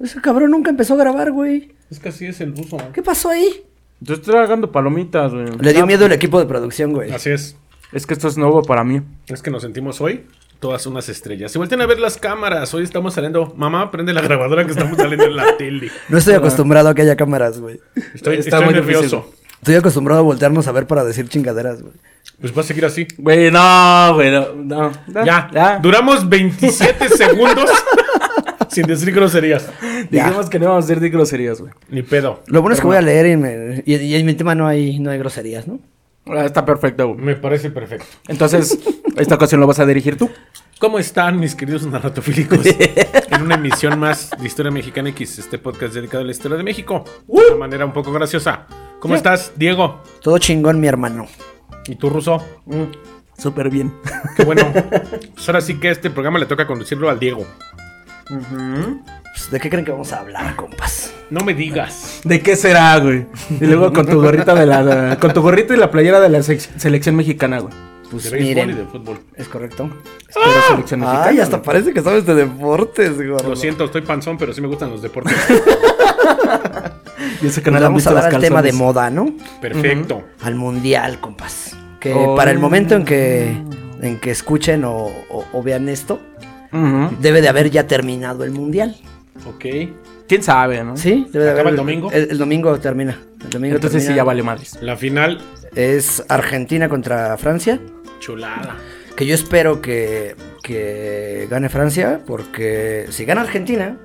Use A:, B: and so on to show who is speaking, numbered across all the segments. A: Ese cabrón nunca empezó a grabar, güey.
B: Es que así es el buzo.
A: ¿Qué pasó ahí?
C: Yo estoy tragando palomitas, güey.
A: Le dio miedo el equipo de producción, güey.
B: Ah, pues, Así es.
C: Es que esto es nuevo para mí.
B: Es que nos sentimos hoy todas unas estrellas. Se voltean a ver las cámaras. Hoy estamos saliendo. Mamá, prende la grabadora que estamos saliendo en la tele.
A: No estoy acostumbrado a que haya cámaras, güey.
B: Estoy,
C: Está
B: estoy
C: muy
B: nervioso.
A: Estoy acostumbrado a voltearnos a ver para decir chingaderas, güey.
B: Pues va a seguir así.
C: Güey, no, güey, no. no.
B: Ya, Duramos 27 segundos sin decir groserías.
C: Dijimos que no íbamos a hacer de groserías, güey.
B: Ni pedo.
A: Lo bueno es que voy a leer y, me- y- y en mi tema no hay, no hay groserías, ¿no?
C: Ah, Está perfecto, güey.
B: Me parece perfecto.
C: Entonces, esta ocasión lo vas a dirigir tú.
B: ¿Cómo están mis queridos narratofílicos? en una emisión más de Historia Mexicana X, este podcast dedicado a la historia de México.
C: Uh.
B: De una manera un poco graciosa. ¿Cómo estás, Diego?
A: Todo chingón, mi hermano.
B: ¿Y tú, Ruso?
C: Mm. Súper bien.
B: Qué bueno. pues ahora sí que este programa le toca conducirlo al Diego.
A: Pues, ¿De qué creen que vamos a hablar, compas?
B: No me digas.
C: ¿De qué será, güey? Y luego con tu gorrita de la... Con tu gorrita y la playera de la sec- selección mexicana, güey.
A: Pues
B: de béisbol y de
A: miren,
B: fútbol.
A: es correcto.
C: Espero selección mexicana.
A: Ay, hasta parece que sabes de deportes, güey.
B: Lo siento, estoy panzón, pero sí me gustan los deportes.
C: Y ese
A: Nos
C: canal
A: vamos a dar al tema de moda, ¿no?
B: Perfecto.
A: Al mundial, compas. Que
C: Oh.
A: para el momento en que, en que escuchen o, o- o vean esto, debe de haber ya terminado el mundial.
B: Ok.
C: ¿Quién sabe, no?
A: Sí, debe de
B: ¿Acaba
A: haber.
B: el domingo?
A: El, el domingo termina. El domingo
C: Entonces sí
A: termina.
C: ya vale madres.
B: La final,
A: Es Argentina contra Francia.
B: chulada.
A: Que yo espero que, que gane Francia, porque si gana Argentina,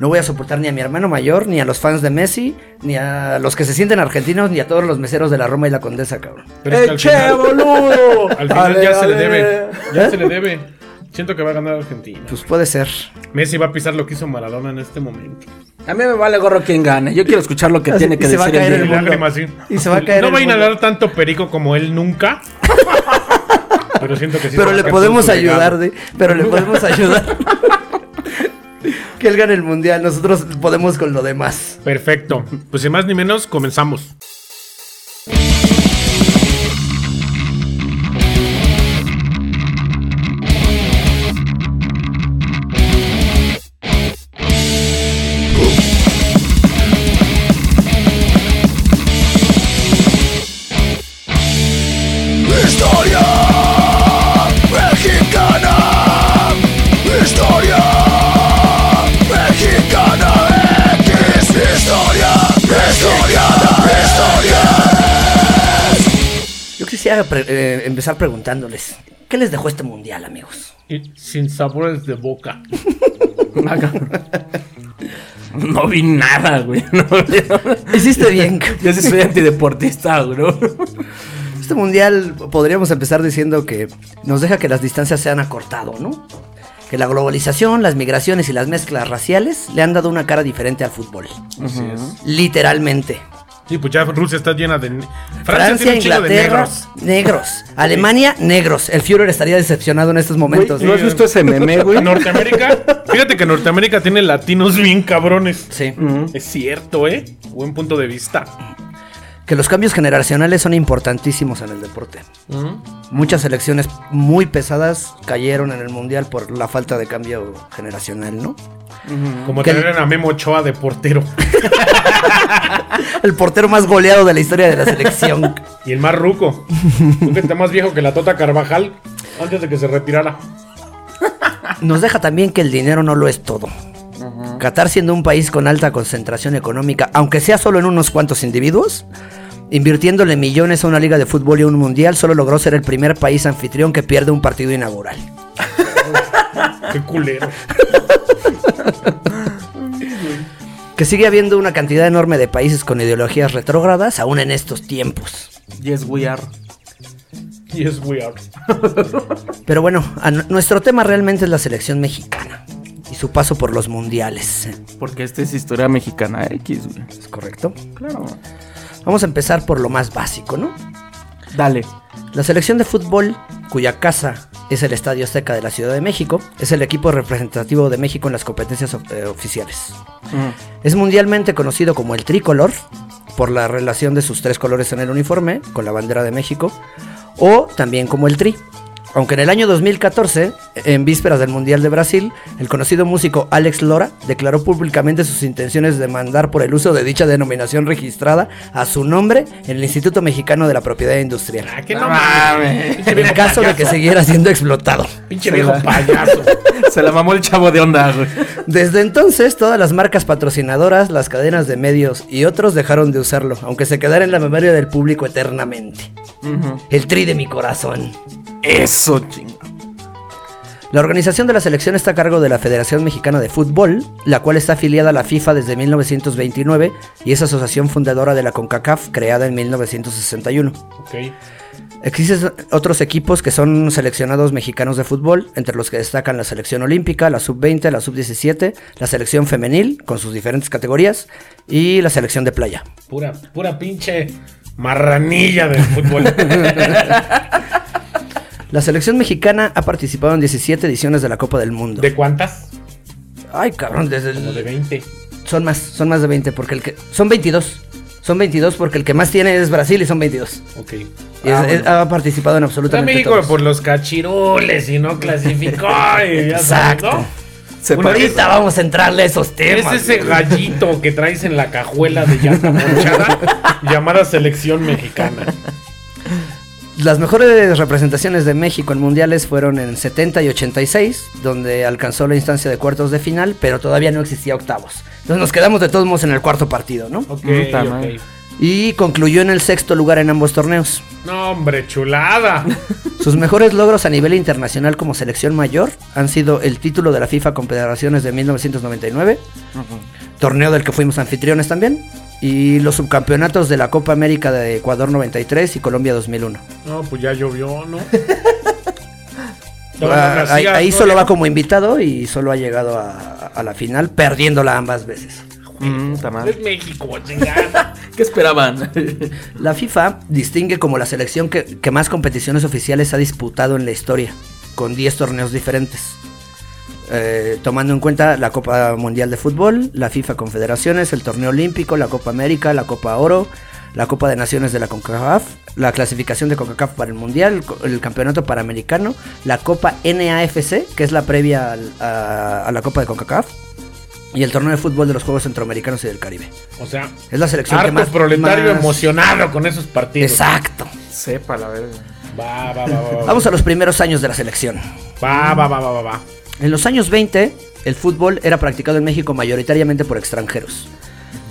A: no voy a soportar ni a mi hermano mayor, ni a los fans de Messi, ni a los que se sienten argentinos, ni a todos los meseros de la Roma y la Condesa, cabrón.
B: Pero es que al final-
C: boludo!
B: Al final ya se le debe. Ya
A: ¿Eh?
B: se le debe. Siento que va a ganar Argentina.
A: Pues puede ser.
B: Messi va a pisar lo que hizo Maradona en este momento.
C: A mí me vale gorro quien gane. Yo quiero escuchar lo que
A: Así-
C: tiene que
A: y se va a
C: decir el
A: caer el
C: Diego.
A: mundo.
B: Lágrimas, sí.
A: Y se va a caer
B: No va a
A: el mundo.
B: inhalar tanto perico como él nunca. pero siento que sí.
A: pero
B: va
A: le
B: a dejar
A: podemos
B: todo su legado.
A: ayudar, de, pero le podemos ayudar. que él gane el mundial, nosotros podemos con lo demás.
B: Perfecto. Pues sin más ni menos, comenzamos.
D: Historia mexicana. Historia mexicana X. Historia mexicana. Historia.
A: Yo quisiera pre- eh, empezar preguntándoles, ¿qué les dejó este mundial, amigos?
B: Y sin sabores de boca.
C: No vi nada, güey. No vi nada.
A: Hiciste bien.
C: Yo sí soy antideportista, bro.
A: Este mundial podríamos empezar diciendo que nos deja que las distancias se han acortado, ¿no? Que la globalización, las migraciones y las mezclas raciales le han dado una cara diferente al fútbol.
B: Así es.
A: Literalmente.
B: Sí, pues ya Rusia está llena de. ne- Francia,
A: Francia,
B: tiene un chingo de
A: Inglaterra,
B: negros.
A: negros. Alemania, negros. El Führer estaría decepcionado en estos momentos.
C: ¿No has visto ese meme, güey?
B: Norteamérica. Fíjate que Norteamérica tiene latinos bien cabrones.
A: Sí.
B: Es cierto, ¿eh? Buen punto de vista.
A: Que los cambios generacionales son importantísimos en el deporte. Muchas selecciones muy pesadas cayeron en el mundial por la falta de cambio generacional, ¿no?
B: Como
A: Que-
B: tener a Memo Ochoa de portero.
A: El portero más goleado de la historia de la selección.
B: Y el más ruco. Tú que está más viejo que la Tota Carvajal antes de que se retirara.
A: Nos deja también que el dinero no lo es todo. Qatar siendo un país con alta concentración económica, aunque sea solo en unos cuantos individuos, invirtiéndole millones a una liga de fútbol y un mundial, solo logró ser el primer país anfitrión que pierde un partido inaugural.
B: Qué culero.
A: Que sigue habiendo una cantidad enorme de países con ideologías retrógradas aún en estos tiempos.
C: Yes, we are.
B: Yes, we are.
A: Pero bueno, a nu- nuestro tema realmente es la selección mexicana y su paso por los mundiales.
C: Porque esta es historia mexicana X, güey.
A: ¿Es correcto?
C: Claro.
A: Vamos a empezar por lo más básico, ¿no?
C: Dale.
A: La selección de fútbol, cuya casa es el Estadio Azteca de la Ciudad de México, es el equipo representativo de México en las competencias of- eh, oficiales. Es mundialmente conocido como el tricolor por la relación de sus tres colores en el uniforme con la bandera de México, o también como el tri, Aunque en el año 2014, en vísperas del Mundial de Brasil, el conocido músico Alex Lora declaró públicamente sus intenciones de demandar por el uso de dicha denominación registrada a su nombre en el Instituto Mexicano de la Propiedad Industrial.
B: Ah, que no mames. Pinche
A: En
B: viejo
A: caso de que
B: payaso.
A: siguiera siendo explotado.
B: Pinche viejo payaso.
C: Se la mamó el chavo de onda, güey.
A: Desde entonces, todas las marcas patrocinadoras, las cadenas de medios y otros dejaron de usarlo, aunque se quedara en la memoria del público eternamente. El tri de mi corazón.
C: Eso, chingo.
A: La organización de la selección está a cargo de la Federación Mexicana de Fútbol, la cual está afiliada a la FIFA desde 1929 y es asociación fundadora de la CONCACAF creada en 1961.
B: ok.
A: Existen otros equipos que son seleccionados mexicanos de fútbol, entre los que destacan la selección olímpica, la sub-20, la sub-17, la selección femenil con sus diferentes categorías y la selección de playa.
B: Pura, pura pinche marranilla del fútbol.
A: La selección mexicana ha participado en 17 ediciones de la Copa del Mundo.
B: ¿De cuántas?
A: Ay, cabrón, desde
B: Como
A: el-
B: de 20.
A: son más, son más de 20 porque el que son 22. Son 22 porque el que más tiene es Brasil y son 22.
B: Ok.
A: Y es- es- ha participado en
B: Ah, Está
A: absolutamente
B: México
A: todos.
B: por los cachirules y no clasificó. y ya sabes,
A: Exacto.
B: ¿no?
C: Se
B: Una
C: parece-
B: vez-
A: Ahorita vamos a entrarle a esos
B: Es
A: temas.
B: ese gallito que traes en la cajuela de llanta ponchada llamada selección mexicana.
A: Las mejores representaciones de México en mundiales fueron en 70 y 86, donde alcanzó la instancia de cuartos de final, pero todavía no existía octavos. Entonces nos quedamos de todos modos en el cuarto partido, ¿no?
B: Ok,
C: Puta madre.
B: ok.
A: Y concluyó en el sexto lugar en ambos torneos.
B: No, hombre, chulada.
A: Sus mejores logros a nivel internacional como selección mayor han sido el título de la FIFA Confederaciones de 1999, torneo del que fuimos anfitriones también, y los subcampeonatos de la Copa América de Ecuador 93 y Colombia 2001.
B: No, pues ya llovió, ¿no?
A: Ah,
B: Todas las
A: ahí
B: ligas,
A: ahí
B: ¿no?
A: solo va como invitado y solo ha llegado a, a la final, perdiéndola ambas veces.
C: Mm, ta
B: Es
C: madre.
B: México, chingada.
C: ¿Qué esperaban?
A: La FIFA distingue como la selección que, que más competiciones oficiales ha disputado en la historia, con 10 torneos diferentes. Eh, tomando en cuenta la Copa Mundial de Fútbol, la FIFA Confederaciones, el Torneo Olímpico, la Copa América, la Copa Oro, la Copa de Naciones de la CONCACAF, la clasificación de CONCACAF para el Mundial, el co- el Campeonato Panamericano, la Copa NAFC, que es la previa al- a, a la Copa de CONCACAF, y el Torneo de Fútbol de los Juegos Centroamericanos y del Caribe.
B: O sea,
A: Es la selección
B: harto
A: que más...
B: proletario
A: más-
B: emocionado con esos partidos.
A: Exacto.
C: Sepa la verga.
B: Va, va, va, va, va.
A: Vamos a los primeros años de la selección.
B: Va, va, va, va, va, va.
A: En los años 20, el fútbol era practicado en México mayoritariamente por extranjeros.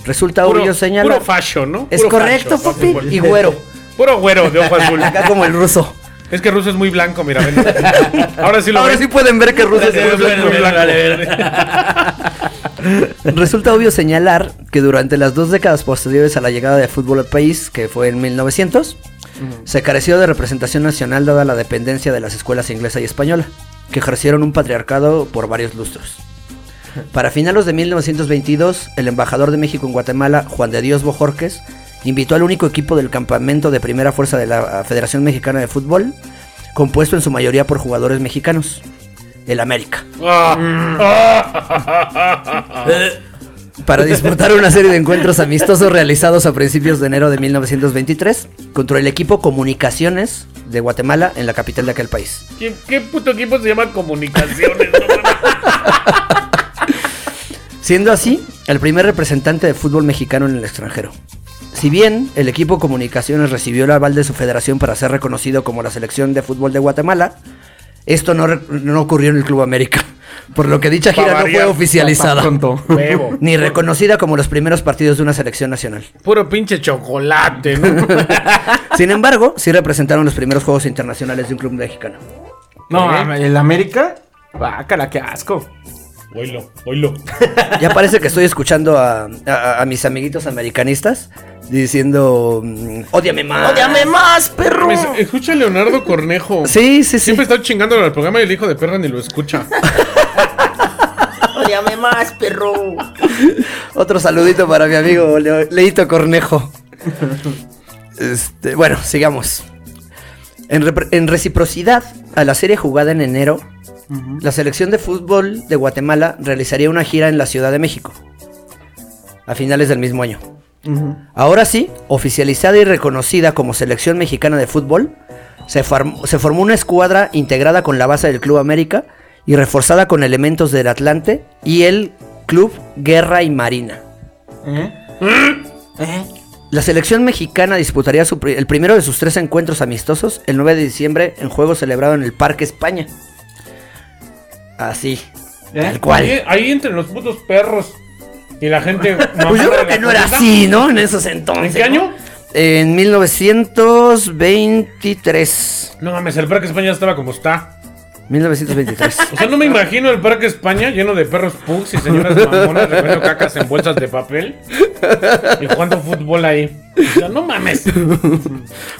A: Resulta obvio señalar.
B: puro fashion, ¿no?
A: Es
B: Puro
A: correcto,
B: fashion,
A: papi.
B: fútbol.
A: Y güero.
B: Puro güero de ojo azul.
A: Acá como el ruso.
B: Es que Ruso es muy blanco, mira. ven. Ahora sí lo
A: Ahora
B: ven.
A: sí pueden ver que el ruso
B: Ruso
A: es muy blanco.
B: muy blanco.
A: Resulta obvio señalar que durante las dos décadas posteriores a la llegada del fútbol al país, que fue en 1900, se careció de representación nacional dada la dependencia de las escuelas inglesa y española, que ejercieron un patriarcado por varios lustros. Para finales de 1922, el embajador de México en Guatemala, Juan de Dios Bojorques, invitó al único equipo del campamento de primera fuerza de la ah, Federación Mexicana de Fútbol, compuesto en su mayoría por jugadores mexicanos, el América.
B: Ah,
C: Eh,
A: para disputar una serie de encuentros amistosos realizados a principios de enero de 1923 contra el equipo Comunicaciones de Guatemala en la capital de aquel país.
B: ¿Qué, qué puto equipo se llama comunicaciones? No mames.
A: Siendo así, el primer representante de fútbol mexicano en el extranjero. Si bien el equipo Comunicaciones recibió el aval de su federación para ser reconocido como la selección de fútbol de Guatemala, esto no, re- no ocurrió en el Club América, por lo que dicha gira no fue
B: variar,
A: oficializada,
C: Tonto.
B: Huevo.
A: ni reconocida como los primeros partidos de una selección nacional.
B: Puro pinche chocolate, ¿no?
A: Sin embargo, sí representaron los primeros juegos internacionales de un club mexicano.
C: No, el América. Bácala, qué asco.
B: Oilo, oilo.
A: Ya parece que estoy escuchando a, a- a mis amiguitos americanistas diciendo, mm, ódiame más.
C: más, perro!
B: Me- Escucha a Leonardo Cornejo.
A: Sí, sí, sí.
B: Siempre está chingándolo al programa y el hijo de perra ni lo escucha.
C: ¡Odiame más, perro!
A: Otro saludito para mi amigo Leo- Leito Cornejo. Este, bueno, sigamos. En, repre- en reciprocidad a la serie jugada en enero, la selección de fútbol de Guatemala realizaría una gira en la Ciudad de México a finales del mismo año. Ahora sí, oficializada y reconocida como selección mexicana de fútbol, Se, farm- se formó una escuadra integrada con la base del Club América y reforzada con elementos del Atlante y el Club Guerra y Marina.
C: ¿Eh?
A: La selección mexicana disputaría su pri- el primero de sus tres encuentros amistosos el 9 de diciembre en juego celebrado en el Parque España. Así,
C: ¿Eh?
A: tal cual.
B: Ahí, ahí entre los putos perros y la gente.
A: Pues yo
B: mamada
A: creo
B: de
A: que
B: la
A: no era
B: comida.
A: así, ¿no? En esos entonces.
B: ¿En qué año?
A: En 1923.
B: No mames, el Parque España estaba como está.
A: 1923.
B: O sea, no me imagino el Parque España lleno de perros pugs y señoras mamonas recogiendo cacas en bolsas de papel y jugando fútbol ahí. O sea, no mames.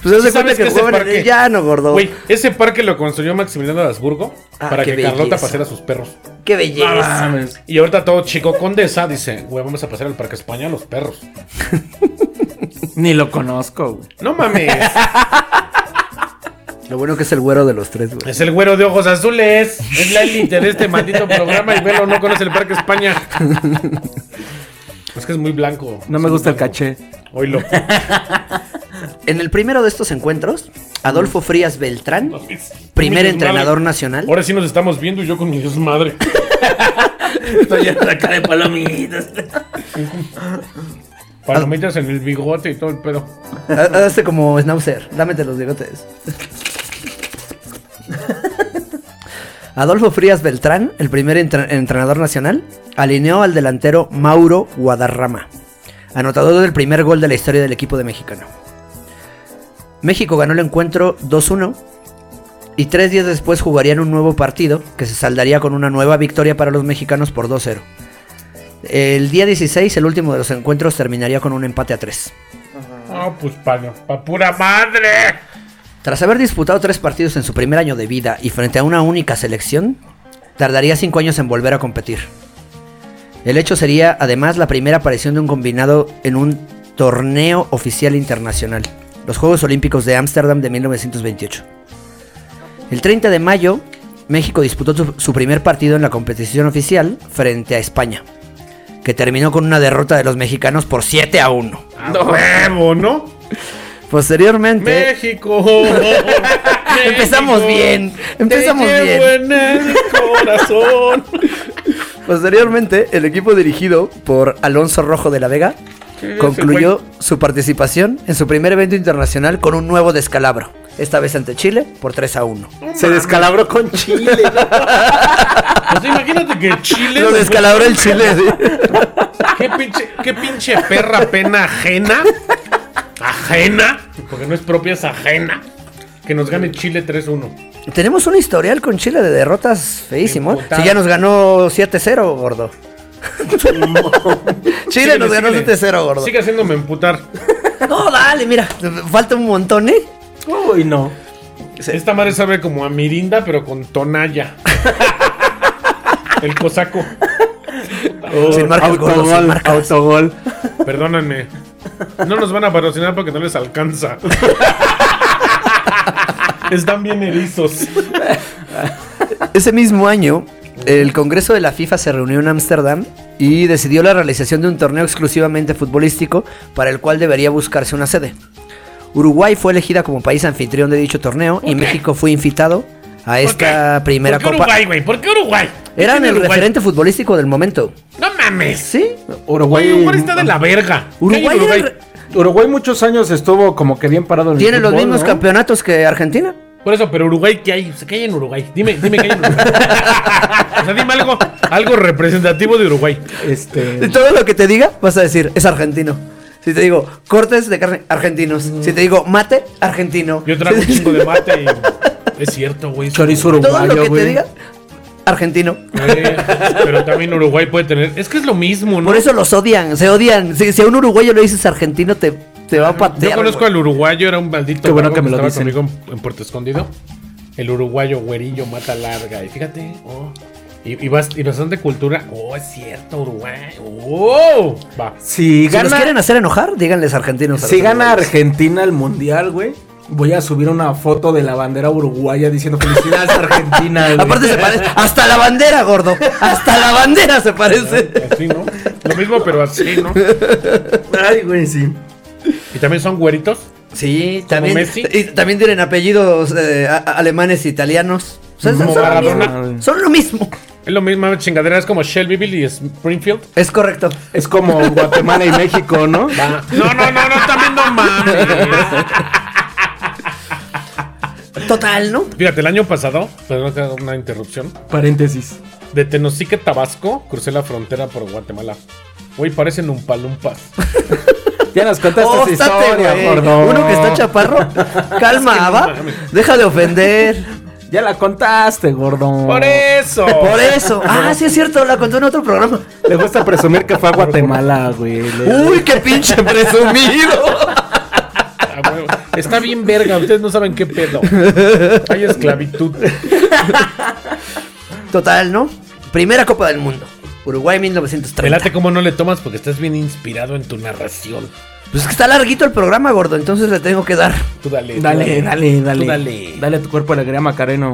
A: Pues haz de
B: ¿Sí
A: cuenta
B: sabes
A: que
B: que ese
A: jugaban en
B: parque-
A: el llano, gordo.
B: Güey, ese parque lo construyó Maximiliano de Habsburgo
A: Ah,
B: para
A: qué
B: que Carlota
A: belleza.
B: pasara a sus perros.
A: Qué belleza.
C: mames.
B: Y ahorita todo chico condesa dice, güey, vamos a pasar al Parque España a los perros.
C: Ni lo conozco, güey.
B: No mames.
A: Lo bueno que es el güero de los tres, güey.
B: Es el güero de ojos azules. Es la élite de este maldito programa y velo, no conoce el Parque España. Es que es muy blanco.
C: No
B: Es
C: me
B: muy
C: gusta el
B: blanco.
C: caché.
B: Oílo.
A: En el primero de estos encuentros, Adolfo Frías Beltrán,
B: Mi
A: primer
B: desmadre.
A: entrenador nacional,
B: Ahora sí nos estamos viendo y yo con mi Dios madre.
E: Estoy lleno la cara de palomitas.
A: Ah.
B: Palomitas en el bigote y todo el pedo.
A: Ha- Hazte como Schnauzer, dámete los bigotes. Adolfo Frías Beltrán, el primer entre- entrenador nacional, alineó al delantero Mauro Guadarrama, anotador del primer gol de la historia del equipo de mexicano. México ganó el encuentro 2-1 y tres días después jugarían un nuevo partido que se saldaría con una nueva victoria para los mexicanos por 2-0. El día 16, el último de los encuentros, terminaría con un empate a 3.
B: Ah, pues palo. Pa pura madre.
A: Tras haber disputado tres partidos en su primer año de vida y frente a una única selección, tardaría cinco años en volver a competir. El hecho sería además la primera aparición de un combinado en un torneo oficial internacional, los Juegos Olímpicos de Ámsterdam de 1928. El 30 de mayo, México disputó su, su primer partido en la competición oficial frente a España, que terminó con una derrota de los mexicanos por 7 a 1.
B: A huevo, ¿no?
A: Posteriormente...
B: México.
A: Empezamos
B: México,
A: bien, empezamos
B: te llevo
A: bien.
B: en el corazón.
A: Posteriormente, el equipo dirigido por Alonso Rojo de la Vega
B: ese
A: concluyó su participación en su primer evento internacional con un nuevo descalabro, esta vez ante Chile por 3 a 1.
C: Se descalabró con chile.
B: O sea, Pues imagínate que Chile.
A: Lo
B: se fue-
A: descalabró el Chile.
B: ¿Qué pinche, qué pinche perra pena ajena. Ajena. Porque no es propia, es ajena. Que nos gane Chile 3-1.
A: sí. Tenemos un historial con Chile de derrotas feísimo. ¿eh?
B: Emputado.
A: Si ya nos ganó 7-0, gordo. Chile nos ganó
B: síguele.
A: 7-0, gordo.
B: Sigue haciéndome emputar.
A: No, dale, mira, falta un montón, ¿eh?
C: Uy, no.
B: Esta madre sabe como a Mirinda, pero con tonalla. El cosaco. Oh,
A: Sin marca el gordo, sin
C: autogol,
A: marca.
C: autogol.
B: Perdónenme. No nos van a patrocinar porque no les alcanza. Están bien erizos.
A: Ese mismo año, el Congreso de la FIFA se reunió en Ámsterdam y decidió la realización de un torneo exclusivamente futbolístico para el cual debería buscarse una sede. Uruguay fue elegida como país anfitrión de dicho torneo y México fue invitado a esta
B: ¿Por qué?
A: primera
B: ¿Por qué
A: copa.
B: Uruguay, güey? ¿Por qué Uruguay? ¿Qué
A: Eran
B: tiene
A: el
B: Uruguay?
A: referente futbolístico del momento.
B: No mames.
A: ¿Sí?
C: Uruguay.
B: Güey, Uruguay está de la verga. ¿Qué hay en
A: Uruguay era el re-
C: Uruguay muchos años estuvo como que bien parado en el
A: tiene los
C: fútbol,
A: mismos
C: ¿no?
A: campeonatos que Argentina.
B: Por eso, pero Uruguay, ¿qué hay? O sea, ¿Qué hay en Uruguay? Dime, dime qué hay en Uruguay. o sea, dime algo, algo representativo de Uruguay.
A: Y
C: Este.
A: Todo lo que te diga, vas a decir, es argentino. Si te digo cortes de carne, argentinos. Si te digo mate, argentino.
B: Yo traigo un chingo de mate y. Es cierto, güey.
C: Chorizo
A: Todo
C: uruguayo,
A: lo que
C: güey.
A: te diga, argentino.
B: Eh, Pero también Uruguay puede tener. Es que es lo mismo, ¿no?
A: Por eso los odian, se odian. Si, si a un uruguayo le dices argentino, te, te va a patear.
B: Yo conozco
A: güey.
B: al uruguayo, era un maldito.
C: Qué bueno
B: vago
C: que me lo
B: estaba
C: dicen.
B: conmigo en, en Puerto Escondido. El uruguayo güerillo mata larga. Y fíjate, oh. Y, y, bas- y bastante cultura. Oh, es cierto, Uruguay. Oh, va.
A: Si
C: Si
A: nos
C: gana,
A: quieren hacer enojar, díganles argentinos. a
C: si
A: los
C: gana
A: uruguayos.
C: Argentina el mundial, güey. Voy a subir una foto de la bandera uruguaya diciendo felicidades Argentina. güey".
A: Aparte se parece. Hasta la bandera, gordo. Hasta la bandera se parece.
B: Así, ¿no? Lo mismo, pero así, ¿no?
C: Ay, güey, sí.
B: Y también son güeritos.
A: Sí, también,
B: Messi?
A: y también tienen apellidos eh, a- a- alemanes e italianos. O sea, son,
B: Como
A: son lo
B: Maradona.
A: mismo, son lo mismo.
B: Es lo mismo, chingadera, es como Shelbyville y Springfield.
A: Es correcto.
C: Es como Guatemala y México,
B: No,
C: ¿no?
B: no, no, no, también no mames.
A: Total, ¿no?
B: Fíjate, el año pasado, perdón que haga una interrupción,
C: Paréntesis.
B: de Tenosique, Tabasco, crucé la frontera por Guatemala. Güey, parecen un palumpas.
C: Ya nos contaste esa
A: Óstate,
C: historia,
A: Oh, güey.
C: gordo.
A: Uno que está chaparro. Calma, va. Deja de ofender.
C: Ya la contaste, gordo.
B: Oh. Por e- eso.
A: Por eso. Ah, sí es cierto, la contó en otro programa.
C: Le gusta presumir que fue a Guatemala, güey. Le-
A: Uy, qué pinche presumido.
B: Ah, güey, Está bien verga, ustedes no saben qué pedo. Hay esclavitud.
A: Total, ¿no? Primera Copa del Mundo. Uruguay 1930.
B: Velate cómo no le tomas porque estás bien inspirado en tu narración.
A: Pues es que está larguito el programa, gordo, entonces le tengo que dar.
B: Tú dale. tú
C: Dale, dale, dale.
B: Tú Uh, dale.
C: Dale a tu cuerpo alegría, Macareno.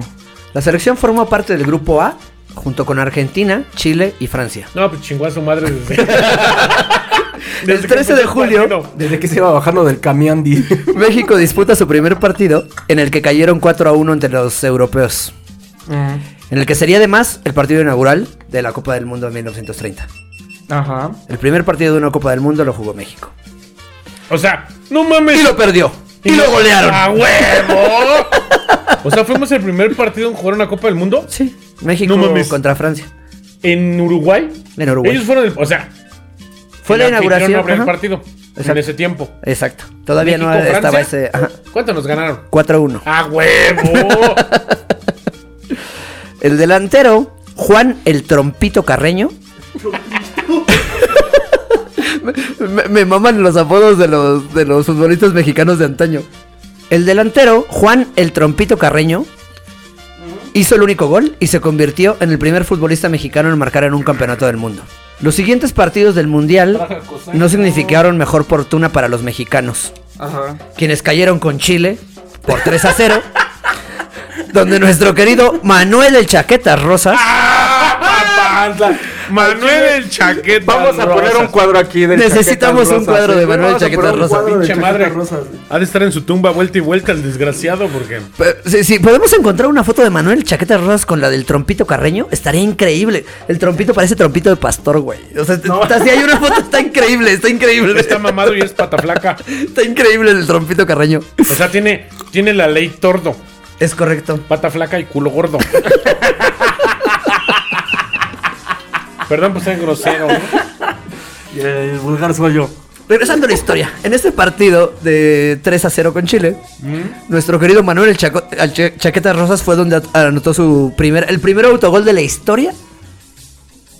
A: La selección formó parte del grupo A junto con Argentina, Chile y Francia.
B: No, pues chingó a su madre desde, desde
A: 13
B: que
A: de
B: empezó el
A: julio.
B: partido.
C: Desde que se iba bajando del camión, di.
A: México disputa su primer partido en el que cayeron 4 a 1 entre los europeos. En el que sería además el partido inaugural de la Copa del Mundo de 1930.
C: Ajá.
A: El primer partido de una Copa del Mundo lo jugó México.
B: O sea, no
A: Y
B: mames.
A: lo perdió. Y lo Ah, golearon.
B: ¡A huevo! o sea, fuimos el primer partido en jugar una Copa del Mundo
A: Sí. México
B: No mames.
A: contra Francia.
B: en Uruguay.
A: En Uruguay.
B: Ellos fueron el. O sea,
A: Fue
B: el
A: la
B: anfitrión
A: inauguración.
B: abrió el
A: ajá.
B: partido en
A: Exacto.
B: ese tiempo.
A: Exacto. Todavía no
B: México,
A: estaba
B: Francia.
A: ese. ajá.
B: ¿Cuánto nos ganaron?
A: 4 a 1.
B: ¡A huevo!
A: El delantero, Juan el Trompito Carreño. me, me- me maman los apodos de los, de los futbolistas mexicanos de antaño. El delantero, Juan el Trompito Carreño, hizo el único gol y se convirtió en el primer futbolista mexicano en marcar en un campeonato del mundo. Los siguientes partidos del Mundial no significaron mejor fortuna para los mexicanos
C: Ajá.
A: quienes cayeron con Chile por 3 a 0. donde nuestro querido Manuel el Chaquetas Rosas.
B: ¡Ah, Manuel el chaqueta.
C: Vamos a poner un cuadro aquí de
A: Necesitamos un cuadro de Manuel Chaquetas Rosa.
B: Pinche madre. Ha de estar en su tumba vuelta y vuelta el desgraciado porque.
A: Pe- Si, si podemos encontrar una foto de Manuel el Chaquetas Rosas con la del trompito carreño, estaría increíble. El trompito parece trompito de pastor, güey. O sea, está- si hay una foto, está increíble, está increíble.
B: Está mamado y es pataflaca.
A: Está increíble el trompito carreño.
B: O sea, tiene, tiene la ley tordo.
A: Es correcto.
B: Pata flaca y culo gordo. Perdón por ser grosero. ¿no?
C: El vulgar soy yo.
A: Regresando a la historia, en este partido de 3 a 0 con Chile, nuestro querido Manuel el Chaco- el Che- Chaquetas Rosas fue donde at- anotó su primer, el primer autogol de la historia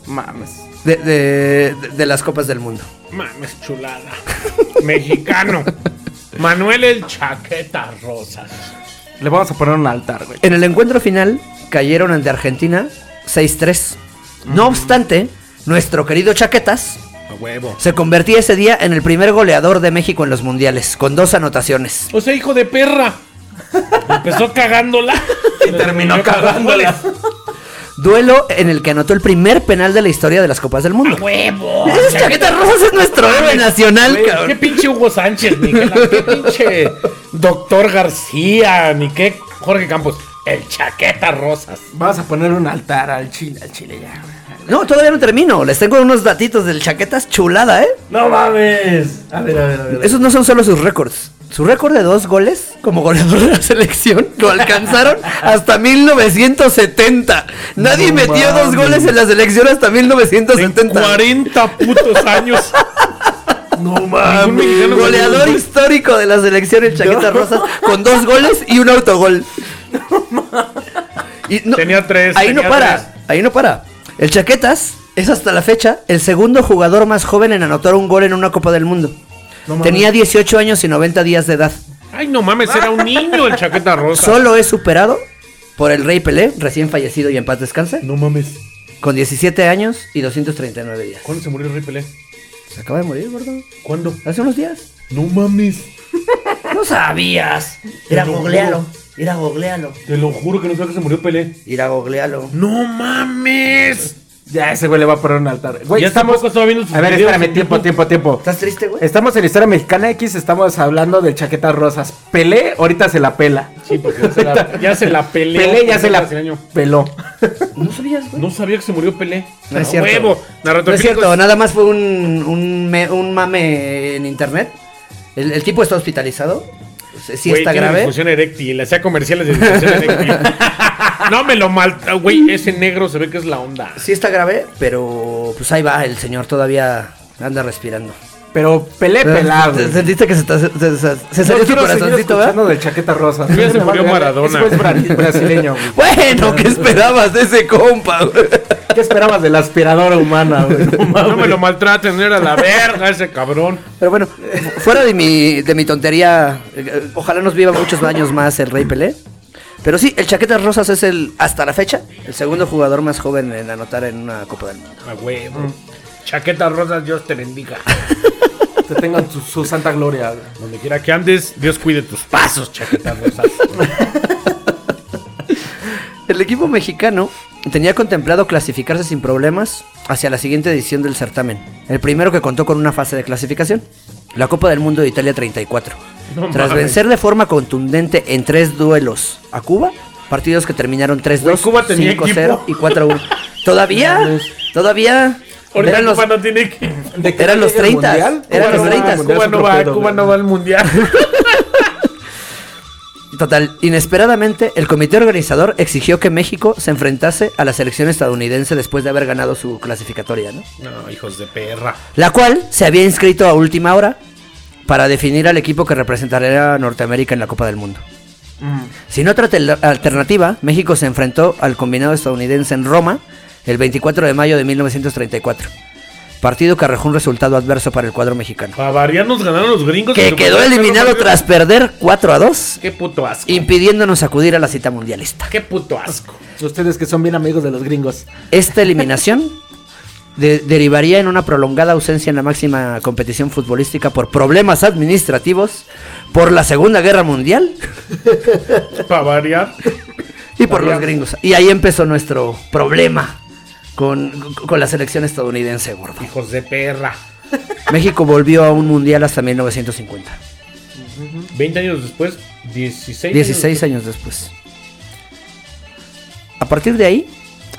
C: Mames.
A: de, de- de- de las Copas del Mundo.
B: Mames, chulada. Mexicano. Manuel el Chaqueta Rosas.
C: Le vamos a poner un altar, güey.
A: En el encuentro final cayeron ante Argentina 6-3. No obstante, nuestro querido Chaquetas
B: A huevo.
A: se convertía ese día en el primer goleador de México en los mundiales, con dos anotaciones.
B: O sea, hijo de perra. Empezó cagándola. Y terminó cagándola.
A: Duelo en el que anotó el primer penal de la historia de las Copas del
B: Ah,
A: Mundo.
B: ¡Huevo!
A: Ese Chaquetas Rosas es nuestro héroe nacional,
B: Ah, Güey,
A: cabrón.
B: ¿Qué pinche Hugo Sánchez, ni qué, la- qué pinche doctor García, ni qué Jorge Campos? El chaqueta rosas.
C: Vamos a poner un altar al chile, al chile ya, güey.
A: No, todavía no termino. Les tengo unos datitos del chaquetas chulada, ¿eh?
C: No mames. A ver, a ver, a ver.
A: Esos no son solo sus récords. Su récord de dos goles como goleador de la selección lo alcanzaron hasta 1970. Nadie
C: No
A: metió dos
C: mames.
A: goles en la selección hasta
B: En
A: 1970.
B: 40 putos años.
C: No
B: Ningún mexicano
A: Goleador histórico de la selección el Chaquetas Rosas con dos goles y un autogol. Y no-
B: Tenía tres,
A: Ahí no
B: tenía
A: para.
B: tres.
A: Ahí no para. El Chaquetas es hasta la fecha el segundo jugador más joven en anotar un gol en una Copa del Mundo. Tenía 18 años y 90 días de edad.
B: Ay, no mames, era un niño el chaqueta rosa.
A: Solo es superado por el Rey Pelé, recién fallecido y en paz descanse,
B: No mames.
A: con 17 años y 239 días.
B: ¿Cuándo se murió el Rey Pelé?
A: Se acaba de morir, gordo.
B: ¿Cuándo?
A: Hace unos días.
B: No mames.
A: No sabías. Era googlealo. Era googlealo.
B: Te lo juro que no sé que se murió Pelé.
A: Era googlealo.
B: ¡No mames!
C: Ya ese güey le va a poner un altar. Güey,
F: Ya
C: estamos.
F: tampoco estaba viendo sus
C: A ver,
F: videos
C: espérame,
F: en
C: tiempo, tiempo, tiempo.
A: ¿Estás triste, güey?
C: Estamos en Historia Mexicana X, estamos hablando de chaquetas rosas. Pelé ahorita se la pela.
F: Sí, porque ya se la, ya se la peleó.
C: Pelé ya se la
F: Brasileño.
C: peló.
A: ¿No sabías, güey?
F: No sabía que se murió Pelé.
A: No es
F: Ah,
A: cierto.
F: Huevo.
A: No es
F: Narratofílicos.
A: cierto, nada más fue un, un, me- un mame en internet. El, el tipo está hospitalizado. Sí sí
F: Güey,
A: está
F: tiene
A: grave.
F: disfunción eréctil, hacía comerciales de disfunción eréctil. No me lo mal... ah, Güey, ese negro se ve que es la onda.
A: Sí está grave, pero pues ahí va, el señor todavía anda respirando.
C: Pero Pelé pelado.
A: ¿Te- Sentiste que se, te- se- se- se
C: No
A: salió tu
C: quiero seguir
A: corazoncito,
C: escuchando
A: ¿verdad?
C: de chaquetas rosas.
F: Ya se
C: Me
F: murió
C: vale,
F: Maradona.
C: ese güey es bra- brasileño, güey.
A: Bueno, ¿qué esperabas de ese compa, güey?
C: ¿Qué esperabas de la aspiradora humana, güey? No mames.
F: No me lo maltraten, era la verga ese cabrón.
A: Pero bueno, fu- fuera de mi, de mi tontería, eh, eh, ojalá nos viva muchos años más el Rey Pelé. Pero sí, el Chaquetas Rosas es el, hasta la fecha, el segundo jugador más joven en anotar en una Copa del Mundo.
F: A huevo. Chaquetas rosas, Dios te bendiga.
C: Te tengan su, su santa gloria, güey.
F: Donde quiera que andes, Dios cuide tus pasos, chaquetas rosas.
A: El equipo mexicano tenía contemplado clasificarse sin problemas hacia la siguiente edición del certamen. El primero que contó con una fase de clasificación, la Copa del Mundo de Italia 34.
F: No
A: Tras
F: mames.
A: vencer de forma contundente en tres duelos a Cuba, partidos que terminaron 3-2,
F: Güey, Cuba tenía
A: 5-0 y
F: equipo.
A: 4-1. ¿Todavía, todavía
F: Ahorita
A: eran los,
F: Cuba no tiene que...
C: ¿De qué
A: eran los
C: llega el
A: 30,
C: mundial?
A: eran
C: Cuba
A: los
C: no va-
A: 30.
C: Mundial
F: Cuba
C: es
F: no
C: otro
F: va,
C: pedo,
F: Cuba
C: güey.
F: no va al mundial.
A: Total, inesperadamente, el comité organizador exigió que México se enfrentase a la selección estadounidense después de haber ganado su clasificatoria, ¿no?
F: No, hijos de perra.
A: la cual se había inscrito a última hora para definir al equipo que representaría a Norteamérica en la Copa del Mundo. Sin otra tel- alternativa, México se enfrentó al combinado estadounidense en Roma el 24 de mayo de 1934. Partido que arrojó un resultado adverso para el cuadro mexicano.
F: Para variar nos ganaron los gringos.
A: Que
F: pero
A: quedó
F: para
A: eliminado
F: hacerlo,
A: tras perder 4 a 2,
F: Qué puto asco.
A: impidiéndonos acudir a la cita mundialista.
F: Qué puto asco.
C: Ustedes que son bien amigos de los gringos.
A: Esta eliminación de- derivaría en una prolongada ausencia en la máxima competición futbolística por problemas administrativos, por la Segunda Guerra Mundial
F: Para variar.
A: y por los gringos. Y ahí empezó nuestro problema con, con la selección estadounidense, gordo.
F: Hijos de perra.
A: México volvió a un mundial hasta 1950,
F: 20 años después, 16. años
A: 16 años después. A partir de ahí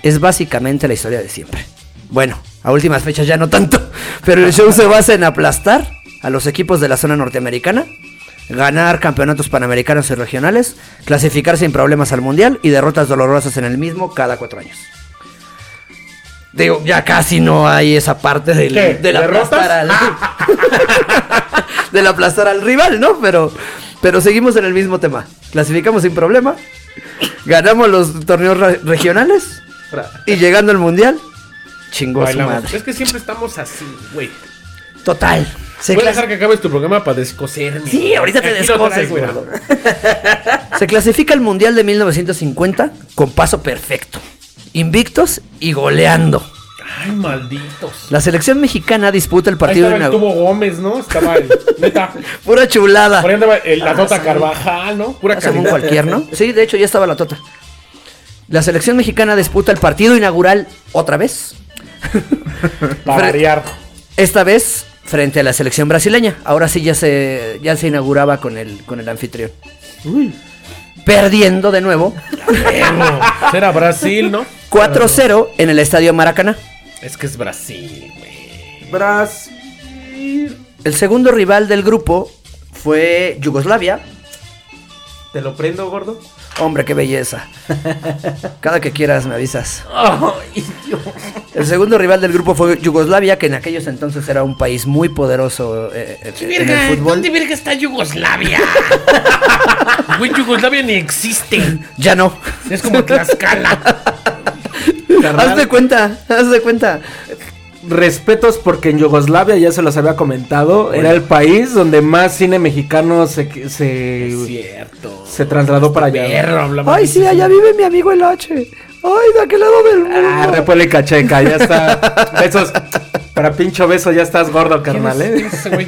A: es básicamente la historia de siempre. Bueno, a últimas fechas ya no tanto, pero el show se basa en aplastar a los equipos de la zona norteamericana, ganar campeonatos panamericanos y regionales, clasificar sin problemas al mundial y derrotas dolorosas en el mismo cada cuatro años. Digo, ya casi no hay esa parte del,
F: ¿Qué? Ah.
A: del
F: ¿Derrotas?
A: aplastar al del aplastar al rival, ¿no? Pero, pero seguimos en el mismo tema. Clasificamos sin problema, ganamos los torneos re- regionales y llegando al mundial, chingó a su
F: Bailamos.
A: madre.
F: Es que siempre estamos así, güey.
A: Total. Se,
F: Voy a
A: clasi-
F: dejar que acabes tu programa para descoserme.
A: Sí, ahorita te
F: Aquí lo
A: descoses,
F: traes, mira.
A: gordo. se clasifica al mundial de 1950 con paso perfecto, invictos y goleando.
F: Ay, malditos.
A: La selección mexicana disputa el
F: Ahí
A: partido
F: estaba el
A: inaugural.
F: tubo Gómez, ¿no? Estaba el. Neta.
A: Pura chulada.
F: Por ahí andaba el-
A: Ah,
F: la nota Carvajal, ¿no? Pura
A: Según
F: calidad.
A: cualquier, ¿no? Sí, de hecho ya estaba la tota. La selección mexicana disputa el partido inaugural otra vez.
F: Para
A: Fre-
F: variar.
A: Esta vez frente a la selección brasileña. Ahora sí ya se, ya se inauguraba con el, con el anfitrión. Perdiendo de nuevo
F: Era Brasil, ¿no?
A: 4-0 en el estadio Maracaná.
F: Es que es Brasil, güey.
C: Bras.
A: El segundo rival del grupo fue Yugoslavia.
C: ¿Te lo prendo, gordo?
A: Hombre, qué belleza. Cada que quieras me avisas.
B: Ay, Dios.
A: El segundo rival del grupo fue Yugoslavia, que en aquellos entonces era un país muy poderoso eh, eh, en
B: Verga,
A: el fútbol.
B: ¿dónde verga está Yugoslavia? Güey, Yugoslavia ni existe.
A: Ya no.
B: Es como Tlaxcala.
A: Haz de cuenta, haz de cuenta.
C: Respetos porque en Yugoslavia, ya se los había comentado, era el país donde más cine mexicano se, se,
B: Cierto. este
C: se trasladó para allá.
B: Perro, hablamos.
A: Ay, sí, allá vive mi amigo el H. Ay, de aquel lado del mundo.
C: Ah, República Checa, ya está. Besos. Para pincho beso, ya estás gordo, carnal, ¿eh?
F: Ese güey.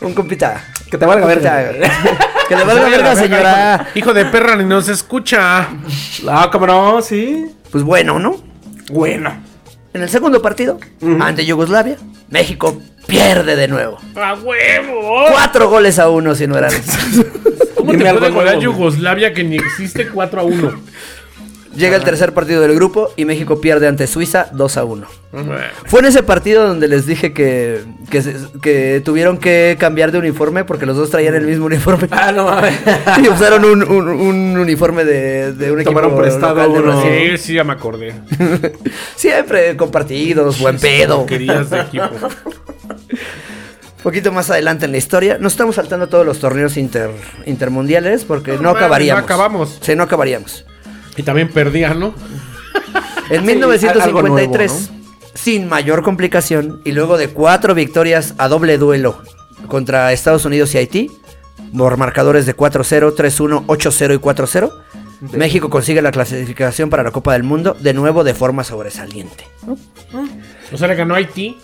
A: Un compita.
C: Que te valga
A: Un
C: verga.
A: compita. que le valga
F: Vaya la
A: verga,
F: verga,
A: señora.
F: hijo de- Hijo de perra, ni nos escucha.
C: Ah, cómo no, sí.
A: Pues bueno, ¿no?
C: Bueno.
A: En el segundo partido, ante Yugoslavia, México pierde de nuevo.
B: ¡A huevo!
A: Cuatro goles a uno, si no eran.
B: ¿Cómo
C: Dime
B: te
C: algo
B: puede golear
C: nuevo,
B: Yugoslavia que ni existe 4 a 1?
A: Llega el tercer partido del grupo y México pierde ante Suiza 2 a 1. Fue en ese partido donde les dije que, que, se- que tuvieron que cambiar de uniforme porque los dos traían el mismo uniforme.
C: Ah, no mames.
A: y usaron un, un- un uniforme de, de un equipo
C: Tomaron prestado
A: local de
C: uno.
A: Brasil.
F: Sí, sí, ya me acordé.
A: Siempre compartidos, buen pedo.
F: Querías de equipo.
A: Poquito más adelante en la historia. Nos estamos saltando todos los torneos inter, intermundiales porque no,
F: No mames,
A: acabaríamos.
F: no acabamos.
A: Sí, no acabaríamos.
F: Y también perdían, ¿no?
A: En
C: algo nuevo,
A: 1953,
C: ¿no?
A: sin mayor complicación, y luego de cuatro victorias a doble duelo contra Estados Unidos y Haití, por marcadores de 4-0, 3-1, 8-0 y 4-0, México consigue la clasificación para la Copa del Mundo, de nuevo de forma sobresaliente.
F: O sea, le ganó Haití.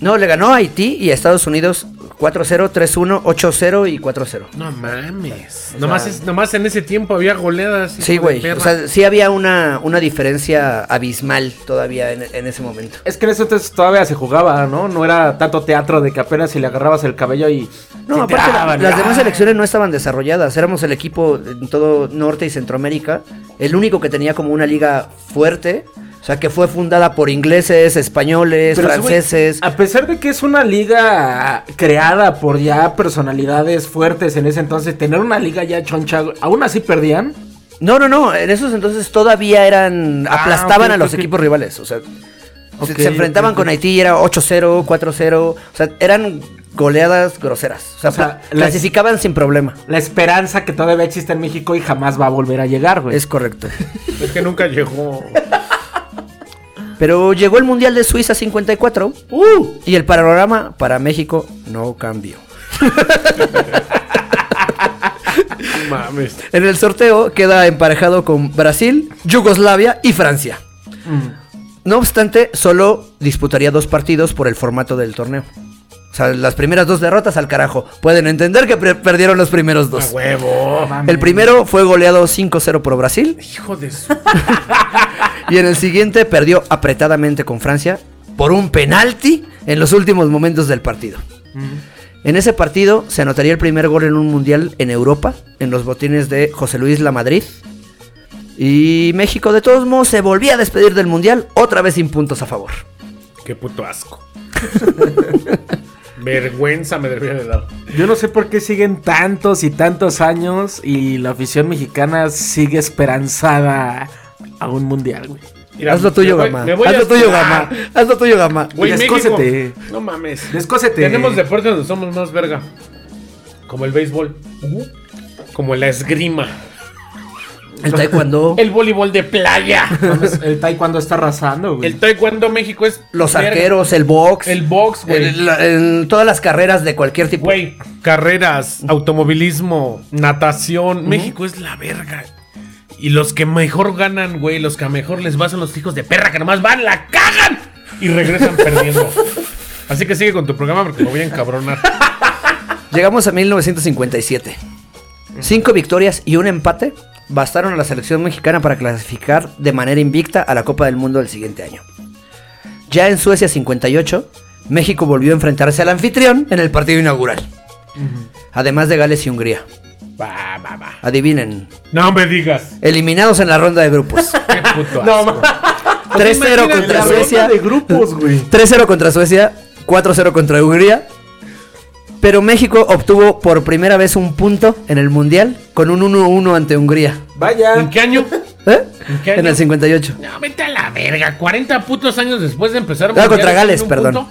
A: No, le ganó a Haití y a Estados Unidos 4-0, 3-1, 8-0 y 4-0.
F: No mames. nomás, es- nomás en ese tiempo había goleadas. hijo
A: Sí,
F: de
A: güey.
F: perra.
A: O sea, sí había una, una diferencia abismal todavía en, en ese momento.
C: Es que en ese entonces todavía se jugaba, ¿no? No era tanto teatro de que apenas si le agarrabas el cabello y.
A: No,
C: se
A: aparte, la-
C: tiraban.
A: las
C: ¡Ah!
A: demás elecciones no estaban desarrolladas. Éramos el equipo en todo Norte y Centroamérica. El único que tenía como una liga fuerte. O sea, que fue fundada por ingleses, españoles,
C: Pero sí, güey, Ah.
A: franceses.
C: a pesar de que es una liga creada por ya personalidades fuertes en ese entonces, tener una liga ya choncha, güey, aún así perdían.
A: No, no, no. En esos entonces todavía eran.
C: Ah,
A: aplastaban
C: ok,
A: a los
C: ok.
A: equipos rivales. O sea, se-
C: Ok,
A: se, enfrentaban
C: ok,
A: con Haití y era 8-0, 4-0. O sea, eran goleadas groseras. O sea,
C: O sea,
A: pla-
C: las-
A: clasificaban sin problema.
C: La esperanza que todavía existe en México y jamás va a volver a llegar, güey.
A: Es correcto.
F: Es que nunca llegó.
A: Pero llegó el Mundial de Suiza 54 y el panorama para México no cambió.
F: No mames.
A: En el sorteo queda emparejado con Brasil, Yugoslavia y Francia. No obstante, solo disputaría dos partidos por el formato del torneo. O sea, las primeras dos derrotas al carajo. Pueden entender que pre- perdieron los primeros
F: A
B: Ah,
A: dos.
F: huevo.
A: El primero fue goleado 5-0 por Brasil
F: Hijo de su.
A: Y en el siguiente perdió apretadamente con Francia por un penalti en los últimos momentos del partido. En ese partido se anotaría el primer gol en un mundial en Europa, en los botines de José Luis La Madrid. Y México de todos modos se volvía a despedir del mundial, otra vez sin puntos a favor.
F: Qué puto asco. Vergüenza me debería de dar.
C: Yo no sé por qué siguen tantos y tantos años y la afición mexicana sigue esperanzada a un mundial, güey.
F: Mira,
A: Haz lo tuyo,
F: me voy-
A: Gama.
F: me voy
A: Haz
F: a
A: lo tuyo,
F: esperar.
A: Gama. Haz lo tuyo, Gama.
F: Güey, México.
C: Descósete.
F: No mames.
C: Descósete.
F: Tenemos deportes donde somos más verga. Como el béisbol. Como la esgrima.
A: El taekwondo,
F: El voleibol de playa.
C: Mames, El taekwondo está arrasando, güey.
F: El taekwondo México es.
A: los
F: verga.
A: arqueros, el box,
F: El box, güey.
A: el- la- en todas las carreras de cualquier tipo.
F: Güey, carreras, automovilismo, natación. México es la verga. Y los que mejor ganan, güey, los que mejor les va son los hijos de perra que nomás van, la cagan y regresan perdiendo. Así que sigue con tu programa porque me voy a encabronar.
A: Llegamos a 1957. Cinco victorias y un empate bastaron a la selección mexicana para clasificar de manera invicta a la Copa del Mundo del siguiente año. Ya en Suecia 58, México volvió a enfrentarse al anfitrión en el partido inaugural. Además de Gales y Hungría.
F: Va, va, va.
A: Adivinen,
F: No me digas.
A: eliminados en la ronda de grupos.
F: Qué puto
C: No,
F: asco.
C: ma-
A: 3-0
F: imagínate
A: contra
F: la
A: Suecia.
C: ronda de grupos, güey.
A: 3-0 contra Suecia, 4-0 contra Hungría. Pero México obtuvo por primera vez un punto en el Mundial con un 1-1 ante Hungría.
C: Vaya.
F: ¿En qué año?
A: ¿Eh?
F: ¿En qué
A: ¿En,
F: año?
A: el 58.
B: No, vete a la verga. 40 putos años después de empezar.
A: Ah, contra
B: mundiales,
A: Gales,
B: en un
A: perdón.
B: punto.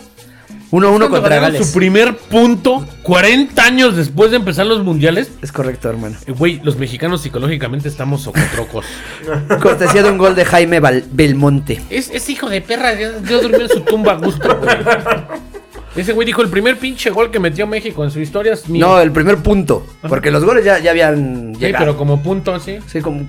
A: 1-1
B: Cuando
A: contra
B: ganaron
A: Gales.
B: Su primer punto, 40 años después de empezar los mundiales.
A: Es correcto, hermano.
B: Eh, Güey, los mexicanos psicológicamente estamos socotrocos.
A: Cortesía de un gol de Jaime Bal- Belmonte.
B: es, es hijo de perra, ya- yo durmió en su tumba a gusto. güey. Ese güey dijo el primer pinche gol que metió México en su historia es mío.
A: No, el primer punto. Porque los goles ya, ya habían
B: sí, pero
A: llegado.
B: como punto, sí.
A: Sí, como-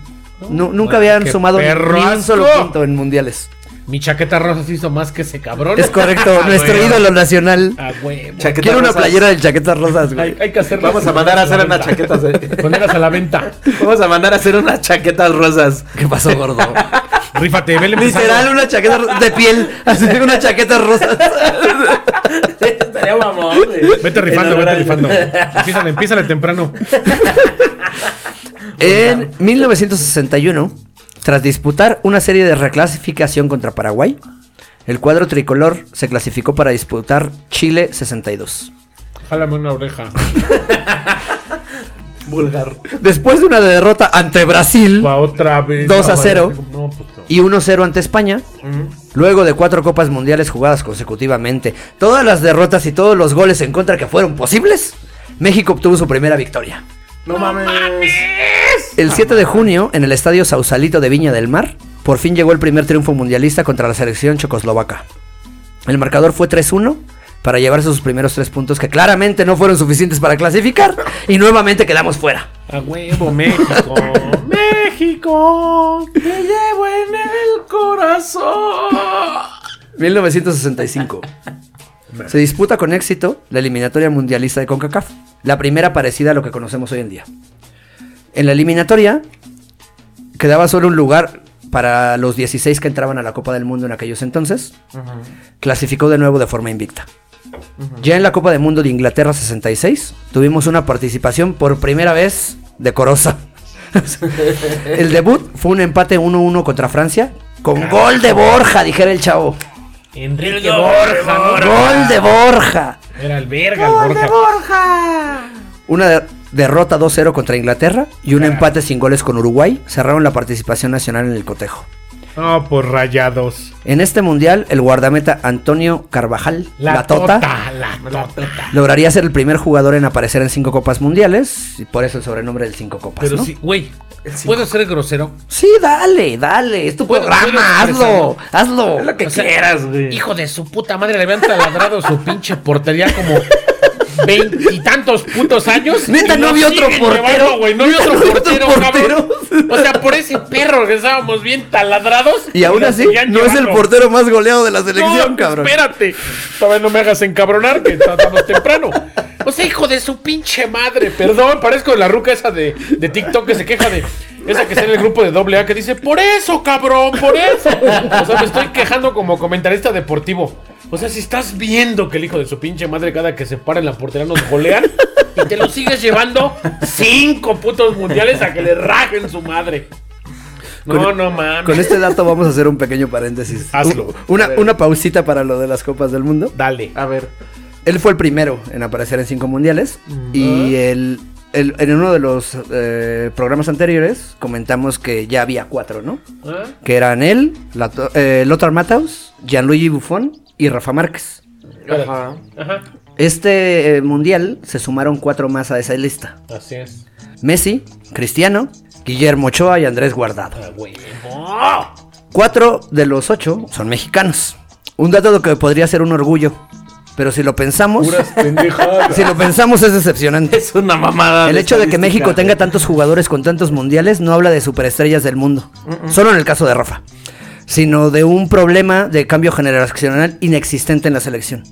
A: nu- nunca
B: Ay,
A: habían
B: qué
A: sumado ni
F: perro
A: un solo
F: asco.
A: punto en mundiales.
B: Mi chaqueta rosa se hizo más que ese cabrón. Ah,
A: Es correcto,
B: A
A: nuestro
B: huevo,
A: ídolo nacional.
B: A huevo.
C: Chaqueta
A: Quiero una
C: rosas.
A: playera del Chaquetas Rosas, güey.
B: Hay, hay que hacerlas.
C: Vamos a mandar a hacer unas
B: chaqueta
C: chaquetas. eh.
B: Ponerlas a la venta.
C: Vamos a mandar a hacer unas chaquetas rosas.
A: ¿Qué pasó, gordo?
F: Rífate, vele empezando.
A: Literal, una chaqueta ro- de piel. Así, una chaqueta rosa.
C: Estaría mamón, güey.
F: Vete rifando, vete rifando. Empiézale, empiézale temprano.
A: En 1961, tras disputar una serie de reclasificación contra Paraguay, el cuadro tricolor se clasificó para disputar Chile 62.
F: Jálame una oreja.
C: Vulgar.
A: Después de una derrota ante Brasil
F: Va otra vez.
A: Dos a
F: No,
A: cero.
F: vale. No, pues no.
A: y 1-0 ante España, luego de cuatro copas mundiales jugadas consecutivamente, todas las derrotas y todos los goles en contra que fueron posibles, México obtuvo su primera victoria.
C: No mames.
A: El 7 de junio, en el estadio Sausalito de Viña del Mar, por fin llegó el primer triunfo mundialista contra la selección checoslovaca. El marcador fue 3-1 para llevarse sus primeros tres puntos que claramente no fueron suficientes para clasificar y nuevamente quedamos fuera.
F: A huevo, México. México.
C: Te llevo en el corazón.
A: 1965. Se disputa con éxito la eliminatoria mundialista de CONCACAF, la primera parecida a lo que conocemos hoy en día. En la eliminatoria quedaba solo un lugar para los 16 que entraban a la Copa del Mundo en aquellos entonces. Clasificó de nuevo de forma invicta. Ya en la Copa del Mundo de Inglaterra 66 tuvimos una participación por primera vez decorosa. el debut fue un empate 1-1 contra Francia con gol de Borja, dijera el chavo.
F: Enrique Borja, no era-
A: Gol de Borja.
F: Era el verga, el Borja.
A: Una der- derrota 2-0 contra Inglaterra y un empate sin goles con Uruguay cerraron la participación nacional en el cotejo.
F: No, por rayados.
A: En este mundial, el guardameta Antonio Carvajal, la, tota,
F: la tota.
A: lograría ser el primer jugador en aparecer en cinco copas mundiales y por eso el sobrenombre del cinco copas,
B: Pero
A: ¿no?
B: sí, güey, ¿puedo ser grosero?
A: Sí, dale, dale, es tu
B: Puedo-
A: programa, hazlo,
B: puedo
A: hazlo.
C: que
B: O sea,
C: quieras, güey.
B: Hijo de su puta madre, le habían taladrado su pinche portería como veintitantos putos años.
A: Neta,
B: y
A: no vi otro
B: siguen
A: portero.
B: llevando, güey, no vi
A: Neta,
B: otro
A: no vi otro
B: portero,
A: portero.
B: cabrón. O sea, por ese perro que estábamos bien taladrados.
A: Y aún
B: nos
A: así,
B: seguían
A: no es el
B: llevando.
A: portero más goleado de la selección,
B: No,
A: cabrón.
B: Espérate. Todavía no me hagas encabronar, que estamos temprano. O sea, hijo de su pinche madre. Perdón, parezco la ruca esa de, de TikTok que se queja de. Esa que está en el grupo de doble A que dice, por eso, cabrón, por eso. O sea, me estoy quejando como comentarista deportivo. O sea, si estás viendo que el hijo de su pinche madre cada que se para en la portería nos golean y te lo sigues llevando cinco putos mundiales a que le rajen su madre. No,
A: Con-
B: no mames.
A: Con este dato vamos a hacer un pequeño paréntesis.
F: Hazlo.
A: Un- Una, una pausita para lo de las Copas del Mundo.
F: Dale.
C: A ver.
A: Él fue el primero en aparecer en cinco mundiales. Y él, él- en uno de los eh, programas anteriores comentamos que ya había cuatro, ¿no?
B: ¿Ah?
A: Que eran él, la to- eh, Lothar Matthaus, Gianluigi Buffon y Rafa Márquez.
C: Ajá.
B: Ajá.
A: Este eh, mundial se sumaron cuatro más a esa lista.
B: Así es.
A: Messi, Cristiano, Guillermo Ochoa y Andrés Guardado.
B: A huevo.
A: Cuatro de los ocho son mexicanos. Un dato que podría ser un orgullo. Pero si lo pensamos, si lo pensamos es decepcionante.
C: Es una mamada.
A: El hecho de que
C: Ah, estadística,
A: México tenga tantos jugadores con tantos mundiales no habla de superestrellas del mundo. Solo en el caso de Rafa. Sino de un problema de cambio generacional inexistente en la selección.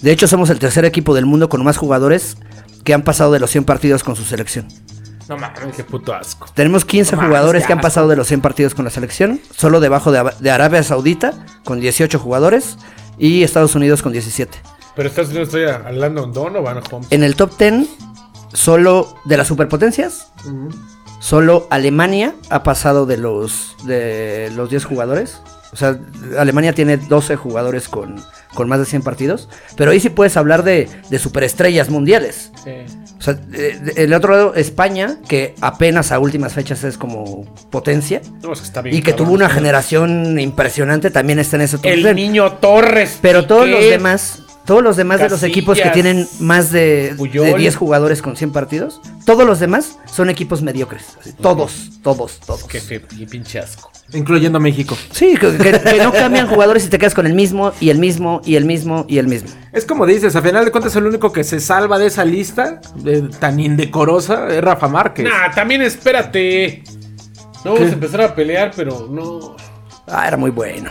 A: De hecho, somos el tercer equipo del mundo con más jugadores que han pasado de los 100 partidos con su selección.
C: No mames.
F: Qué puto asco.
A: Tenemos 15
C: No mames,
A: jugadores
C: qué
A: que han
C: asco.
A: pasado de los 100 partidos con la selección, solo debajo de, Aba- de Arabia Saudita, con 18 jugadores, y Estados Unidos con 17.
F: Pero estás viendo estoy a Landon Donovan Holmes.
A: En el top 10, solo de las superpotencias, solo Alemania ha pasado de los, de los 10 jugadores. O sea, Alemania tiene 12 jugadores con, con más de 100 partidos, pero ahí sí puedes hablar de, de superestrellas mundiales. O sea, eh, de- el otro lado, España, que apenas a últimas fechas es como potencia.
F: No, es que está bien.
A: Y que
F: cabrón.
A: tuvo una generación impresionante, también está en ese top
B: El
A: ten.
B: niño Torres.
A: Pero todos
B: Piqué.
A: los demás, todos los demás de los
B: Casillas,
A: equipos que tienen más de,
B: Puyol.
A: de 10 jugadores con 100 partidos, todos los demás son equipos mediocres. Así, Todos, todos, todos.
B: Qué, qué, qué pinche asco.
C: Incluyendo México.
A: Sí, que, que- que no cambian jugadores y te quedas con el mismo, y el mismo, y el mismo, y el mismo.
C: Es como dices, a final de cuentas el único que se salva de esa lista eh, tan indecorosa es Rafa Márquez.
B: Nah, también espérate. No vamos a empezar a pelear, pero no.
A: Ah, era muy bueno.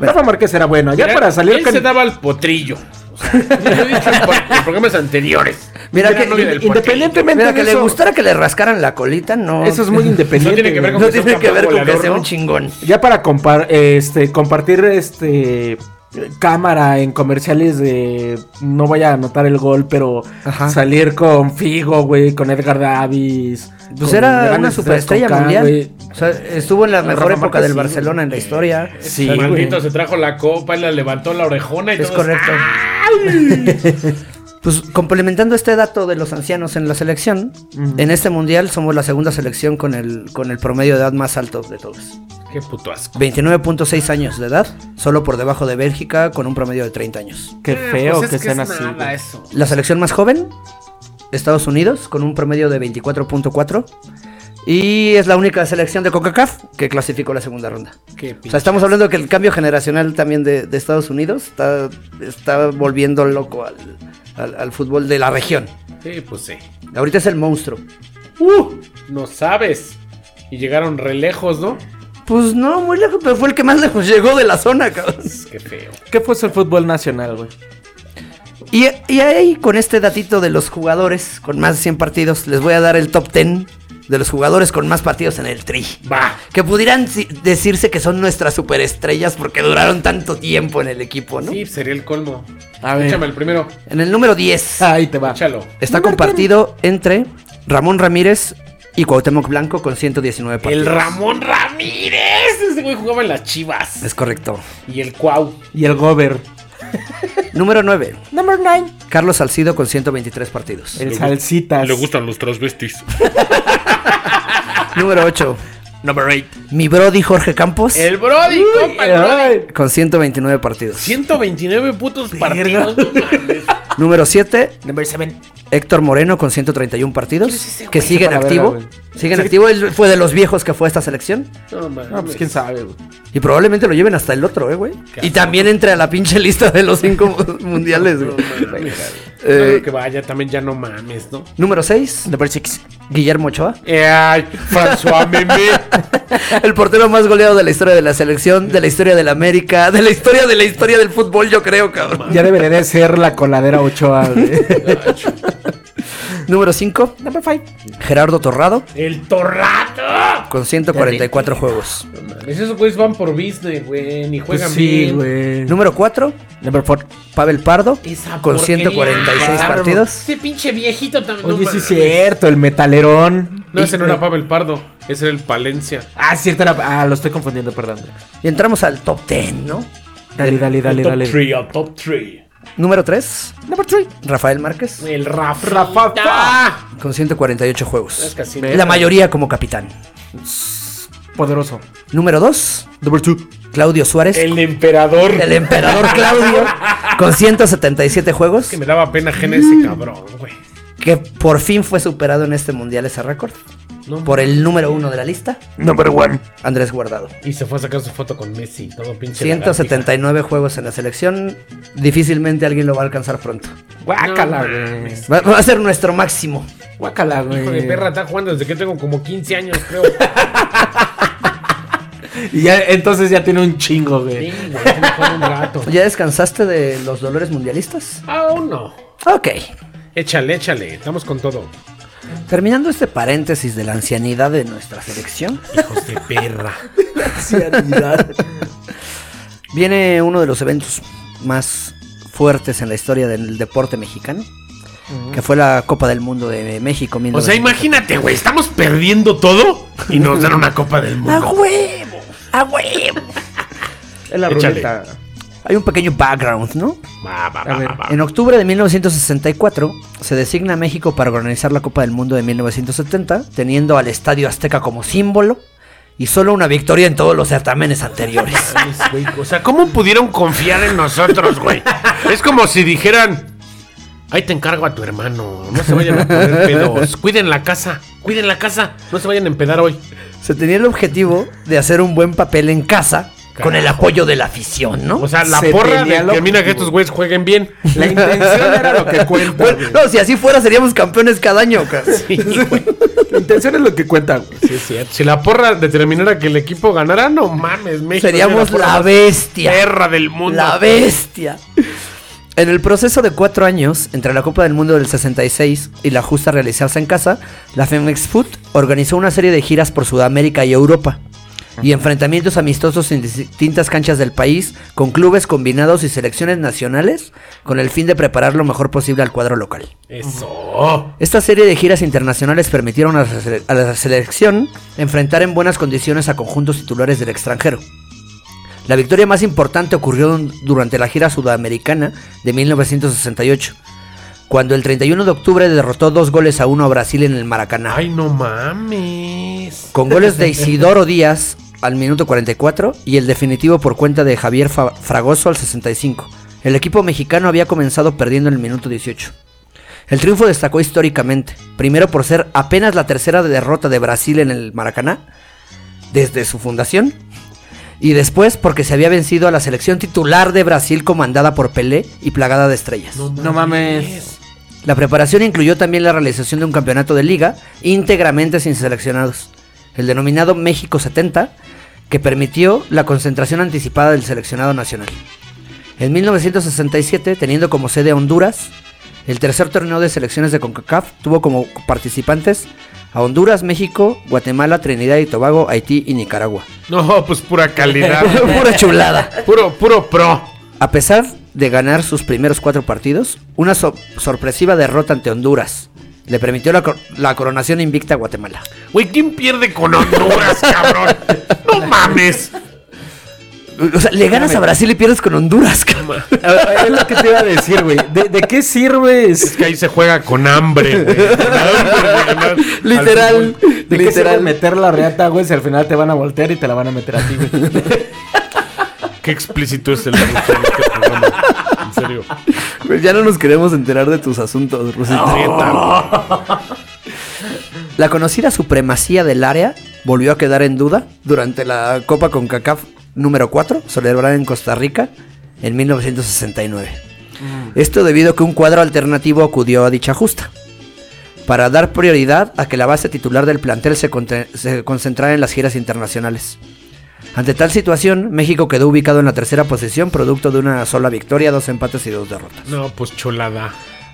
C: Rafa Márquez era bueno. Ya
B: Mira,
C: para salir
B: Él
C: can-
B: se daba al potrillo. O Yo lo he dicho en por- en programas anteriores.
A: Mira
B: Era
A: que
B: novia del porqueño.
C: Independientemente
A: Mira, que
C: de
A: le
C: eso,
A: gustara que le rascaran la colita, no.
C: eso es muy independiente.
B: No tiene que ver
C: güey.
A: No
B: que sea
A: tiene
B: un
A: que ver con
B: campeón
A: que
B: volador,
A: sea un
B: ¿no?
A: chingón.
C: Ya para compar- este, compartir este cámara en comerciales de no vaya a anotar el gol, pero
A: Ajá.
C: salir con Figo, güey, con Edgar Davis.
A: Pues
C: con
A: era
C: grandes
A: una superestrella
C: estrellas, con Kahn,
A: mundial.
C: güey.
A: O sea, estuvo en la mejor
C: Rafa
A: época del
C: Márquez, sí, Eh,
A: Barcelona en la historia.
C: Sí,
B: El
C: güey.
B: maldito se trajo la copa y la levantó la orejona y "Ah,
A: Es
B: todo.
A: correcto. Pues complementando este dato de los ancianos en la selección, en este mundial somos la segunda selección con el, con el promedio de edad más alto de todos.
B: Qué puto asco.
A: 29.6 años de edad, solo por debajo de Bélgica con un promedio de 30 años.
C: Qué feo
B: Pues es
C: que sean
B: es
C: así.
B: nada
C: güey.
B: eso.
A: La selección más joven, Estados Unidos, con un promedio de 24.4. Y es la única selección de CONCACAF que clasificó la segunda ronda.
B: Qué
A: O sea, estamos hablando que el cambio generacional también de, de Estados Unidos está, está volviendo loco al, al- al fútbol de la región.
B: Sí, pues sí.
A: Ahorita es el monstruo.
B: ¡Uh! No sabes. Y llegaron re lejos, ¿no?
A: Pues no, muy lejos, pero fue el que más lejos llegó de la zona, cabrón.
B: Qué feo.
C: ¿Qué fuese el fútbol nacional, güey?
A: Y, y ahí, con este datito de los jugadores con más de 100 partidos, les voy a dar el top 10 de los jugadores con más partidos en el tri.
B: Va.
A: Que pudieran si- decirse que son nuestras superestrellas porque duraron tanto tiempo en el equipo, ¿no?
B: Sí, pues, sería el colmo.
C: A ver.
B: Échame el primero.
A: En el número 10
C: Ahí te va.
B: Échalo.
A: está compartido entre Ramón Ramírez y Cuauhtémoc Blanco con 119
B: El
A: partidos.
B: Ramón Ramírez. Ese güey jugaba en las chivas.
A: Es correcto.
B: Y el Cuau.
C: Y el Gober.
A: número 9,
C: Number 9.
A: Carlos Salcido con 123 partidos.
C: El Salsitas.
B: los transvestis.
A: número 8,
C: Number 8.
A: mi brody Jorge Campos
B: El Brody, compa, el Brody.
A: con 129 partidos.
B: 129 putos partidos. no mames.
A: Número 7,
C: Number 7.
A: Héctor Moreno con 131 partidos que sigue en
C: Para
A: activo.
C: verga, güey.
A: Sigue en activo, él fue de los viejos que fue a esta selección.
B: No mames.
C: No, pues quién sabe, güey.
A: Y probablemente lo lleven hasta el otro, eh, güey. Y también entre a la pinche lista de los cinco mundiales, güey.
B: No
A: Eh,
B: creo que vaya, también ya no mames, ¿no?
A: número 6,
C: Number 6.
A: Guillermo Ochoa.
B: Eh, ay, François Memé.
A: El portero más goleado de la historia de la selección, de la historia del América, de la historia de la historia del fútbol, yo creo, cabrón.
C: Ya debería de ser la coladera Ochoa, güey.
A: Número 5,
C: Number 5.
A: Gerardo Torrado
B: ¡El Torrato!
A: con 144 juegos.
B: No mames, esos güeyes van por business, güey. Ni
C: Pues
B: juegan
C: sí,
B: bien.
C: güey.
A: Mm. Número 4,
C: Number 4.
A: Pavel Pardo
B: Esa
A: con
B: porquería.
A: 146
B: Claro.
A: partidos.
B: Ese pinche viejito también.
C: Oye,
B: no
C: sí eh.
B: mames.
C: es cierto, el metalerón.
B: No, ese no era Pavel Pardo. Ese era el Palencia.
C: Ah, cierto, era... Ah, lo estoy confundiendo, perdón.
A: Y entramos al top 10, ¿no?
C: Dale, dale, dale, dale.
B: al top 3.
A: Número 3,
C: Number 3.
A: Rafael Márquez
B: El Rafa. Ah.
C: Rafita.
A: con 148 juegos.
B: Es casi
A: La mayoría como capitán.
C: Poderoso.
A: Número 2,
C: Number 2.
A: Claudio Suárez, el,
B: El emperador.
A: emperador Claudio, con 177 juegos,
B: Que me daba pena ajena ese cabrón, güey.
A: que por fin fue superado en este mundial ese récord. Por el número 1 de la lista,
C: Number 1.
A: Andrés Guardado.
B: Y se fue a sacar su foto con Messi. Todo pinche.
A: 179 juegos en la selección. Difícilmente alguien lo va a alcanzar pronto.
C: Guácala,
B: No
C: güey.
B: mames.
A: Va, va a ser nuestro máximo.
C: Guácala,
B: Hijo
C: güey.
B: de perra está jugando desde que tengo como 15 años, creo.
C: Y ya, entonces ya tiene un chingo, güey.
B: Sí, güey, se me fue un rato.
A: ¿Ya descansaste de los dolores mundialistas?
B: Aún no.
A: Ok.
B: Échale, échale. Estamos con todo.
A: Terminando este paréntesis de la ancianidad de nuestra selección,
B: Hijos de perra.
A: viene uno de los eventos más fuertes en la historia del deporte mexicano, que fue la Copa del Mundo de México.
B: O
A: 1970.
B: sea, imagínate, güey. Estamos perdiendo todo y nos dan una Copa del Mundo.
A: huevo! ¡A huevo! Es la
B: Échale.
A: ruleta. Hay un pequeño background, ¿no?
B: Va, va,
C: A
B: va,
C: ver,
B: Ah, va, va.
A: En octubre de 1964 se designa a México para organizar la Copa del Mundo de 1970, teniendo al Estadio Azteca como símbolo y solo una victoria en todos los certámenes anteriores.
B: O sea, ¿cómo pudieron confiar en nosotros, güey? Es como si dijeran, ahí te encargo a tu hermano, no se vayan a poner pedos, cuiden la casa, cuiden la casa, no se vayan a empedar hoy.
A: se tenía el objetivo de hacer un buen papel en casa con el
B: Carajo.
A: apoyo de la afición, ¿no?
B: O sea, la
C: Se
B: porra
C: tenía el
B: determina
C: objetivo.
B: que estos güeyes jueguen bien.
C: La intención era lo que cuenta.
A: Bueno,
C: güey.
A: no, si así fuera seríamos campeones cada año. ca-
C: La intención es lo que cuenta, güey.
B: Sí, es cierto. Si la porra determinara que el equipo ganara, no mames, México.
A: Seríamos la
B: era porra más
A: bestia.
B: perra del mundo.
A: La bestia. En el proceso de cuatro años, entre la Copa del Mundo del 66 y la justa realizarse en casa, la Femex Food organizó una serie de giras por Sudamérica y Europa y enfrentamientos amistosos en distintas canchas del país con clubes combinados y selecciones nacionales con el fin de preparar lo mejor posible al cuadro local.
B: Eso.
A: Esta serie de giras internacionales permitieron a la sele- a la selección enfrentar en buenas condiciones a conjuntos titulares del extranjero. La victoria más importante ocurrió dun- durante la gira sudamericana de 1968, cuando el 31 de octubre derrotó dos goles a uno a Brasil en el Maracaná.
B: Ay, no mames.
A: Con goles de Isidoro Díaz al minuto 44 y el definitivo por cuenta de Javier Fa- Fragoso al 65. El equipo mexicano había comenzado perdiendo en el minuto 18. El triunfo destacó históricamente, primero por ser apenas la tercera derrota de Brasil en el Maracaná desde su fundación y después porque se había vencido a la selección titular de Brasil comandada por Pelé y plagada de estrellas.
C: No mames.
A: La preparación incluyó también la realización de un campeonato de liga íntegramente sin seleccionados, el denominado México 70, que permitió la concentración anticipada del seleccionado nacional. En 1967, teniendo como sede a Honduras, el tercer torneo de selecciones de CONCACAF tuvo como participantes a Honduras, México, Guatemala, Trinidad y Tobago, Haití y Nicaragua.
B: No, pues pura calidad.
A: Pura chulada.
B: puro, puro pro.
A: A pesar de ganar sus primeros cuatro partidos, una so- sorpresiva derrota ante Honduras le permitió la, cor- la coronación invicta a Guatemala.
B: Güey, ¿quién pierde con Honduras, cabrón? No mames.
A: O sea, le ganas a Brasil y pierdes con Honduras, cabrón.
C: A ver, Es lo que te iba a decir, güey. ¿De, de qué
B: Es
C: sirves?
B: que ahí se juega con hambre, güey.
A: Literal.
C: ¿De qué sirve meter la reata, güey? Si al final te van a voltear y te la van a meter a ti, güey.
B: Qué explícito es el ruso en este programa. En serio.
A: Ya no nos queremos enterar de tus asuntos, Rusito. La conocida supremacía del área volvió a quedar en duda durante la Copa CONCACAF número 4, celebrada en Costa Rica en 1969. Esto debido a que un cuadro alternativo acudió a dicha justa, para dar prioridad a que la base titular del plantel se, conte- se concentrara en las giras internacionales. Ante tal situación, México quedó ubicado en la tercera posición, producto de una sola victoria, dos empates y dos derrotas.
B: No, pues cholada.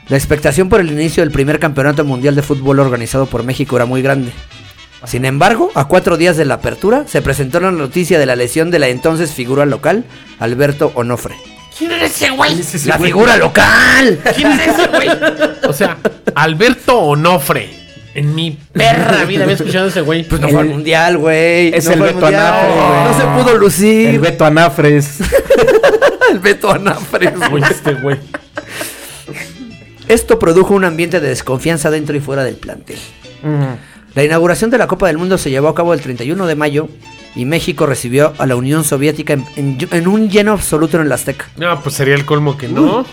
A: La expectación por el inicio del primer campeonato mundial de fútbol organizado por México era muy grande. Sin embargo, a cuatro días de la apertura, se presentó la noticia de la lesión de la entonces figura local, Alberto Onofre.
G: ¿Quién eres ese güey?
A: ¡La figura local!
G: ¿Quién es ese güey?
B: O sea, Alberto Onofre. En mi perra vida había escuchado a ese güey. Eh,
A: Pues no fue al mundial, güey.
C: es
A: No
C: el
A: fue al
C: Beto
A: mundial.
C: Anafre, güey.
A: No se pudo lucir.
C: El Beto Anafres.
A: El Beto Anafre, güey.
B: Güey, este güey.
A: Esto produjo un ambiente de desconfianza dentro y fuera del plantel. La inauguración de la Copa del Mundo se llevó a cabo el 31 de mayo y México recibió a la Unión Soviética en, en- en un lleno absoluto en el Azteca.
B: No, pues sería el colmo que no.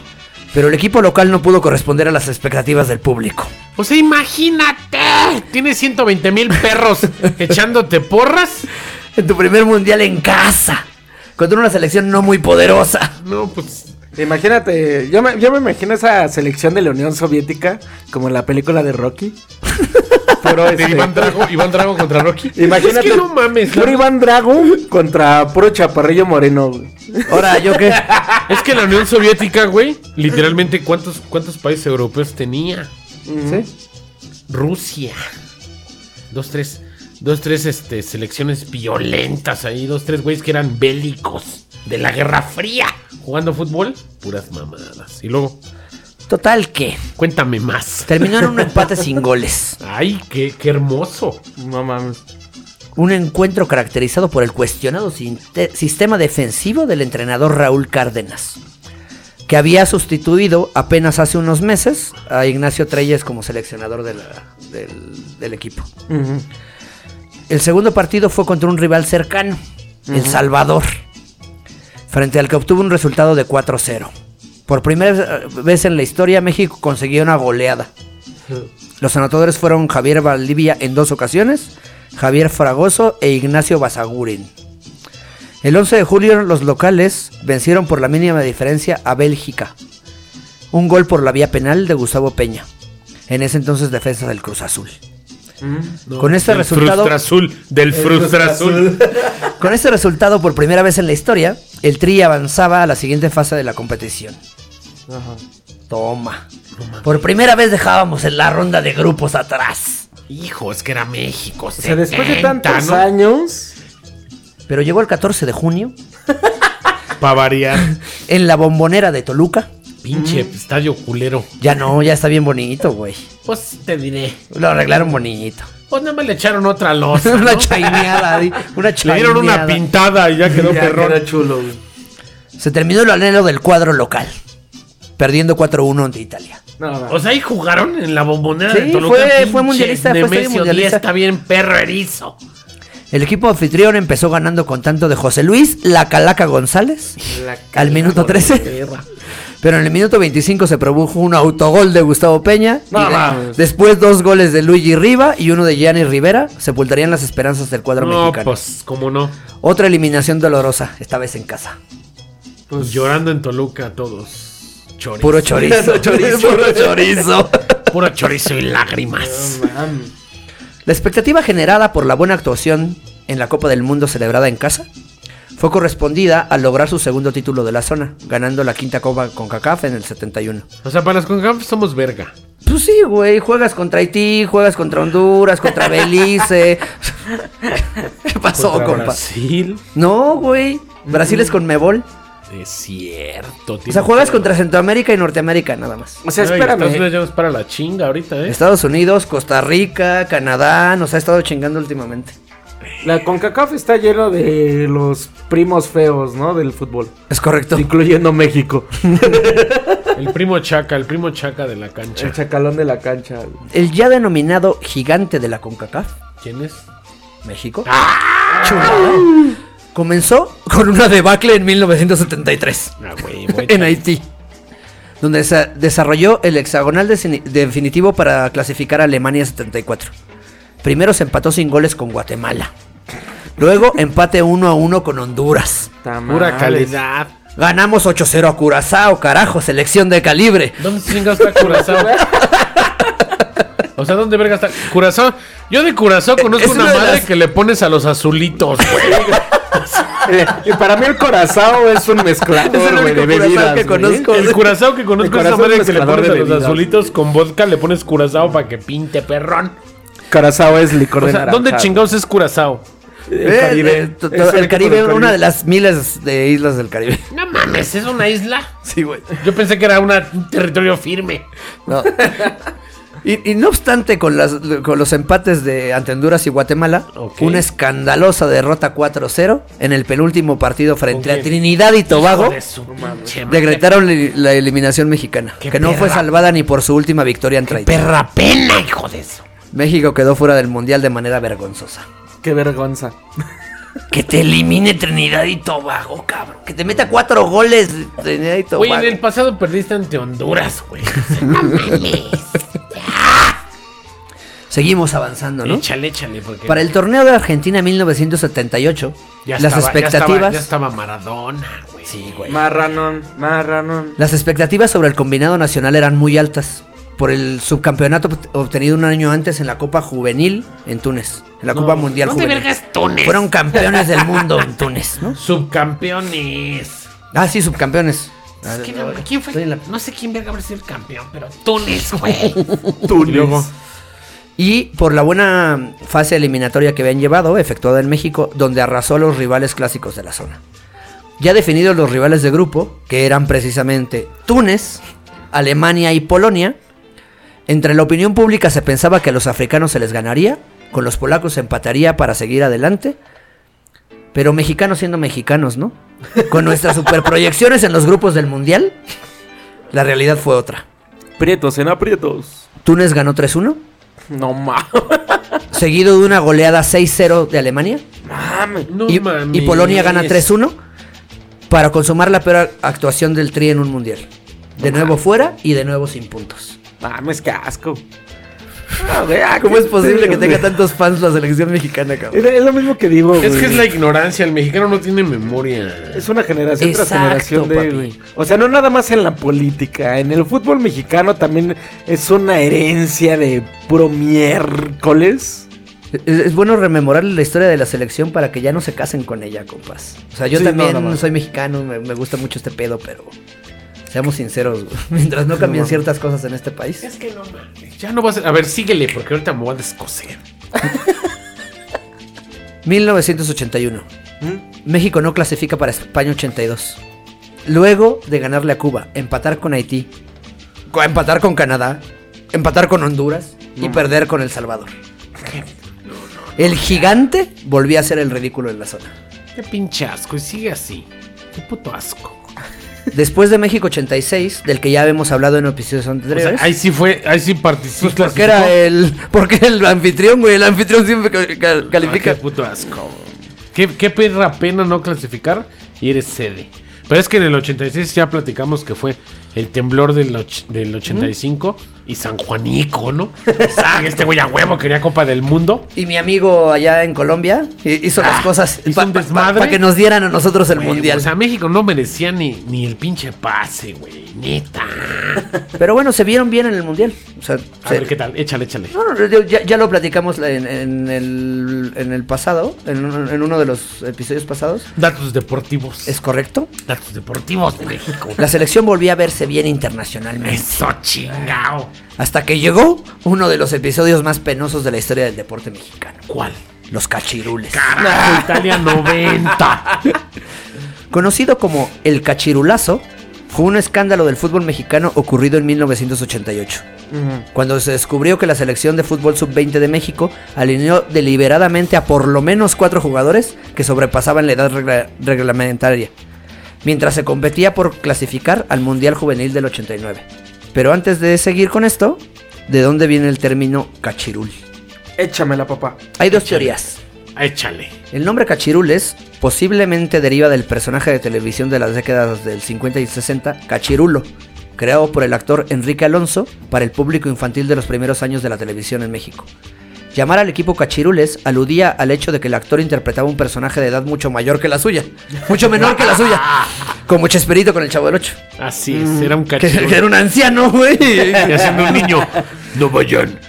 A: Pero el equipo local no pudo corresponder a las expectativas del público.
B: O sea, Pues imagínate. Tienes 120 mil perros echándote porras.
A: En tu primer mundial en casa, contra una selección no muy poderosa.
B: No, pues.
C: Imagínate, yo me, yo me imagino esa selección de la Unión Soviética como en la película de Rocky. Puro
B: de
C: este,
B: Iván Drago, Iván Drago contra Rocky.
C: Imagínate.
B: Es que no mames.
C: puro
B: la-
C: Iván Drago contra puro chaparrillo moreno. güey.
A: Ahora, ¿yo qué?
B: Es que la Unión Soviética, güey, literalmente, ¿cuántos, cuántos países europeos tenía?
C: ¿Sí?
B: Rusia. Dos, tres. Dos, tres este, selecciones violentas ahí. Dos, tres güeyes que eran bélicos de la Guerra Fría. Jugando fútbol, puras mamadas. Y luego,
A: Total que
B: cuéntame más.
A: terminó en un empate sin goles.
B: Ay, qué, qué hermoso.
C: No mames.
A: Un encuentro caracterizado por el cuestionado sinte- sistema defensivo del entrenador Raúl Cárdenas, que había sustituido apenas hace unos meses a Ignacio Treyes como seleccionador de la- del, del equipo. El segundo partido fue contra un rival cercano, El Salvador, frente al que obtuvo un resultado de 4-0. Por primera eh, vez en la historia, México consiguió una goleada. Los anotadores fueron Javier Valdivia en dos ocasiones, Javier Fragoso e Ignacio Basaguren. El 11 de julio los locales vencieron por la mínima diferencia a Bélgica. Un gol por la vía penal de Gustavo Peña, en ese entonces defensa del Cruz Azul. Con este
B: Del
A: resultado-
B: Frustra azul, del frustra azul.
A: Con este resultado por primera vez en la historia, el Tri avanzaba a la siguiente fase de la competición. Toma. Por primera vez dejábamos en la ronda de grupos atrás.
B: Hijo, es que era México.
C: O sea, después de
B: 70,
C: tantos
B: ¿no?
C: años.
A: Pero llegó el 14 de junio,
B: Para variar.
A: en la bombonera de Toluca.
B: Pinche estadio culero.
A: Ya no, ya está bien bonito, güey.
B: Pues te diré.
A: Lo arreglaron bonito.
B: Pues nada más le echaron otra losa. ¿no?
A: una chaineada, ahí, una
B: Le dieron una
A: chaineada.
B: pintada y ya quedó
C: ya
B: perrón.
C: queda chulo, güey.
A: Se terminó el anhelo del cuadro local, perdiendo 4-1 ante Italia.
C: No, no.
B: O sea, ahí jugaron en la bombonera
A: Sí,
B: de Toluca.
A: fue- fue
B: Pinche
A: mundialista, fue estadio
B: Nemesio Díaz
A: mundialista.
B: está bien perro erizo.
A: El equipo anfitrión empezó ganando con tanto de José Luis La Calaca González
C: La
A: al minuto 13.
B: Perra.
A: Pero en el minuto 25 se produjo un autogol de Gustavo Peña. y
C: No
A: de-
C: mames.
A: después dos goles de Luigi Riva y uno de Gianni Rivera. Sepultarían las esperanzas del cuadro
B: No,
A: mexicano.
B: pues, cómo no.
A: Otra eliminación dolorosa, esta vez en casa.
C: Pues
B: Llorando en Toluca todos. Chorizo.
A: Puro chorizo. Puro chorizo.
B: Puro chorizo y lágrimas.
C: No mames.
A: La expectativa generada por la buena actuación en la Copa del Mundo celebrada en casa fue correspondida al lograr su segundo título de la zona, ganando la quinta Copa con CACAF en el 71.
B: O sea, para las CONCACAF somos verga.
A: Pues sí, güey, juegas contra Haití, juegas contra Honduras, contra Belice. ¿Qué pasó,
B: Contra
A: compa?
B: Brasil.
A: No, güey. Brasil es con Mebol.
B: Es cierto.
A: O sea, juegas contra Centroamérica y Norteamérica nada más.
C: O sea, espérame.
B: Entonces ya nos para la chinga ahorita, ¿eh?
A: Estados Unidos, Costa Rica, Canadá, nos ha estado chingando últimamente.
C: La CONCACAF está lleno de los primos feos, ¿no? Del fútbol.
A: Es correcto.
C: Incluyendo México.
B: El primo Chaca, el primo Chaca de la
C: El
B: cancha.
C: chacalón de la cancha. güey.
A: El ya denominado gigante de la CONCACAF
B: ¿Quién es?
A: México.
B: ¡Ah!
A: Chulada. Comenzó con una debacle en 1973
B: Ah, güey, güey.
A: en Haití, donde se desarrolló el hexagonal defini- definitivo para clasificar a Alemania 74. Primero se empató sin goles con Guatemala. Luego empate 1 a 1 con Honduras.
B: Pura
C: Tamales.
B: calidad.
A: Ganamos 8-0 a Curazao, carajo, selección de calibre.
B: ¿Dónde chingados está Curazao? O sea, ¿dónde verga está Curazao? Yo de Curazao conozco
A: Eh, Es
B: una
A: una de
B: madre
A: las-
B: que le pones a los azulitos, güey.
C: Eh, Y para mí el corazao es un mezclado
A: Es el único
C: de bebidas.
A: curazao que
C: güey.
A: conozco.
B: El Curazao que
C: El
B: conozco es
C: Curazao
B: esa
C: es
B: madre que le
C: mezclador
B: pones
C: de
B: a los
C: bebidas.
B: azulitos con vodka, le pones Curazao para que pinte, perrón.
C: Curazao es licor
B: O
C: de
B: sea,
C: naranja.
B: ¿dónde chingados es Curazao?
C: El
A: Eh,
C: Caribe.
A: eh, to- to-
C: Es el
A: el
C: único
A: Caribe,
C: del
A: una de las miles de islas del Caribe.
B: No mames, es una isla.
A: Sí, güey.
B: Yo pensé que era una- un territorio firme.
A: No. Y, y no obstante, con, las, con los empates de ante Honduras y Guatemala,
B: Ok.
A: una escandalosa derrota 4-0 en el penúltimo partido frente
B: ¿Con
A: a
B: quién?
A: Trinidad y Tobago,
B: Hijo de su pinche madre.
A: decretaron li- la eliminación mexicana,
B: Qué
A: que no fue
B: perra.
A: salvada ni por su última victoria en Haití.
B: Perra pena, hijo de eso.
A: México quedó fuera del Mundial de manera vergonzosa.
C: Qué vergüenza.
A: Que te elimine Trinidad y Tobago, cabrón. Que te meta cuatro goles Trinidad y
B: Oye,
A: Tobago.
B: en el pasado perdiste ante Honduras, güey.
A: Seguimos avanzando, ¿no?
B: Échale, échale, porque.
A: Para el torneo de Argentina 1978,
B: Ya
A: las
B: estaba- ya estaba-
A: expectativas...
B: Ya estaba, Maradona, güey. Sí, güey.
C: Marranón, marranón.
A: Las expectativas sobre el combinado nacional eran muy altas por el subcampeonato obt- obtenido un año antes en la Copa Juvenil en Túnez, en la Copa Mundial
B: ¿Dónde
A: Juvenil.
B: verga es Túnez?
A: Fueron campeones del mundo en Túnez, ¿no?
B: subcampeones.
A: Ah, sí, subcampeones.
B: Es que no, ¿Quién
A: Estoy
B: fue?
A: en la-
B: No sé quién verga habrá sido el campeón, pero Túnez, güey.
C: Túnez.
A: Y por la buena fase eliminatoria que habían llevado, efectuada en México, donde arrasó a los rivales clásicos de la zona. Ya definidos los rivales de grupo, que eran precisamente Túnez, Alemania y Polonia, entre la opinión pública se pensaba que a los africanos se les ganaría, con los polacos se empataría para seguir adelante, pero mexicanos siendo mexicanos, ¿no? Con nuestras superproyecciones en los grupos del Mundial, la realidad fue otra.
C: Prietos en aprietos.
A: Túnez ganó 3-1,
C: No mames.
A: seguido de una goleada 6-0 de Alemania.
B: No
A: y,
B: mames.
A: y Polonia gana 3-1 para consumar la peor actuación del Tri en un mundial. De nuevo fuera y de nuevo sin puntos.
C: Mames, qué asco. Ah,
A: ¿Cómo es posible que tenga tantos fans la selección mexicana, cabrón?
C: Es, es lo mismo que digo,
B: Es que es
C: güey.
B: la ignorancia, el mexicano no tiene memoria.
C: Es una generación tras
A: Exacto,
C: generación de,
A: papi.
C: güey. O sea, no nada más en la política, en el fútbol mexicano también es una herencia de puro miércoles.
A: Es, es bueno rememorar la historia de la selección para que ya no se casen con ella, compas. O sea, yo
C: Sí, no,
A: también
C: no, no.
A: soy mexicano, me, me gusta mucho este pedo, pero... Seamos sinceros, güey. Mientras no cambien ciertas cosas en este país.
B: Es que no mames. Ya no vas a. A ver, síguele, porque ahorita me voy a descoser.
A: 1981.
B: ¿Mm?
A: México no clasifica para España 82. Luego de ganarle a Cuba, empatar con Haití, co- empatar con Canadá, empatar con Honduras y perder con El Salvador. El gigante volvía a ser el ridículo en la zona.
B: Qué pinche asco. Y sigue así. Qué puto asco.
A: Después de México 86, del que ya habíamos hablado en episodios
B: O sea,
A: anteriores.
B: ahí sí fue. Ahí sí participó.
A: porque era eh, el. Porque el anfitrión, güey. El anfitrión siempre cal- cal-
B: Califica.
A: califica.
B: Ah, qué puto asco. Qué, qué perra pena no clasificar y eres sede. Pero es que en el 86 ya platicamos que fue el temblor del, och- del 85 y San Juanico, ¿no? Ah, Este güey a huevo quería Copa del Mundo.
A: Y mi amigo allá en Colombia hi- hizo las cosas
B: Ah, hizo un
A: para
B: desmadre.
A: que nos dieran a nosotros el
B: Güey,
A: mundial.
B: O sea, México no merecía ni, ni el pinche pase, güey. Neta.
A: Pero bueno, se vieron bien en el mundial. O sea,
B: A
A: se-
B: ver qué tal. Échale, échale.
A: No, no, yo- ya, ya lo platicamos en, en el, en el pasado, en, un- en uno de los episodios pasados.
B: Datos deportivos.
A: Es correcto.
B: Datos deportivos, México.
A: La selección volvía a verse bien internacionalmente.
B: Eso chingao.
A: Hasta que llegó uno de los episodios más penosos de la historia del deporte mexicano.
B: ¿Cuál? Ah.
A: Los cachirules.
B: Carajo, Italia 90.
A: Conocido como el cachirulazo, fue un escándalo del fútbol mexicano ocurrido en 1988, cuando se descubrió que la selección de fútbol sub-20 de México alineó deliberadamente a por lo menos cuatro jugadores que sobrepasaban la edad regla- reglamentaria, mientras se competía por clasificar al Mundial Juvenil del 89. Pero antes de seguir con esto, ¿de dónde viene el término cachirul?
C: Échamela, papá.
A: Hay dos teorías.
B: Échale.
A: El nombre Cachirules posiblemente deriva del personaje de televisión de las décadas del 50 y 60, Cachirulo, creado por el actor Enrique Alonso para el público infantil de los primeros años de la televisión en México. Llamar al equipo Cachirules aludía al hecho de que el actor interpretaba un personaje de edad mucho mayor que la suya, mucho menor que la suya, como Chespirito con el Chavo del Ocho,
B: Así es, era un
A: Mm. que,
B: cachorro.
A: que era un anciano, güey.
B: Y haciendo un niño. No vayan.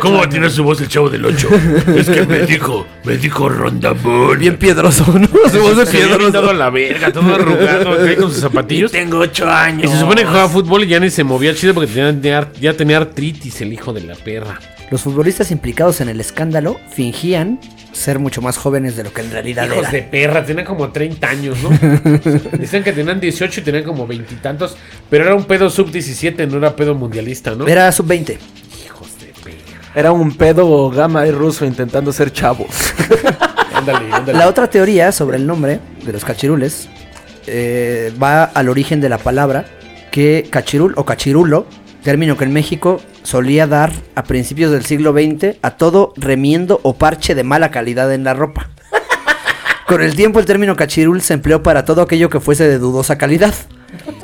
D: ¿Cómo, cómo tiene su voz el chavo del 8? Es que me dijo, me dijo Rondamón.
A: Bien piedroso, ¿no? Su voz de
B: Se había pintado
A: piedroso.
B: a la verga, todo arrugado, acá con sus
D: Yo
B: zapatillos.
D: tengo 8 años.
B: Y se supone que jugaba fútbol y ya ni se movía chido porque tenía- tenía ar- ya tenía artritis el hijo de la perra.
A: Los futbolistas implicados en el escándalo fingían ser mucho más jóvenes de lo que en realidad
B: Hijos de
A: eran.
B: perra, tenían como 30 años, ¿no? Dicen que tenían 18 y tenían como veintitantos, pero era un pedo sub-17, no era pedo mundialista, ¿no?
A: Era sub-20.
B: Hijos de perra.
C: Era un pedo gama y ruso intentando ser chavo.
B: Ándale, ándale.
A: La otra teoría sobre el nombre de los cachirules eh, va al origen de la palabra que cachirul o cachirulo, término que en México solía dar a principios del siglo XX a todo remiendo o parche de mala calidad en la ropa. Con el tiempo el término cachirul se empleó para todo aquello que fuese de dudosa calidad.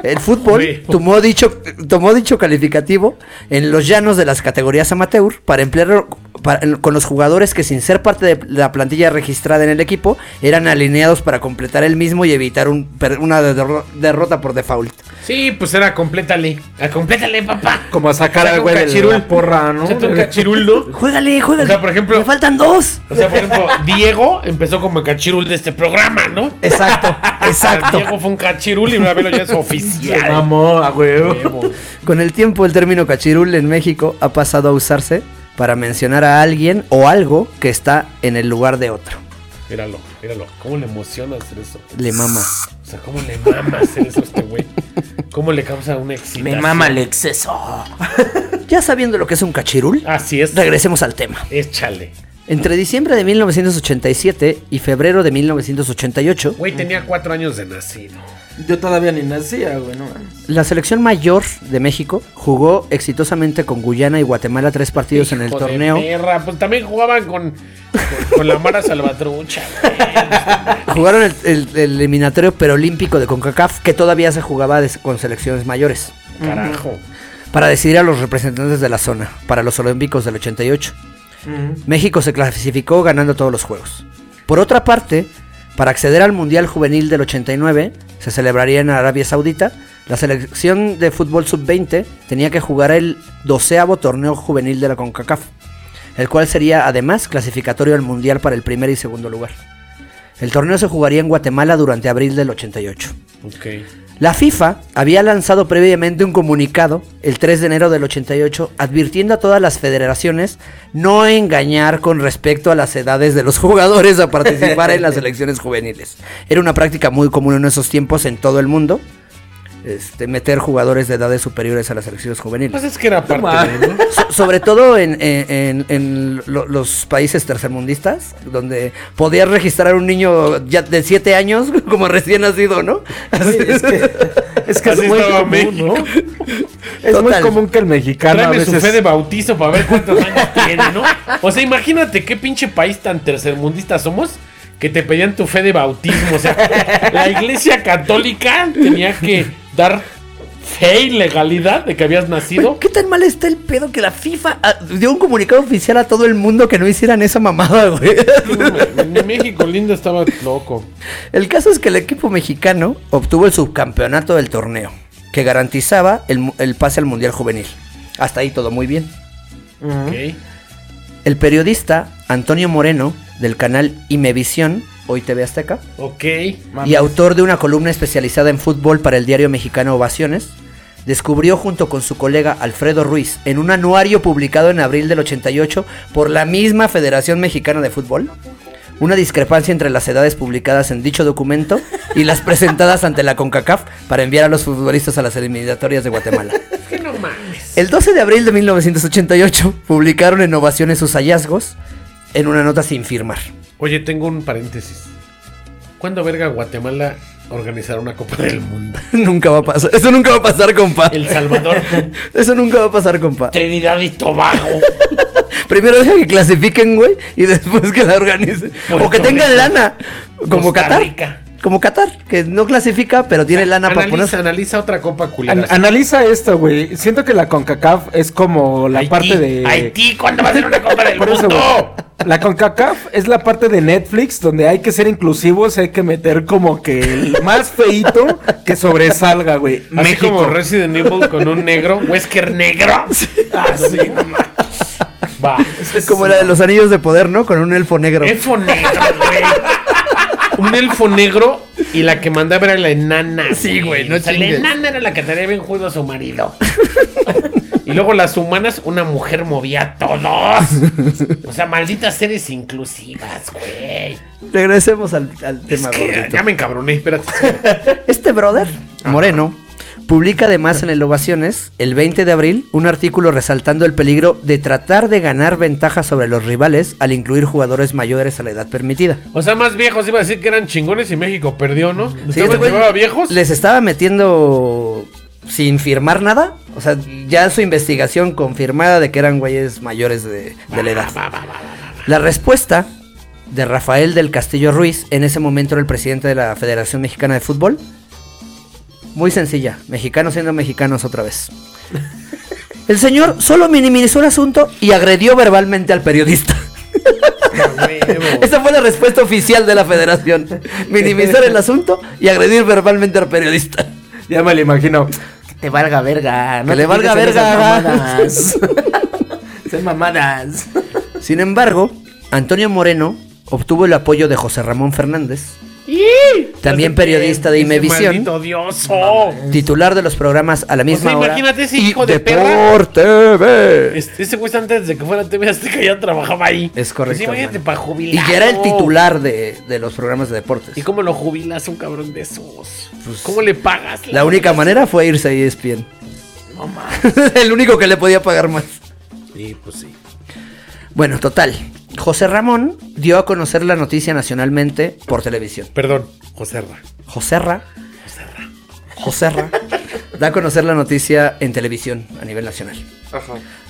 A: El fútbol
B: Güey.
A: tomó dicho, tomó dicho calificativo en los llanos de las categorías amateur para emplearlo para- con los jugadores que sin ser parte de la plantilla registrada en el equipo eran alineados para completar el mismo y evitar un per- una derro- derrota por default.
B: Sí, pues era complétale. A complétale, papá.
C: Como a sacar
B: Saca
C: al
B: un
C: güey de
B: cachirul.
C: la porra, ¿no?
B: Saca un cachirul, ¿no?
A: Juégale, juégale.
B: O sea, por ejemplo-
A: me faltan dos.
B: O sea, por ejemplo, Diego empezó como el cachirul de este programa, ¿no?
A: Exacto, exacto.
B: Diego fue un cachirul y una vez lo ya es
C: Se
B: oficial.
C: mamó, a huevo.
A: Con el tiempo el término cachirul en México ha pasado a usarse para mencionar a alguien o algo que está en el lugar de otro.
B: Míralo, míralo. ¿Cómo le emociona hacer eso?
A: Le mama.
B: O sea, ¿cómo le mama hacer eso a este güey? ¿Cómo le causa una excitación?
D: Me mama el exceso.
A: Ya sabiendo lo que es un cachirul,
B: Así es.
A: regresemos al tema.
B: Échale.
A: Entre diciembre de 1987 y febrero de 1988,
B: Güey,
C: Mm.
B: tenía cuatro años de nacido.
C: Yo todavía ni nacía, güey, no mames.
A: la selección mayor de México jugó exitosamente con Guyana y Guatemala tres partidos en el
B: Hijo de
A: torneo.
B: perra, Pues también jugaban con, con, con la Mara Salvatrucha.
A: Jugaron el, el- el eliminatorio preolímpico de CONCACAF que todavía se jugaba des- con selecciones mayores.
B: güey. Carajo.
A: para decidir a los representantes de la zona para los Olímpicos del 88. México se clasificó ganando todos los juegos. Por otra parte, para acceder al Mundial Juvenil del 89, se celebraría en Arabia Saudita, la selección de fútbol sub-20 tenía que jugar el doceavo torneo juvenil de la CONCACAF, el cual sería además clasificatorio al Mundial para el primer y segundo lugar. El torneo se jugaría en Guatemala durante abril del 88.
B: Ok.
A: La FIFA había lanzado previamente un comunicado el 3 de enero del 88 advirtiendo a todas las federaciones no engañar con respecto a las edades de los jugadores a participar en las elecciones juveniles. Era una práctica muy común en esos tiempos en todo el mundo. Este, meter jugadores de edades superiores a las elecciones juveniles.
B: Pues es que era parte de, ¿no?
A: So- sobre todo en, en- en- en lo- los países tercermundistas, donde podías registrar a un niño ya de 7 años como recién nacido, ¿no? Así-
C: Es que es, que es
B: Así
C: muy
B: estaba
C: común,
B: México.
C: ¿no? Es muy
A: Total.
C: común que el mexicano a
B: Tráeme su fe de
C: veces...
B: bautizo para ver cuántos años tiene, ¿no? O sea, imagínate qué pinche país tan tercermundista somos que te pedían tu fe de bautismo. O sea, la iglesia católica tenía que dar fe y legalidad de que habías nacido.
A: ¿Qué tan mal está el pedo que la FIFA ah, dio un comunicado oficial a todo el mundo que no hicieran esa mamada, güey?
B: Mi México lindo estaba loco.
A: El caso es que el equipo mexicano obtuvo el subcampeonato del torneo, que garantizaba el, mu- el pase al Mundial Juvenil. Hasta ahí todo muy bien.
B: Ok.
A: El periodista Antonio Moreno, del canal Imevisión, hoy TV Azteca,
B: Ok.
A: y autor de una columna especializada en fútbol para el diario mexicano Ovaciones, descubrió junto con su colega Alfredo Ruiz en un anuario publicado en abril del 88 por la misma Federación Mexicana de Fútbol una discrepancia entre las edades publicadas en dicho documento y las presentadas ante la CONCACAF para enviar a los futbolistas a las eliminatorias de Guatemala. El 12 de abril de 1988 publicaron en Ovaciones sus hallazgos en una nota sin firmar.
B: Oye, tengo un paréntesis. ¿Cuándo verga Guatemala organizará una Copa del Mundo?
A: nunca va a pasar. Eso nunca va a pasar, compa.
B: El Salvador,
A: Eso nunca va a pasar, compa.
B: Trinidad y Tobago.
A: Primero deja que clasifiquen, güey, y después que la organicen.
B: Puerto
A: o que tengan
B: Rico.
A: lana. Como
B: Costa
A: Qatar.
B: Rica.
A: Como Qatar, que no clasifica, pero tiene lana para
B: Analiza,
A: ponerse.
B: analiza otra copa culera.
C: An- analiza esto, güey. Siento que la CONCACAF es como la
B: Haití,
C: parte de...
B: Haití, ¿cuándo va a ser una copa del
C: Por eso,
B: mundo?
C: güey. La CONCACAF es la parte de Netflix donde hay que ser inclusivos, hay que meter como que el más feito que sobresalga, güey.
B: Así
C: México.
B: como Resident Evil con un negro, Wesker negro. Así, no manches. Va.
A: Como la de los anillos de poder, ¿no? Con un elfo negro.
B: Elfo negro, güey. Un elfo negro y la que mandaba era la enana.
A: Sí, güey, no
B: O sea, la
A: chingues.
B: enana era la que tenía bien juego a su marido. Y luego las humanas, una mujer movía a todos. O sea, malditas seres inclusivas, güey.
A: Regresemos al, al tema,
B: Que-
A: gordito.
B: Ya me encabroné, espérate.
A: Este brother, Moreno, publica además en el Ovaciones, el 20 de abril, un artículo resaltando el peligro de tratar de ganar ventaja sobre los rivales al incluir jugadores mayores a la edad permitida.
B: O sea, más viejos iba a decir que eran chingones y México perdió, ¿no?
A: Sí,
B: ¿Usted
A: este güey
B: llevaba viejos?
A: Les estaba metiendo sin firmar nada. O sea, ya su investigación confirmada de que eran güeyes mayores de, de la edad. La respuesta de Rafael del Castillo Ruiz, en ese momento era el presidente de la Federación Mexicana de Fútbol. Muy sencilla, mexicanos siendo mexicanos otra vez. El señor solo minimizó el asunto y agredió verbalmente al periodista. Esa fue la respuesta oficial de la federación. Minimizar el asunto y agredir verbalmente al periodista.
C: Ya me lo imagino.
H: Te valga verga.
A: Que le
H: te
A: valga
H: metas en
A: verga.
H: esas mamadas. Son mamadas.
A: Sin embargo, Antonio Moreno obtuvo el apoyo de José Ramón Fernández, también periodista de Imevisión,
B: Maldito odioso.
A: titular de los programas a la misma hora.
B: Pues imagínate ese
A: y
B: hijo de perra.
A: Deporte TV.
B: Este, ese güey antes de que fuera TV Azteca ya trabajaba ahí.
A: Es correcto,
B: Pues imagínate
A: hermano.
B: para jubilar.
A: Y ya era el titular de, de los programas de deportes.
B: ¿Y cómo lo jubilas un cabrón de esos? ¿Cómo le pagas?
A: Pues, La única manera fue irse a E ESPN.
B: No mames.
A: el único que le podía pagar más.
B: Sí, pues sí.
A: Bueno, total. José Ramón dio a conocer la noticia nacionalmente por televisión.
B: Perdón, José Ra.
A: Joserra. Joserra. da a conocer la noticia en televisión a nivel nacional.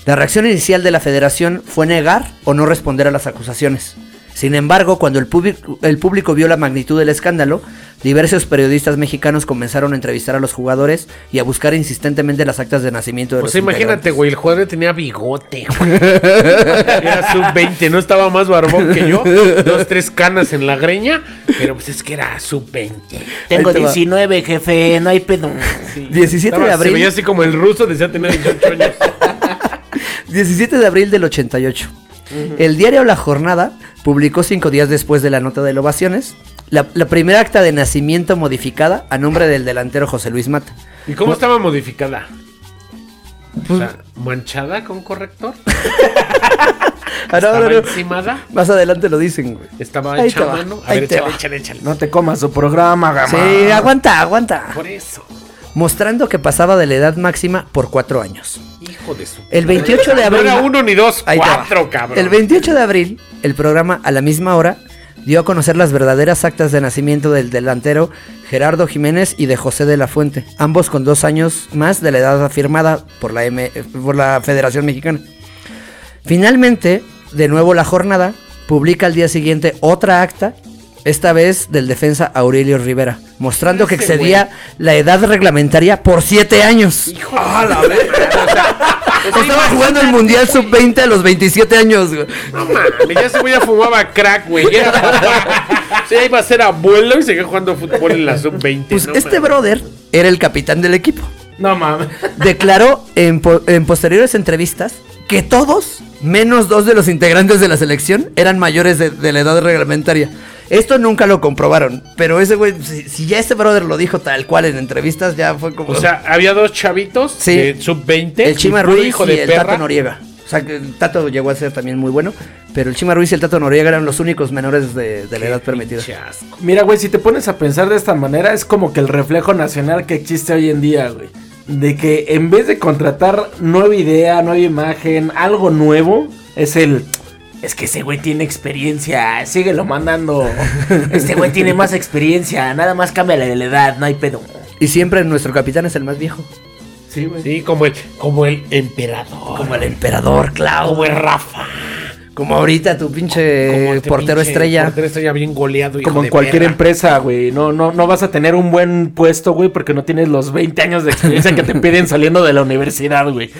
A: La reacción inicial de la federación fue negar o no responder a las acusaciones. Sin embargo, cuando el, público- el público vio la magnitud del escándalo, diversos periodistas mexicanos comenzaron a entrevistar a los jugadores y a buscar insistentemente las actas de nacimiento de
B: O
A: los
B: sea, Pues imagínate,
A: integrantes.
B: güey, el jugador tenía bigote, güey. Era sub-20, no estaba más barbón que yo. Dos, tres canas en la greña, pero pues es que era sub-20.
H: Tengo
A: Ahí te va.
H: 19, jefe. No hay pedo.
A: 17 de
B: Estaba-
A: abril.
B: Se veía así como el ruso, decía tener 18 años.
A: 17 de abril del 88. El diario La Jornada publicó cinco días después de la nota de Ovaciones la, la primera acta de nacimiento modificada a nombre del delantero José Luis Mata.
B: ¿Y cómo
A: Pues-
B: estaba modificada? O sea, ¿Manchada con corrector?
A: Ah, no, no,
B: ¿Estaba
A: no.
B: encimada?
A: Más adelante lo dicen, güey.
B: ¿Estaba
A: Ahí
B: hecha
A: te
B: a
A: va,
B: mano? A
A: ahí
B: ver,
A: te
B: échale,
A: va.
B: échale, échale.
C: No te comas su programa, gama.
A: Sí, aguanta, aguanta.
B: Por eso.
A: Mostrando que pasaba de la edad máxima por cuatro años.
B: Hijo de su...
A: El 28 de
B: No
A: abril.
B: era uno ni dos,
A: Ahí te va.
B: cuatro, cabrón.
A: El 28 de abril, el programa a la misma hora dio a conocer las verdaderas actas de nacimiento del delantero Gerardo Jiménez y de José de la Fuente, ambos con dos años más de la edad afirmada por la, M- eh, por la Federación Mexicana. Finalmente, de nuevo la jornada, publica al día siguiente otra acta, esta vez del defensa Aurelio Rivera, mostrando que excedía la edad reglamentaria por siete años.
B: ¡Ah, la verga! O sea,
A: Estaba jugando el Mundial Sub-20 a los 27 años. güey.
B: no mames, ya ese güey ya fumaba crack, güey. Ya, era- Sí, ya iba a ser abuelo y seguía jugando fútbol en la sub-20.
A: Pues
B: no
A: este
B: mames.
A: brother era el capitán del equipo.
C: No mames.
A: Declaró en, po- en posteriores entrevistas que todos, menos dos de los integrantes de la selección, eran mayores de, de la edad reglamentaria. Esto nunca lo comprobaron, pero ese güey, si, si ya este brother lo dijo tal cual en entrevistas, ya fue como...
B: O sea, había dos chavitos
A: Sí.
B: de sub-20.
A: el Chima
B: y puro
A: Ruiz
B: hijo
A: y
B: de
A: el
B: perra.
A: Tato Noriega. O sea, que el Tato llegó a ser también muy bueno, pero el Chima Ruiz y el Tato Noriega eran los únicos menores de, de la edad permitida.
B: Pinche asco.
C: Mira, güey, si te pones a pensar de esta manera, es como que el reflejo nacional que existe hoy en día, güey. De que en vez de contratar nueva idea, nueva imagen, algo nuevo, es el.
H: Es que ese güey tiene experiencia, síguelo mandando. Este güey tiene más experiencia, nada más cambia la edad, no hay pedo.
A: Y siempre nuestro capitán es el más viejo.
C: Sí, güey.
B: Sí, como el, como el emperador.
A: Como el emperador, Clau.
B: Como el Rafa.
A: Como ahorita tu pinche
B: como este
A: Eh, portero
B: pinche
A: estrella.
B: Portero estrella bien goleado. hijo
C: Como en
B: de
C: cualquier
B: perra.
C: empresa, güey. No, no, no vas a tener un buen puesto, güey, porque no tienes los 20 años de experiencia que te piden saliendo de la universidad, güey.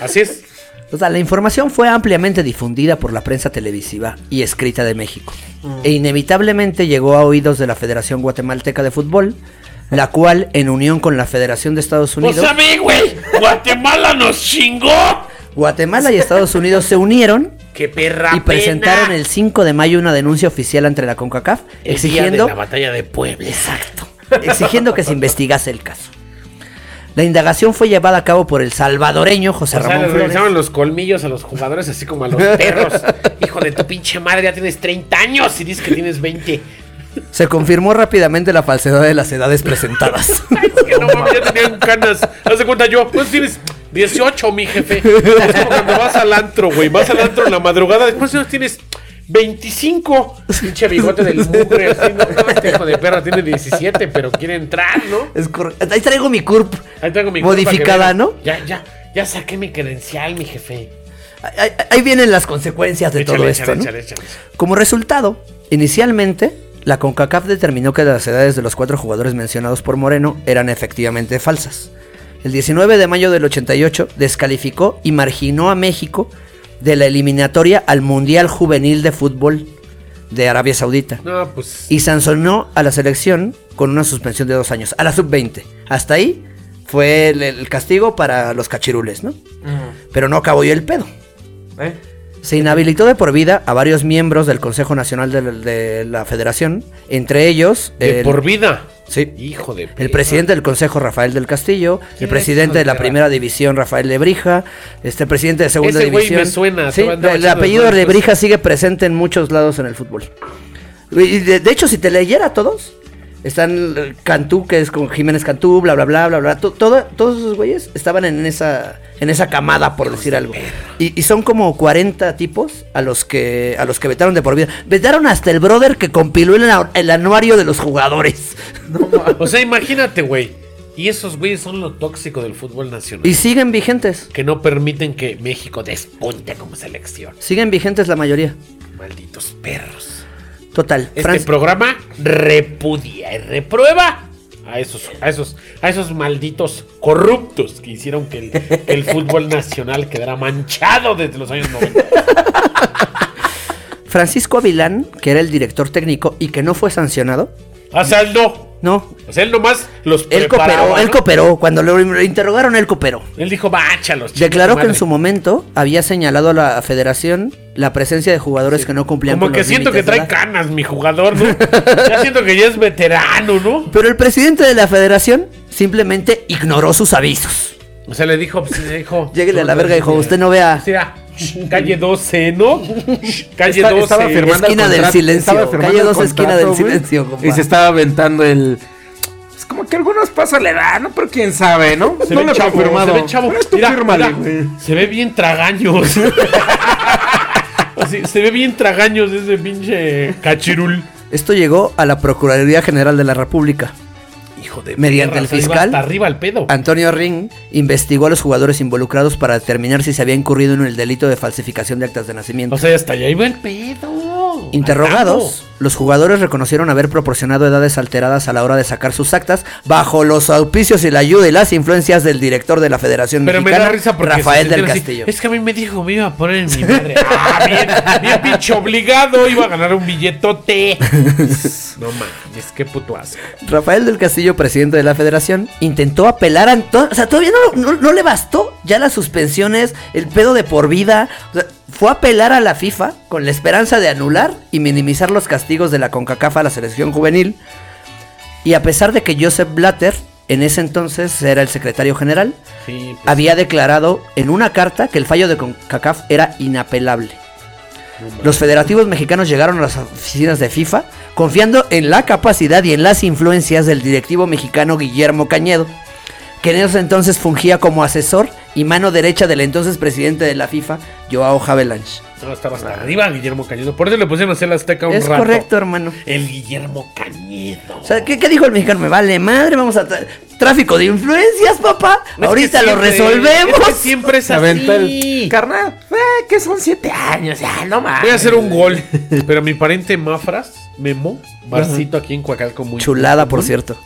B: Así es.
A: O sea, la información fue ampliamente difundida por la prensa televisiva y escrita de México.
B: Mm.
A: E inevitablemente llegó a oídos de la Federación Guatemalteca de Fútbol, la cual, en unión con la Federación de Estados
D: Pues
A: Unidos,
D: sabe, güey. Guatemala nos chingó.
A: Guatemala y Estados Unidos se unieron
B: Qué perra.
A: y presentaron el 5 de mayo una denuncia oficial ante la CONCACAF
B: Exigiendo.
A: exigiendo
B: la batalla de Puebla.
A: Exacto. Exigiendo que se investigase el caso. La indagación fue llevada a cabo por el salvadoreño José
B: O sea,
A: Ramón
B: les
A: Flores.
B: revisaban los colmillos a los jugadores, así como a los perros. Hijo de tu pinche madre, ya tienes 30 años y dices que tienes 20.
A: Se confirmó rápidamente la falsedad de las edades presentadas.
B: Es que no mames, ya tenían canas. Haz de cuenta yo, pues tienes 18, mi jefe. Es como cuando vas al antro, güey. Vas al antro en la madrugada, después de eso tienes 25. Pinche bigote del mugre, así, no, no, este hijo de perra tiene 17, pero quiere entrar, ¿no?
A: Es correcto. Ahí traigo mi CURP.
B: Ahí tengo mi
A: Modificada,
B: culpa
A: ¿no?
B: que vean. Ya, ya, ya saqué mi credencial, mi jefe.
A: Ahí, ahí vienen las consecuencias de todo
B: Échale,
A: esto.
B: échale,
A: ¿no?
B: échale, échale.
A: Como resultado, inicialmente, la CONCACAF determinó que las edades de los cuatro jugadores mencionados por Moreno eran efectivamente falsas. El 19 de mayo del 88 descalificó y marginó a México de la eliminatoria al Mundial Juvenil de Fútbol de Arabia Saudita
B: No, pues.
A: y sancionó a la selección con una suspensión de dos años, a la sub-20. Hasta ahí fue el, el castigo para los cachirules, ¿no?
B: Mm.
A: Pero no acabó ahí el pedo.
B: ¿Eh?
A: Se inhabilitó de por vida a varios miembros del Consejo Nacional de, la- de la Federación, entre ellos
B: De
A: el,
B: por vida.
A: sí,
B: Hijo de
A: el
B: perra.
A: presidente del Consejo Rafael del Castillo, el presidente de la Primera División Rafael Lebrija, este presidente de Segunda
B: Ese güey
A: División.
B: me suena,
A: Sí,
B: se va a andar
A: el
B: echando
A: apellido
B: los
A: de
B: golpes.
A: Lebrija sigue presente en muchos lados en el fútbol. Y de, de hecho, si te leyera todos, están eh, Cantú, que es con Jiménez Cantú, bla, bla, bla, bla, bla. to- todo- todos esos güeyes estaban en esa, en esa camada, por decir algo. Y, y son como 40 tipos a los que a los que vetaron de por vida. Vetaron hasta el brother que compiló el, ana- el anuario de los jugadores.
B: O sea, imagínate, güey. Y esos güeyes son lo tóxico del fútbol nacional.
A: Y siguen vigentes.
B: que no permiten que México despunte como selección.
A: Siguen vigentes la mayoría.
B: Malditos perros.
A: Total.
B: Este
A: Francia-
B: programa repudia y reprueba a esos, a esos, a esos malditos corruptos que hicieron que el, que el fútbol nacional quedara manchado desde los años 90.
A: Francisco Avilán, que era el director técnico y que no fue sancionado,
B: Asaldo.
A: No,
B: O sea, él nomás los
A: él
B: preparaba,
A: cooperó,
B: ¿no?
A: él cooperó. Cuando lo interrogaron, él cooperó.
B: Él dijo, báchalos. chica
A: Declaró
B: tu
A: que en
B: madre".
A: su momento había señalado a la federación la presencia de jugadores que no cumplían
B: Como
A: con
B: que
A: los
B: siento que
A: límites de
B: trae
A: edad.
B: canas mi jugador, ¿no? ya siento que ya es veterano, ¿no?
A: Pero el presidente de la federación simplemente ignoró sus avisos.
B: O sea, le dijo, pues, le dijo.
A: Lléguele a la verga, dijo, usted no vea.
B: Mira, calle 12, ¿no? calle
C: Esta-
B: 12.
C: estaba firmando
A: Esquina
C: el
A: del
C: contrato-
A: silencio,
C: estaba firmando
A: calle
C: el
A: 12, esquina
C: contrato,
A: del
C: güey,
A: silencio, compa.
C: Y se estaba aventando el. Es como que algunos pasos le dan, ¿no? Pero quién sabe, ¿no?
B: Se
C: no
B: ve
C: le
B: chavo,
C: fue firmado.
B: se ve chavo.
C: Pero es tu
B: Mira,
C: fírmale,
B: mira,
C: güey.
B: se ve bien tragaños. Así, se ve bien tragaños ese pinche cachirul.
A: Esto llegó a la Procuraduría General de la República.
B: Hijo de
A: Mediante
B: perra,
A: el
B: o sea, iba
A: fiscal.
B: Hasta arriba el pedo.
A: Antonio Ring investigó a los jugadores involucrados para determinar si se había incurrido en el delito de falsificación de actas de nacimiento.
B: O sea, hasta allá iba el pedo.
A: Interrogados, los jugadores reconocieron haber proporcionado edades alteradas a la hora de sacar sus actas bajo los auspicios y la ayuda y las influencias del director de la Federación
B: Pero me
A: Mexicana,
B: da risa porque
A: Rafael
B: se
A: del
B: sintieron así,
A: Castillo.
B: Es que a mí me dijo me iba a poner en mi madre. Ah, bien, bien pinche obligado, iba a ganar un billetote. No mames, qué puto asco.
A: Rafael del Castillo, presidente de la Federación, intentó apelar a Antonio, o sea, todavía no, no- no le bastó ya las suspensiones, el pedo de por vida, o sea, fue a apelar a la FIFA con la esperanza de anular y minimizar los castigos de la CONCACAF a la selección juvenil. Y a pesar de que Joseph Blatter, en ese entonces era el secretario general,
B: Sí, pues,
A: había declarado en una carta que el fallo de CONCACAF era inapelable. Los federativos mexicanos llegaron a las oficinas de FIFA confiando en la capacidad y en las influencias del directivo mexicano Guillermo Cañedo, que en ese entonces fungía como asesor y mano derecha del entonces presidente de la FIFA, Joao Havelange.
B: no, estaba hasta arriba Guillermo Cañedo. Por eso le pusieron a hacer la Azteca un
A: Es
B: rato.
A: correcto, hermano.
B: El Guillermo Cañedo.
A: O sea, ¿qué, qué dijo el mexicano? Me vale madre, vamos a... tra- Tráfico de influencias, papá.
B: Es que
A: Ahorita lo
B: siempre-
A: resolvemos.
B: es que siempre es
C: Se aventó
B: así.
C: el. Carnal, eh, que son siete años, ya, no
B: Voy a
C: mames.
B: hacer un gol. Pero mi pariente Mafras, Memo, Barcito aquí en Coacalco muy
A: Chulada, por cierto.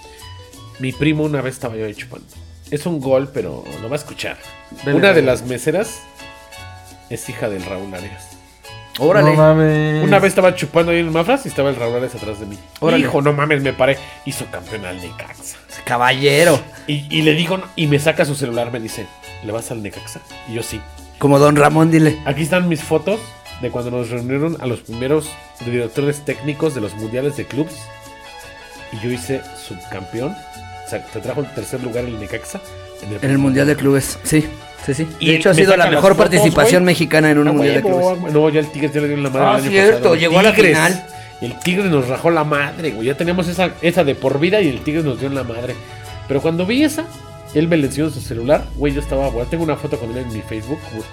B: Mi primo una vez estaba yo ahí chupando. Es un gol, pero lo va a escuchar.
C: Dele,
B: una de
C: dele.
B: las meseras es hija del Raúl Arias.
A: Órale.
C: No mames.
B: Una vez estaba chupando ahí en el Mafras y estaba el Raúl Arias atrás de mí.
A: Mm. Órale.
B: Hijo, no mames, me paré. Hizo campeón al Necaxa.
A: Caballero.
B: Y, y le digo, y me saca su celular, me dice, ¿le vas al Necaxa? Y yo sí.
A: Como don Ramón, dile.
B: Aquí están mis fotos de cuando nos reunieron a los primeros directores técnicos de los mundiales de clubs. Y yo hice subcampeón. O sea, te trajo el tercer lugar el Necaxa.
A: En el Mundial de Clubes. Sí, sí, sí.
B: Y
A: De hecho, ha
B: me
A: sido la
B: sacan las
A: mejor
B: fotos,
A: participación
B: güey.
A: mexicana en un
B: Ah,
A: Mundial de
B: huevo,
A: Clubes.
B: ah, No, ya el Tigres ya le dio la madre.
A: Ah,
B: el año
A: cierto,
B: pasado.
A: llegó a la
B: Tigres.
A: final.
B: El Tigres nos rajó la madre, güey. Ya teníamos esa, esa de por vida y el Tigres nos dio en la madre. Pero cuando vi esa, él me la enseñó en su celular. Güey, yo estaba, güey, tengo una foto con él en mi Facebook. puta.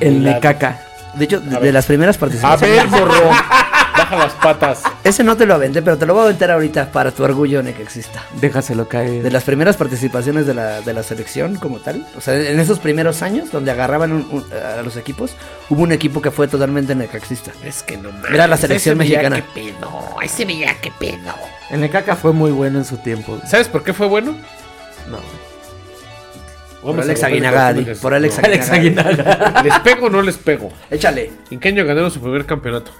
C: El
B: La-
C: de caca.
A: De hecho, de,
B: A ver.
A: las primeras
B: A
A: participaciones.
B: ver, morro. Baja las patas.
A: Ese no te lo aventé, pero te lo voy a aventar ahorita para tu orgullo, ne, que exista.
C: Déjaselo caer.
A: De las primeras participaciones de la, de la selección como tal, o sea, en esos primeros años donde agarraban un- un- a los equipos, hubo un equipo que fue totalmente necaxista.
B: Es que no mames.
A: Era la selección
B: ese veía
A: mexicana.
B: qué pedo, ese veía qué pedo.
C: El de caca fue muy bueno en su tiempo. güey.
B: ¿Sabes por qué fue bueno?
C: No.
A: Por
B: Vamos
A: Alex
B: a romper el
A: Aguinaga,
B: corazón
A: Adi,
B: de
A: por Alex
B: Jesús.
A: Alex
B: No. ¿Les pego o no les pego?
A: Échale.
B: ¿En qué año ganaron su primer campeonato?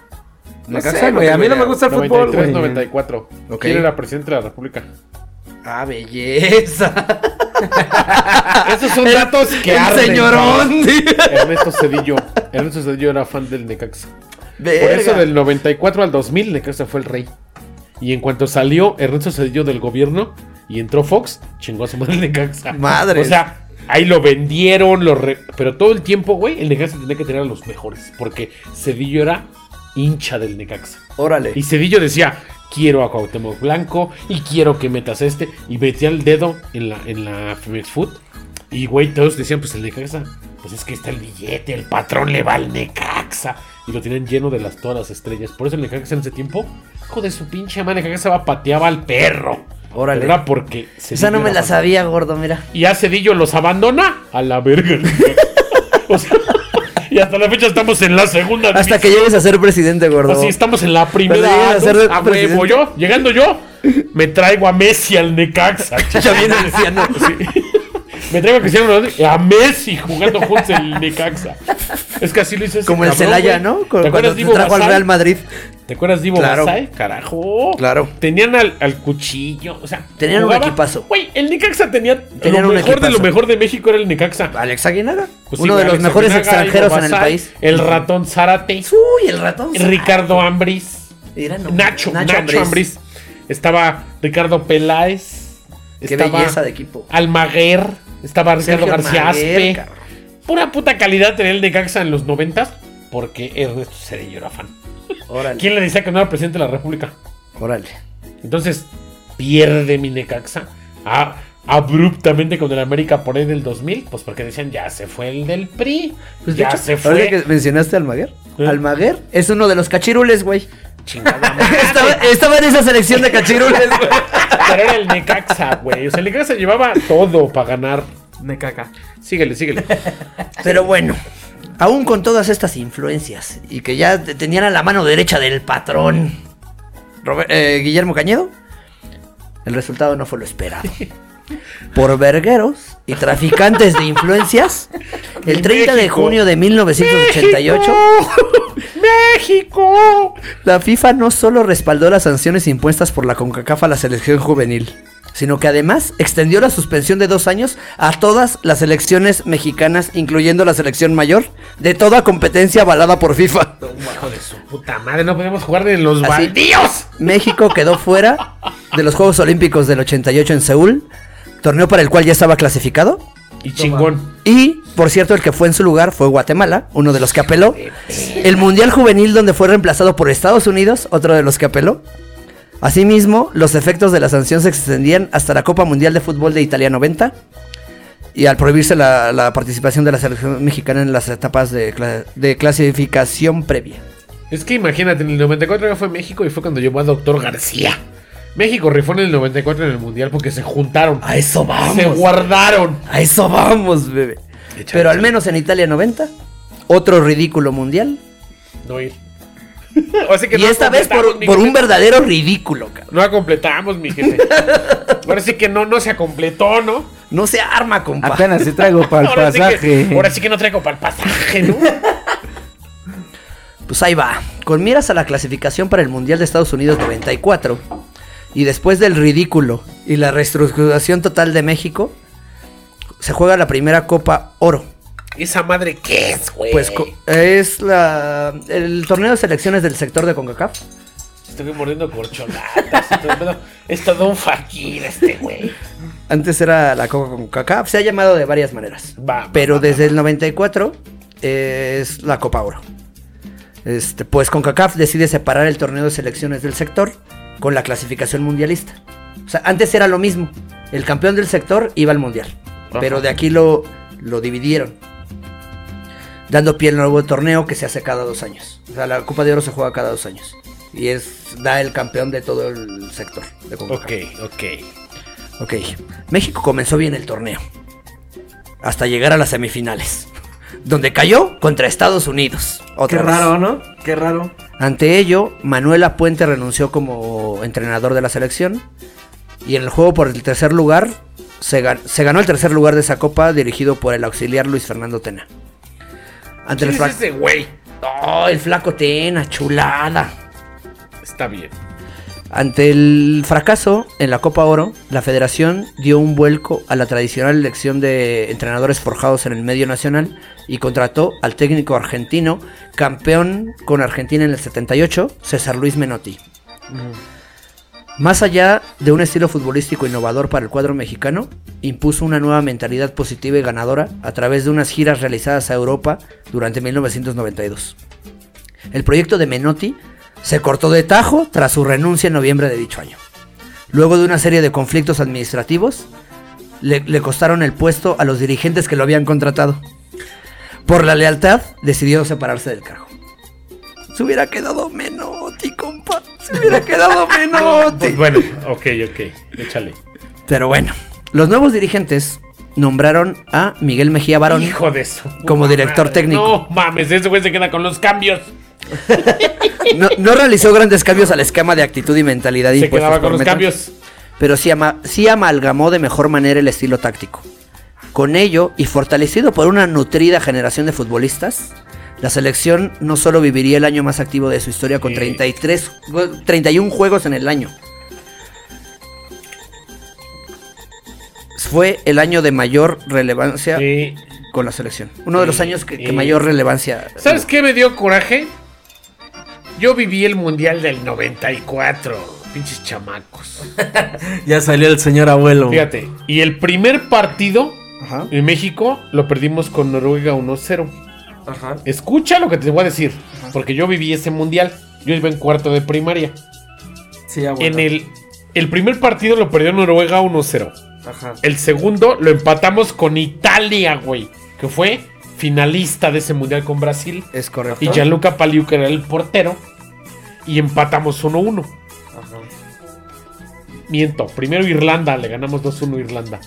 C: No sé, güey. A mí no me gusta el fútbol,
B: 93,
C: güey.
B: 94.
A: Ok.
B: ¿Quién era presidente de la República?
A: ¡Ah, belleza!
B: Esos son datos que
A: Ah, El
B: arden,
A: señorón!
B: cabrón. Ernesto Cedillo. Ernesto Cedillo era fan del Necaxa. Por
A: Verga.
B: eso del 94 al 2000 Necaxa fue el rey. Y en cuanto salió Ernesto Cedillo del gobierno y entró Fox, chingó a su madre el Necaxa.
A: Madres.
B: O sea, ahí lo vendieron, lo re- pero todo el tiempo, güey, el Necaxa tenía que tener a los mejores. Porque Cedillo era hincha del Necaxa.
A: Órale.
B: Y Cedillo decía, quiero a Cuauhtémoc Blanco y quiero que metas este. Y metía el dedo en la, en la Femex Food. Y güey, todos decían, pues el Necaxa, pues es que está el billete, el patrón le va al Necaxa. Y lo tienen lleno de las todas las estrellas. Por eso el Necaxa en ese tiempo, hijo de su pinche madre, Necaxa va, pateaba al perro.
A: Órale.
B: Era porque
A: Esa
B: Cedillo
A: no me
B: era
A: la sabía, gordo, mira.
B: y a Cedillo los abandona a la verga. O sea, y hasta la fecha estamos en la segunda.
A: Hasta que
B: división.
A: llegues a ser presidente, gordo.
B: Así Pues estamos en la
A: Pero
B: primera.
A: llegas a
B: ¿no?
A: ser
B: a
A: presidente.
B: huevo, yo, llegando yo, me traigo a Messi al Necaxa.
A: Ya viene anciano.
B: Sí. Me traigo a Cristiano Ronaldo y a Messi jugando juntos en el Necaxa. Es que así lo hizo ese
A: Como el
B: cabrón,
A: Celaya,
B: güey.
A: ¿no?
B: ¿Te
A: Cuando
B: acuerdas
A: te
B: de Ivo
A: trajo al
B: Basal?
A: Real Madrid.
B: ¿Te acuerdas de Ivo
A: Claro.
B: Basay? Carajo.
A: Claro.
B: Tenían al, al cuchillo. O sea,
A: Tenían un equipazo.
B: Güey, el Necaxa tenía
A: Tenían
B: lo
A: un
B: mejor de lo
A: equipazo.
B: mejor de México era el Necaxa.
A: Alex Aguinaga,
B: Pues
A: uno
B: sí,
A: de los
B: Alex
A: mejores
B: Aguinaga, Ivo
A: extranjeros en el
B: Basay,
A: país.
B: El ratón Zárate.
A: Uy, el ratón.
B: Ricardo Ambris.
A: Era no-
B: Nacho, Nacho,
A: Ambriz.
B: Ambriz. Estaba Ricardo Peláez.
A: Qué
B: estaba
A: belleza de equipo.
B: Almaguer. Estaba Ricardo
A: Sergio
B: García
A: Almaguer,
B: Aspe.
A: cabrón.
B: Pura puta calidad tenía el Necaxa en los noventas. Porque Ernesto Cedillo era fan.
A: Órale.
B: ¿Quién le decía que no era presidente de la República?
A: Órale.
B: Entonces, pierde mi Necaxa. Ah, abruptamente con el América por ahí del 2000. Pues porque decían, ya se fue el del PRI.
A: Pues de
B: ya
A: hecho,
B: se
A: ahorita
B: fue.
A: que mencionaste a Almaguer.
B: ¿Eh?
A: Almaguer es uno de los cachirules, güey.
B: Chingada
A: Estaba, estaba en esa selección de cachirules, güey.
B: Pero era el Necaxa, güey. O sea, el Necaxa llevaba todo para ganar.
I: Me caca.
B: Síguele, síguele.
A: Pero bueno, aún con todas estas influencias y que ya te- tenían a la mano derecha del patrón Robert- eh, Guillermo Cañedo, el resultado no fue lo esperado. Por vergueros y traficantes de influencias, el 30 de
B: México.
A: junio de 1988,
B: ¡México!
A: la FIFA no solo respaldó las sanciones impuestas por la CONCACAF a la selección juvenil, sino que además extendió la suspensión de dos años a todas las selecciones mexicanas, incluyendo la selección mayor, de toda competencia avalada por FIFA.
B: Hijo de su puta madre, no podemos jugar de los
A: Así.
B: baldíos.
A: México quedó fuera de los Juegos Olímpicos del 88 en Seúl, torneo para el cual ya estaba clasificado.
B: Y chingón.
A: Y, por cierto, el que fue en su lugar fue Guatemala, uno de los que apeló. El Mundial Juvenil, donde fue reemplazado por Estados Unidos, otro de los que apeló. Asimismo, los efectos de la sanción se extendían hasta la Copa Mundial de Fútbol de Italia 90. Y al prohibirse la, la participación de la selección mexicana en las etapas de, cla- de clasificación previa.
B: Es que imagínate, en el 94 ya fue México y fue cuando llevó a Doctor García. México rifó en el 94 en el Mundial porque se juntaron.
A: A eso vamos.
B: Se guardaron.
A: A eso vamos, bebé. Pero al menos en Italia 90, otro ridículo mundial.
B: No ir. Así
A: Y
B: no
A: esta vez por,
B: completamos, mi
A: por un
B: jefe.
A: verdadero ridículo, cabrón.
B: No la completamos, mi jefe. Ahora sí que no, no se completó, ¿no?
A: No se arma, compa.
C: Apenas si traigo para el
B: ahora
C: pasaje.
B: Sí que, ahora sí que no traigo para el pasaje, ¿no?
A: Pues ahí va. Con miras a la clasificación para el Mundial de Estados Unidos 94. Y después del ridículo y la reestructuración total de México, se juega la primera Copa Oro.
B: ¿Esa madre qué es, güey?
A: Pues co- es la, el torneo de selecciones del sector de CONCACAF.
B: Estuve mordiendo corcholatas. y todo el pedo. es todo un fakir este güey.
A: Antes era la Coca con Cacá, se ha llamado de varias maneras.
B: Va,
A: pero desde el 94 es la Copa Oro. Este, pues CONCACAF decide separar el torneo de selecciones del sector con la clasificación mundialista. O sea, antes era lo mismo. El campeón del sector iba al mundial. Pero de aquí lo, lo dividieron. Dando pie al nuevo torneo que se hace cada dos años. O sea, la Copa de Oro se juega cada dos años. Y es, da el campeón de todo el sector de CONCACAF.
B: Ok, ok.
A: Ok, México comenzó bien el torneo. Hasta llegar a las semifinales. Donde cayó contra Estados Unidos.
I: Qué
A: Otra vez.
I: raro, ¿no? Qué raro.
A: Ante ello, Manuela Puente renunció como entrenador de la selección. Y en el juego por el tercer lugar, se, gan- se ganó el tercer lugar de esa copa dirigido por el auxiliar Luis Fernando Tena. Ante
B: ¿Quién
A: el, fla-
B: es ese güey?
A: ¡Oh, el flaco Tena, chulada.
B: Está bien.
A: Ante el fracaso en la Copa Oro, la federación dio un vuelco a la tradicional elección de entrenadores forjados en el medio nacional y contrató al técnico argentino, campeón con Argentina en el 78, César Luis Menotti. Más allá de un estilo futbolístico innovador para el cuadro mexicano, impuso una nueva mentalidad positiva y ganadora a través de unas giras realizadas a Europa durante 1992. El proyecto de Menotti se cortó de tajo tras su renuncia en noviembre de dicho año. Luego de una serie de conflictos administrativos, le, le costaron el puesto a los dirigentes que lo habían contratado. Por la lealtad, decidió separarse del cargo. Se hubiera quedado Menotti, compa. Se hubiera quedado Menotti.
B: Pues bueno, ok, ok. Échale.
A: Pero bueno, los nuevos dirigentes nombraron a Miguel Mejía Barón.
B: Hijo de su. puta
A: Como director
B: madre.
A: técnico.
B: No mames, ese güey se queda con los cambios.
A: No, no realizó grandes cambios al esquema de actitud y mentalidad
B: Se
A: impuestos
B: quedaba
A: por
B: con los
A: Menotti.
B: cambios.
A: pero sí, ama- sí amalgamó de mejor manera el estilo táctico. Con ello, y fortalecido por una nutrida generación de futbolistas, La selección no solo viviría el año más activo de su historia con 33, jue- 31 juegos en el año. Fue el año de mayor relevancia
B: Sí.
A: con la selección. Uno de los años que, que
B: sí.
A: mayor relevancia.
B: ¿Sabes qué me dio coraje? Yo viví el mundial del 94. Pinches chamacos.
C: Ya salió el señor abuelo.
B: Fíjate. Y el primer partido
A: Ajá.
B: en México lo perdimos con Noruega 1-0.
J: Ajá.
B: Escucha lo que te voy a decir. Porque yo viví ese mundial. Yo iba en cuarto de primaria.
J: Sí, abuelo.
B: En el, el primer partido lo perdió Noruega 1-0.
J: Ajá.
B: El segundo lo empatamos con Italia, güey. Que fue finalista de ese mundial con Brasil.
A: Es correcto.
B: Y Gianluca Paliuca era el portero. Y empatamos 1-1.
J: Ajá.
B: Miento. Primero Irlanda. Le ganamos 2-1 a Irlanda.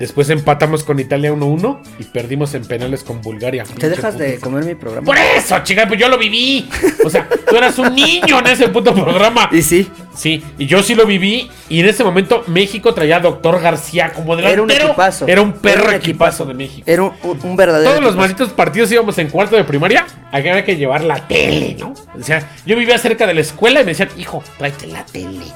B: Después empatamos con Italia 1-1. Y perdimos en penales con Bulgaria.
A: ¿Te
B: Pinche
A: dejas de
B: puto.
A: comer mi programa?
B: Por eso, chica, pues yo lo viví. O sea, tú eras un niño en ese puto programa.
A: Y sí,
B: Sí, y yo sí lo viví. Y en ese momento México traía a Doctor García como
A: Era
B: delantero.
A: un equipazo.
B: Era un perro
A: Era un
B: equipazo, de México.
A: era un, un- un verdadero.
B: Todos los
A: equipo.
B: malditos partidos íbamos en cuarto de primaria. Aquí había que llevar la tele, ¿no? O sea, yo vivía cerca de la escuela y me decían, hijo, tráete la tele.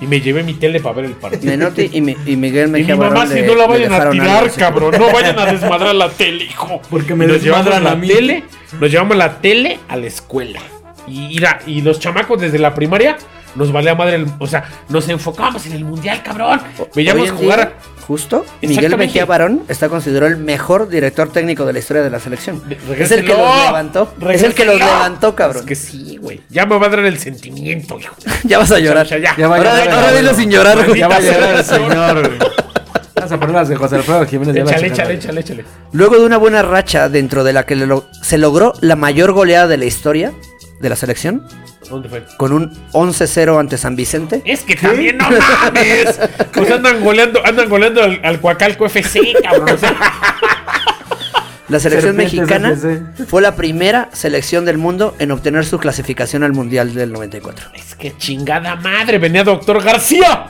B: Y me llevé mi tele para ver el partido.
A: Menotti y, mi- y Miguel
B: Y
A: Mejía
B: mi mamá,
A: Barón
B: si
A: le-
B: no la
A: le
B: vayan a
A: dejaron
B: tirar,
A: algo, sí.
B: cabrón. No vayan a desmadrar la tele, hijo.
C: Porque me
B: Y nos
C: desmadran
B: llevamos
C: a mí.
B: la tele. Nos llevamos la tele a la escuela. Y, y la- y los chamacos desde la primaria nos valía madre. el- o sea, nos enfocamos en el mundial, cabrón.
A: Hoy
B: Veíamos
A: en
B: jugar.
A: día, justo, Miguel
B: Exactamente.
A: Mejía Barón está considerado el mejor director técnico de la historia de la selección.
B: Ve-
A: Es el que los
B: regréselo.
A: levantó. Es el que los
B: Regréselo.
A: levantó,
B: Es
A: cabrón.
B: que sí, güey. Ya me va a dar el sentimiento, hijo.
A: Ya vas a llorar.
B: O sea, ya.
C: Ya va a
A: ahora
C: llorar,
A: ahora
C: ya va a
A: dilo
C: llorar.
A: sin llorar. güey.
C: Ya va a
B: Maldita
C: llegar el
B: sea.
C: señor. güey. Vamos a poner las de José Alfredo Jiménez. ya la
B: Échale,
C: chingada.
B: échale, échale, échale.
A: Luego de una buena racha dentro de la que lo- se logró la mayor goleada de la historia de la selección,
B: ¿Dónde fue?
A: con un 11-0 ante San Vicente.
B: Es que también no mames. Pues andan goleando, andan goleando al, al Coacalco FC, cabrón. O sea,
A: La selección
C: Serpientes
A: mexicana
C: FC.
A: fue la primera selección del mundo en obtener su clasificación al Mundial del 94.
B: es que chingada madre, venía Doctor García.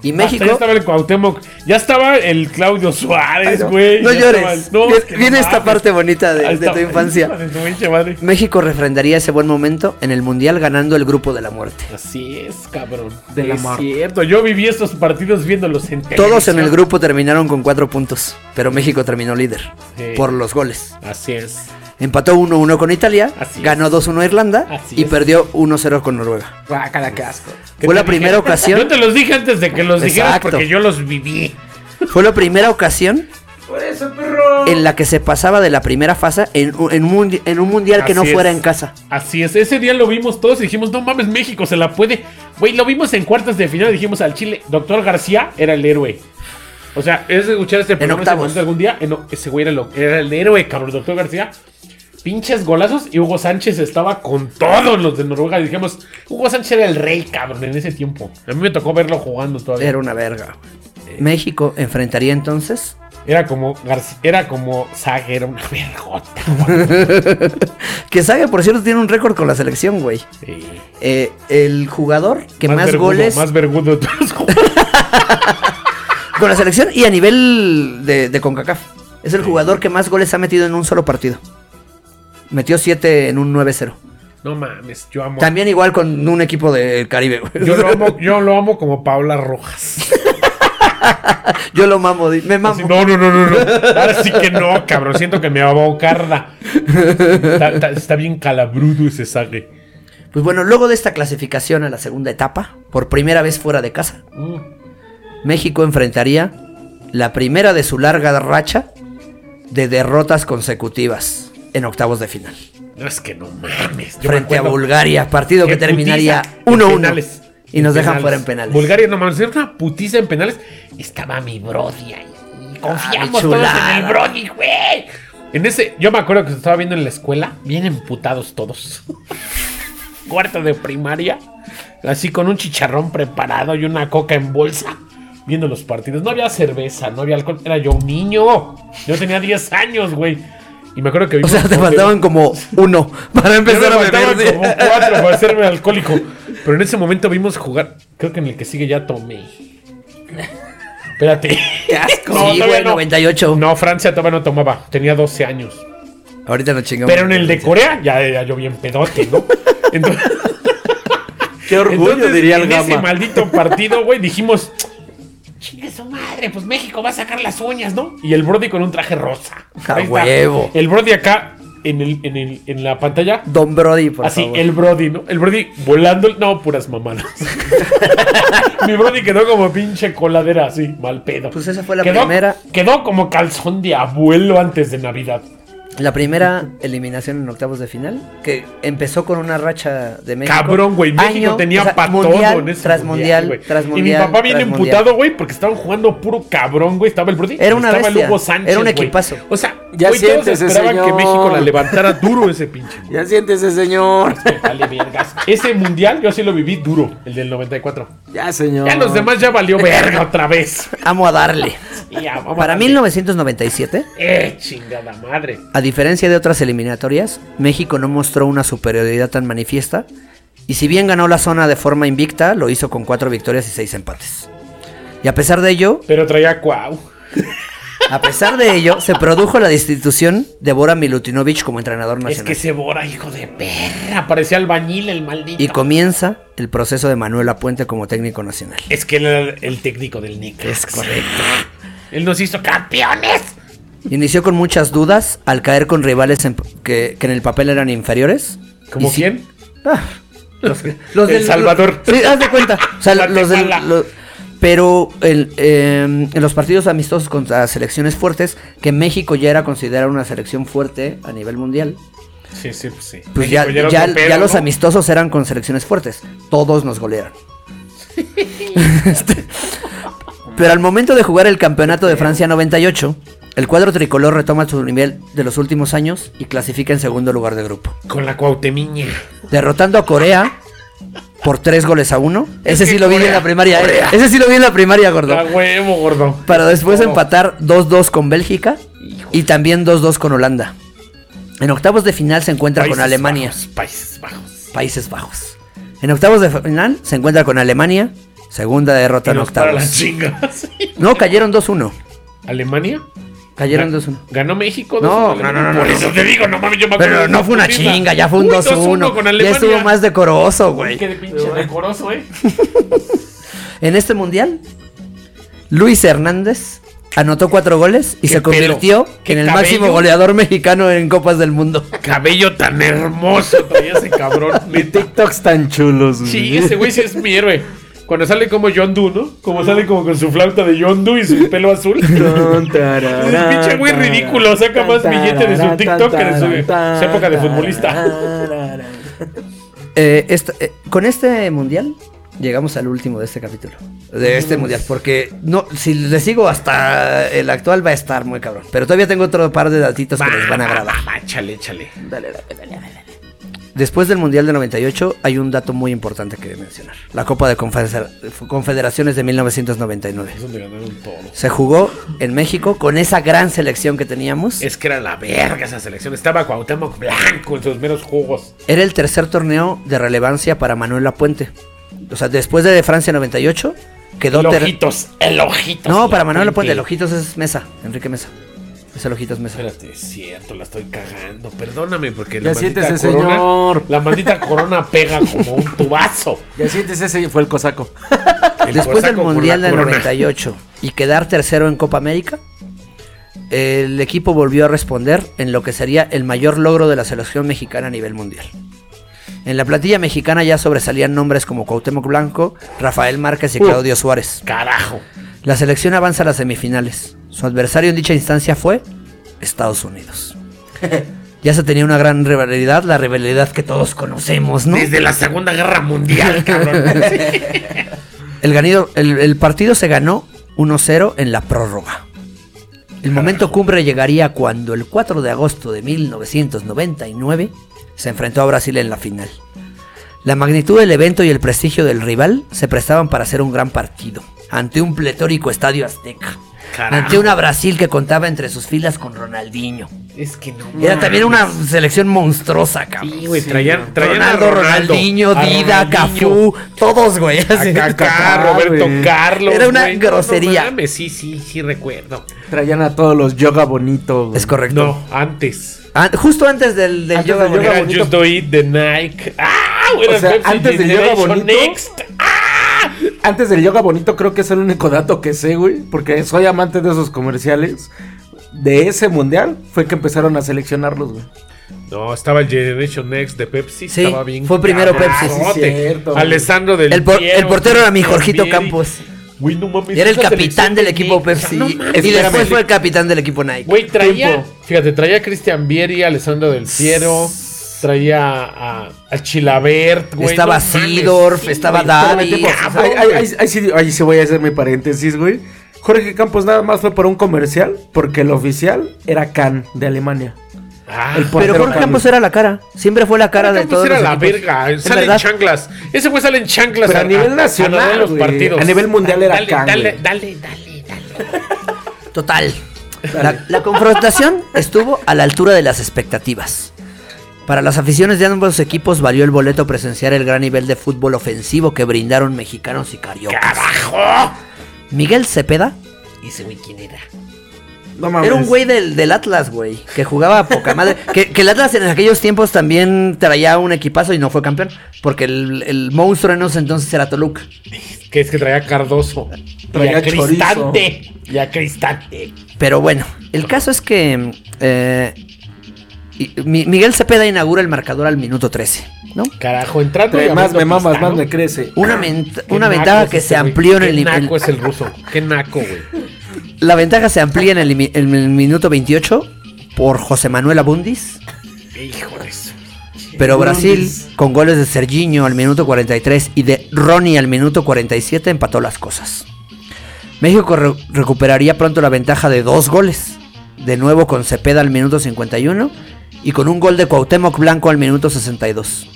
A: Y
B: Hasta ya
A: México...
B: estaba el Cuauhtémoc, ya estaba el Claudio Suárez, güey.
A: No
B: ya
A: llores.
B: estaba- no,
A: Viene-
B: es que no
A: Viene esta
B: mames.
A: parte bonita de,
B: Ahí
A: de tu
B: estaba-
A: infancia.
B: hijo de tu pinche madre.
A: México refrendaría ese buen momento en el Mundial ganando el grupo de la muerte.
B: Así es, cabrón.
C: De la
B: es
C: mar.
B: cierto, yo viví estos partidos viéndolos en
A: Todos en el
B: televisión.
A: grupo terminaron con cuatro puntos, pero México terminó líder
B: Sí.
A: por los goles.
B: Así es.
A: Empató 1-1 con Italia,
B: Así es.
A: ganó 2-1 a Irlanda
B: Así
A: y
B: es.
A: perdió 1-0 con Noruega.
C: Guácala, qué asco.
A: Fue la primera
B: Yo
A: ocasión,
B: te los dije antes de que los dijeras
A: Exacto.
B: porque yo los viví.
A: fue la primera ocasión
J: Por eso, perro.
A: en la que se pasaba de la primera fase en, un- en un, mundi- en un mundial que no
B: Así
A: fuera
B: es.
A: en casa.
B: Así es, ese día lo vimos todos y dijimos, no mames, México se la puede. Güey, lo vimos en cuartos de final, dijimos al Chile, Doctor García era el héroe. O sea, es de escuchar este programa ese
A: octavos.
B: momento algún día. eh, no, ese güey era, lo- era el héroe, cabrón, Doctor García. Pinches golazos y Hugo Sánchez estaba con todos los de Noruega. Dijimos, Hugo Sánchez era el rey, cabrón, en ese tiempo. A mí me tocó verlo jugando todavía.
A: Era una verga. México enfrentaría entonces
B: Era como García, era como Zague, era una vergota.
A: que Saga, por cierto, tiene un récord con la selección, güey.
B: Sí.
A: Eh, el jugador que más,
B: vergudo,
A: goles
B: Más vergudo de todos los jugadores.
A: con la selección y a nivel de, de CONCACAF. Es el jugador que más goles ha metido en un solo partido. Metió 7 en un 9-0.
B: No mames, yo amo.
A: También igual con un equipo del Caribe, güey.
B: Yo lo amo, yo lo amo como Paula Rojas.
A: Yo lo mamo, di- me mamo.
B: Así, no, no, no, no, no. Ahora sí que no, cabrón. Siento que me abocarda. Está, está- está bien calabrudo ese sague.
A: Pues bueno, luego de esta clasificación a la segunda etapa, por primera vez fuera de casa,
B: Mm,
A: México enfrentaría la primera de su larga racha de derrotas consecutivas en octavos de final.
B: No es que no mames. Yo me
A: frente a
B: acuerdo
A: Bulgaria, partido que
B: qué
A: terminaría
B: putiza en
A: 1-1.
B: penales.
A: Y nos
B: En
A: dejan
B: penales.
A: fuera en penales.
B: Bulgaria, no mames, era una putiza en penales. Estaba mi Brody ahí.
A: mi
B: Confiamos todos en
A: chulada.
B: el Brody, güey. En ese, yo me acuerdo que se estaba viendo en la escuela, bien emputados todos. Cuarto de primaria, así con un chicharrón preparado y una coca en bolsa, viendo los partidos. No había cerveza, no había alcohol, era yo un niño. Yo tenía 10 años, güey. Y me acuerdo que
A: O
B: vimos
A: sea, te
B: como-
A: faltaban como uno para empezar
B: yo
A: a
B: me faltaban
A: beber. ¿sí?
B: como cuatro para hacerme alcohólico. Pero en ese momento vimos jugar. Creo que en el que sigue ya tomé. Espérate.
A: Qué asco.
B: No,
A: Sí,
B: todavía
A: güey,
B: no.
A: 98.
B: No, Francia todavía no tomaba. Tenía 12 años.
A: Ahorita no chingamos.
B: Pero en el de Corea ya era yo bien pedote, ¿no? Entonces,
C: Qué orgullo,
B: entonces,
C: diría el
B: en ese
C: gama.
B: maldito partido, güey, dijimos, chinga su madre, pues México va a sacar las uñas, ¿no? Y el Brody con un traje rosa.
A: A
B: Ahí está.
A: huevo.
B: El Brody acá en, el, en, el, en la pantalla.
A: Don Brody, por
B: Así,
A: favor.
B: el Brody, ¿no? El Brody volando. No, puras mamadas. Mi Brody quedó como pinche coladera, así, mal pedo.
A: Pues esa fue la
B: Quedó-
A: primera.
B: Quedó como calzón de abuelo antes de Navidad.
A: La primera eliminación en octavos de final, que empezó con una racha de México.
B: Cabrón, güey. México
A: Año,
B: tenía
A: o sea,
B: pa'
A: mundial,
B: todo en ese
A: tras mundial,
B: güey.
A: tras
B: Y mi
A: mundial.
B: papá bien
A: tras mundial.
B: emputado, güey, porque estaban jugando puro cabrón, güey. Estaba el Brody.
A: Era una
B: estaba el
A: bestia,
B: Hugo Sánchez,
A: era un
B: güey.
A: equipazo.
B: O sea,
C: Ya
B: güey, todos
C: siéntese,
B: esperaban que
C: señor.
B: México la levantara duro ese pinche.
C: Ya siéntese, señor.
B: Vale, vergas. Ese mundial yo sí lo viví duro, el del 94.
C: Ya, señor.
B: Ya los demás ya valió verga otra vez.
A: Amo a darle.
B: Y ya, vamos
A: Para
B: a darle.
A: 1997,
B: Eh, chingada madre.
A: a diferencia de otras eliminatorias, México no mostró una superioridad tan manifiesta. Y si bien ganó la zona de forma invicta, lo hizo con cuatro victorias y seis empates. Y a pesar de ello,
B: Pero traía cuau.
A: a pesar de ello, se produjo la destitución de Bora Milutinovic como entrenador
B: Es
A: nacional.
B: que se bora, hijo de perra. Parecía albañil el maldito.
A: Y comienza el proceso de Manuel Apuente como técnico nacional.
B: Es que él era el técnico del Nick. Es correcto. Él nos hizo campeones.
A: Inició con muchas dudas al caer con rivales en- que, que en el papel eran inferiores.
B: ¿Como
A: Y sí-
B: quién?
A: Ah, los, los
B: El
A: del-
B: Salvador.
A: sí, haz de cuenta. O sea, los del-
B: Guatemala.
A: lo- pero el, eh, en los partidos amistosos contra selecciones fuertes, que México ya era considerada una selección fuerte a nivel mundial,
B: Sí, sí, pues sí.
A: pues
B: México
A: ya,
B: era
A: ya-
B: otro pedo,
A: ya los
B: ¿no?
A: amistosos eran con selecciones fuertes. Todos nos golearon. Este, pero al momento de jugar el campeonato de Francia 98, el cuadro tricolor retoma su nivel de los últimos años y clasifica en segundo lugar de grupo.
B: Con la cuautemiña.
A: Derrotando a Corea por tres goles a uno. Ese
B: que
A: sí lo vi en
B: Corea,
A: la primaria. eh. Ese sí lo vi en la primaria, gordo.
B: La huevo, gordo.
A: Para después empatar 2-2 con Bélgica y también 2-2 con Holanda. En octavos de final se encuentra con
B: Países
A: Alemania.
B: Bajos, Países Bajos.
A: Países Bajos. En octavos de final se encuentra con Alemania. Segunda derrota
B: Y
A: en
B: nos para las
A: octavos.
B: chingas.
A: No, cayeron 2-1.
B: ¿Alemania?
A: Cayeron
B: Ga-
A: 2-1.
B: Ganó México.
A: No,
B: 2-1,
A: no, no, no,
B: Por
A: no.
B: eso te digo, Ah, no mames, yo me acuerdo
A: Pero
B: de
A: no
B: esa
A: fue una
B: putiza.
A: chinga, ya fue un
B: Uy,
A: 2-1. Ya
B: Alemania.
A: estuvo más decoroso, güey.
B: Qué de pinche decoroso, eh.
A: En este mundial, Luis Hernández anotó cuatro goles y
B: Qué
A: se convirtió
B: pelo, qué
A: en el
B: cabello.
A: máximo goleador mexicano en Copas del Mundo.
B: Cabello tan hermoso traía ese cabrón.
C: Y
B: neta.
C: TikToks tan chulos, güey.
B: Sí, ese güey sí es mi héroe. Cuando sale como John Doe, ¿no? Como sale como con su flauta de John Doe y su pelo azul.
C: Tan,
B: Es un
C: tararán,
B: pinche güey ridículo, saca más billete de su TikTok que de su, su época de futbolista.
A: Eh, esta- eh, con este mundial llegamos al último de este capítulo. De este mundial. Porque no, si le sigo hasta el actual va a estar muy cabrón. Pero todavía tengo otro par de datitos que les van a agradar.
B: Ah, échale, échale.
A: Después del Mundial de 98 hay un dato muy importante que mencionar. La Copa de Confeder- Confederaciones de 1999.
B: Es donde ganaron todo.
A: Se jugó en México con esa gran selección que teníamos.
B: Es que era la verga esa selección. Estaba Cuauhtémoc Blanco en sus meros juegos.
A: Era el tercer torneo de relevancia para Manuel Lapuente. O sea, después de Francia 98 quedó
B: El
A: ter-
B: ojitos, el ojitos.
A: No, para Manuel Lapuente,
B: puente.
A: el ojitos es Mesa, Enrique Mesa. Es el ojitos Mesa.
B: Espérate, es cierto, la estoy cagando. Perdóname porque
C: Ya
B: la maldita
C: siéntese,
B: corona,
C: señor.
B: la maldita corona pega como un tubazo.
C: Ya sientes ese fue el cosaco.
A: Después
B: El
A: del
B: cosaco con
A: Mundial
B: la
A: del
B: corona.
A: 98 y quedar tercero en Copa América, el equipo volvió a responder en lo que sería el mayor logro de la selección mexicana a nivel mundial. En la plantilla mexicana ya sobresalían nombres como Cuauhtémoc Blanco, Rafael Márquez
B: Uh.
A: y Claudio Suárez.
B: Carajo.
A: La selección avanza a las semifinales. Su adversario en dicha instancia fue Estados Unidos. ya se tenía una gran rivalidad, la rivalidad que todos conocemos, ¿no?
B: Desde la Segunda Guerra Mundial, cabrón.
A: El, ganido- el- el partido se ganó 1-0 en la prórroga. El momento cumbre llegaría cuando el 4 de agosto de 1999 se enfrentó a Brasil en la final. La magnitud del evento y el prestigio del rival se prestaban para hacer un gran partido ante un pletórico estadio azteca. ante una Brasil que contaba entre sus filas con Ronaldinho.
B: Es que no.
A: Era también una selección monstruosa, cabrón.
B: Sí, güey, traían, traían a
A: Ronaldo, Ronaldinho,
B: a
A: Dida,
B: Ronaldinho,
A: Cafú, todos, güey. así.
B: a Kaká, Roberto Carlos.
A: Era una
B: güey. No,
A: grosería.
B: No, mames, sí, sí, sí recuerdo.
C: Traían a todos los yoga bonito, güey.
A: Es correcto.
B: No, antes.
A: Ah, justo antes del, del
C: Antes
A: yoga,
C: del yoga
A: bonito.
B: Era
C: bonito.
B: Just Do It de Nike. ¡Ah! güey,
C: O
B: era
C: sea,
B: Pepsi
C: antes del yoga
B: Generation
C: bonito.
B: Next.
C: Antes del yoga bonito creo que es el único dato que sé, güey, porque soy amante de esos comerciales. De ese mundial fue que empezaron a seleccionarlos, güey.
B: No, estaba el Generation Next de Pepsi.
A: Sí,
B: estaba bien
A: fue primero
B: cabronote.
A: Pepsi, sí,
C: cierto, güey.
B: Alessandro del
A: El por-
B: Piero,
A: el portero era mi
B: Piero
A: Jorgito
B: Pieri.
A: Campos.
B: Güey, no mames,
A: Era el
B: esa
A: capitán
B: selección
A: del
B: de
A: equipo
B: Nike,
A: Pepsi.
B: no mames,
A: y
B: espérame.
A: después fue el capitán del equipo Nike.
B: Güey, traía.
C: Tiempo.
B: Fíjate, traía a Cristian Vieri, a Alessandro del Piero. Traía a, a Chilabert, güey.
A: estaba
B: no mames.
A: Seedorf,
B: Ah,
A: estaba Ah, Davi.
C: Ahí, ahí- ahí- ahí sí, ahí sí voy a hacer mi paréntesis, güey. Jorge Campos nada más fue por un comercial, porque el oficial era Kahn de Alemania.
B: Ah,
C: El
A: Pero
C: portero
A: Jorge
C: Kahn.
A: Campos era la cara. Siempre fue la cara
B: Jorge
A: de
B: Campos
A: todos.
B: era
A: los
B: la
A: equipos.
B: verga.
A: En
B: Sale en
A: verdad,
B: chanclas. Ese güey sale en chanclas.
C: Pero a nivel nacional,
B: ganar los
C: güey.
B: partidos.
C: A nivel mundial era Kahn,
B: Dale,
C: güey.
B: dale, dale, dale.
A: Total. La, la confrontación estuvo a la altura de las expectativas. Para las aficiones de ambos equipos valió el boleto presenciar el gran nivel de fútbol ofensivo que brindaron mexicanos y cariocas. Miguel Cepeda
B: Y ese güey quién era.
C: No mames.
A: Era un güey del, del Atlas, güey, que jugaba a poca madre. que, que el Atlas en aquellos tiempos también traía un equipazo y no fue campeón. Porque el, el monstruo en ese entonces era Toluca.
B: Que es que traía a Cardoso.
C: Traía
B: y a Cristante. Y a Cristante.
A: Pero bueno, el caso es que eh, y- Mi- Miguel Cepeda inaugura el marcador al minuto 13, ¿no?
B: Carajo, entrando. y
C: Entre más
B: abriendo
C: me mamas,
B: pista,
C: más
B: ¿no?
C: me crece.
A: Una, vent-
B: Ah, Qué
A: una
B: naco
A: ventaja
B: es
A: que
B: ese
A: se
B: güey.
A: amplió en el,
B: Qué
A: nivel.
B: naco es el ruso. Qué naco, güey.
A: La ventaja se amplía en el, imi- en el minuto 28 por José Manuel Abundis.
B: Hijo de eso.
A: Pero Brasil, con goles de Serginho al minuto 43 y de Ronnie al minuto 47, empató las cosas. México re- recuperaría pronto la ventaja de dos goles. De nuevo con Cepeda al minuto 51 y con un gol de Cuauhtémoc Blanco al minuto 62.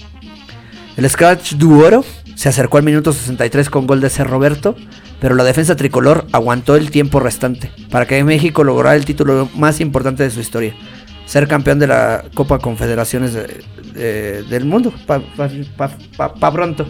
A: El Scratch Duoro se acercó al minuto 63 con gol de C. Roberto, pero la defensa tricolor aguantó el tiempo restante para que México lograra el título más importante de su historia, ser campeón de la Copa Confederaciones de- de- del mundo, pa, pa- pa- pa- pa pronto.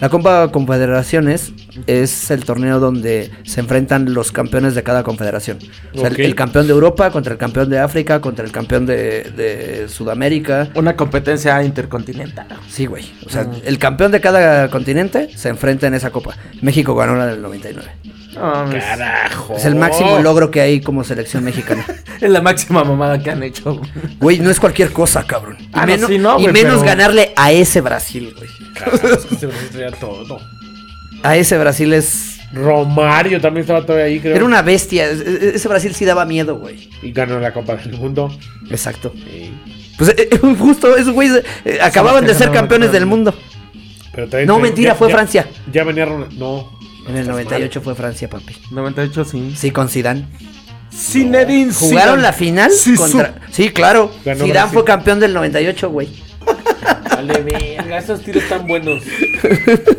A: La Copa Confederaciones es el torneo donde se enfrentan los campeones de cada confederación. O sea, el-
B: Ok.
A: el, campeón de Europa contra el campeón de África, contra el campeón de, de Sudamérica,
C: Una competencia intercontinental.
A: Sí, güey. O sea, el campeón de cada continente se enfrenta en esa copa. México ganó la del 99.
C: No mames.
B: Carajo.
A: Es Pues, el máximo
B: Oh.
A: logro que hay como selección mexicana.
C: Es la máxima mamada que han hecho. güey.
A: Güey, no es cualquier cosa, cabrón. Y,
C: Ah, no,
A: menos,
C: sí, no,
A: y
C: güey,
A: menos
C: pero-
A: ganarle a ese Brasil, güey.
B: Carajo, es que se me traía todo.
A: A ese Brasil es...
B: Romario también estaba todavía ahí, creo.
A: Era una bestia. E- e- Ese Brasil sí daba miedo, güey.
B: Y ganó la Copa del Mundo.
A: Exacto. Pues eh, eh, justo esos güeyes eh, acababan de ser campeones del mundo.
B: Pero también-
A: No, mentira, fue
B: ya-
A: Francia.
B: Ya venía Ronald. No.
A: En el 98 fue Francia, papi.
C: 98 sí.
A: Sí, con Zidane.
C: Zinedine
A: ¿Jugaron
C: Zidane.
A: la final?
C: Sí,
A: contra... Sí, claro.
B: Ganó
A: Zidane
B: Brasil.
A: fue campeón del 98, güey.
B: Dale, verga, esos tiros tan buenos.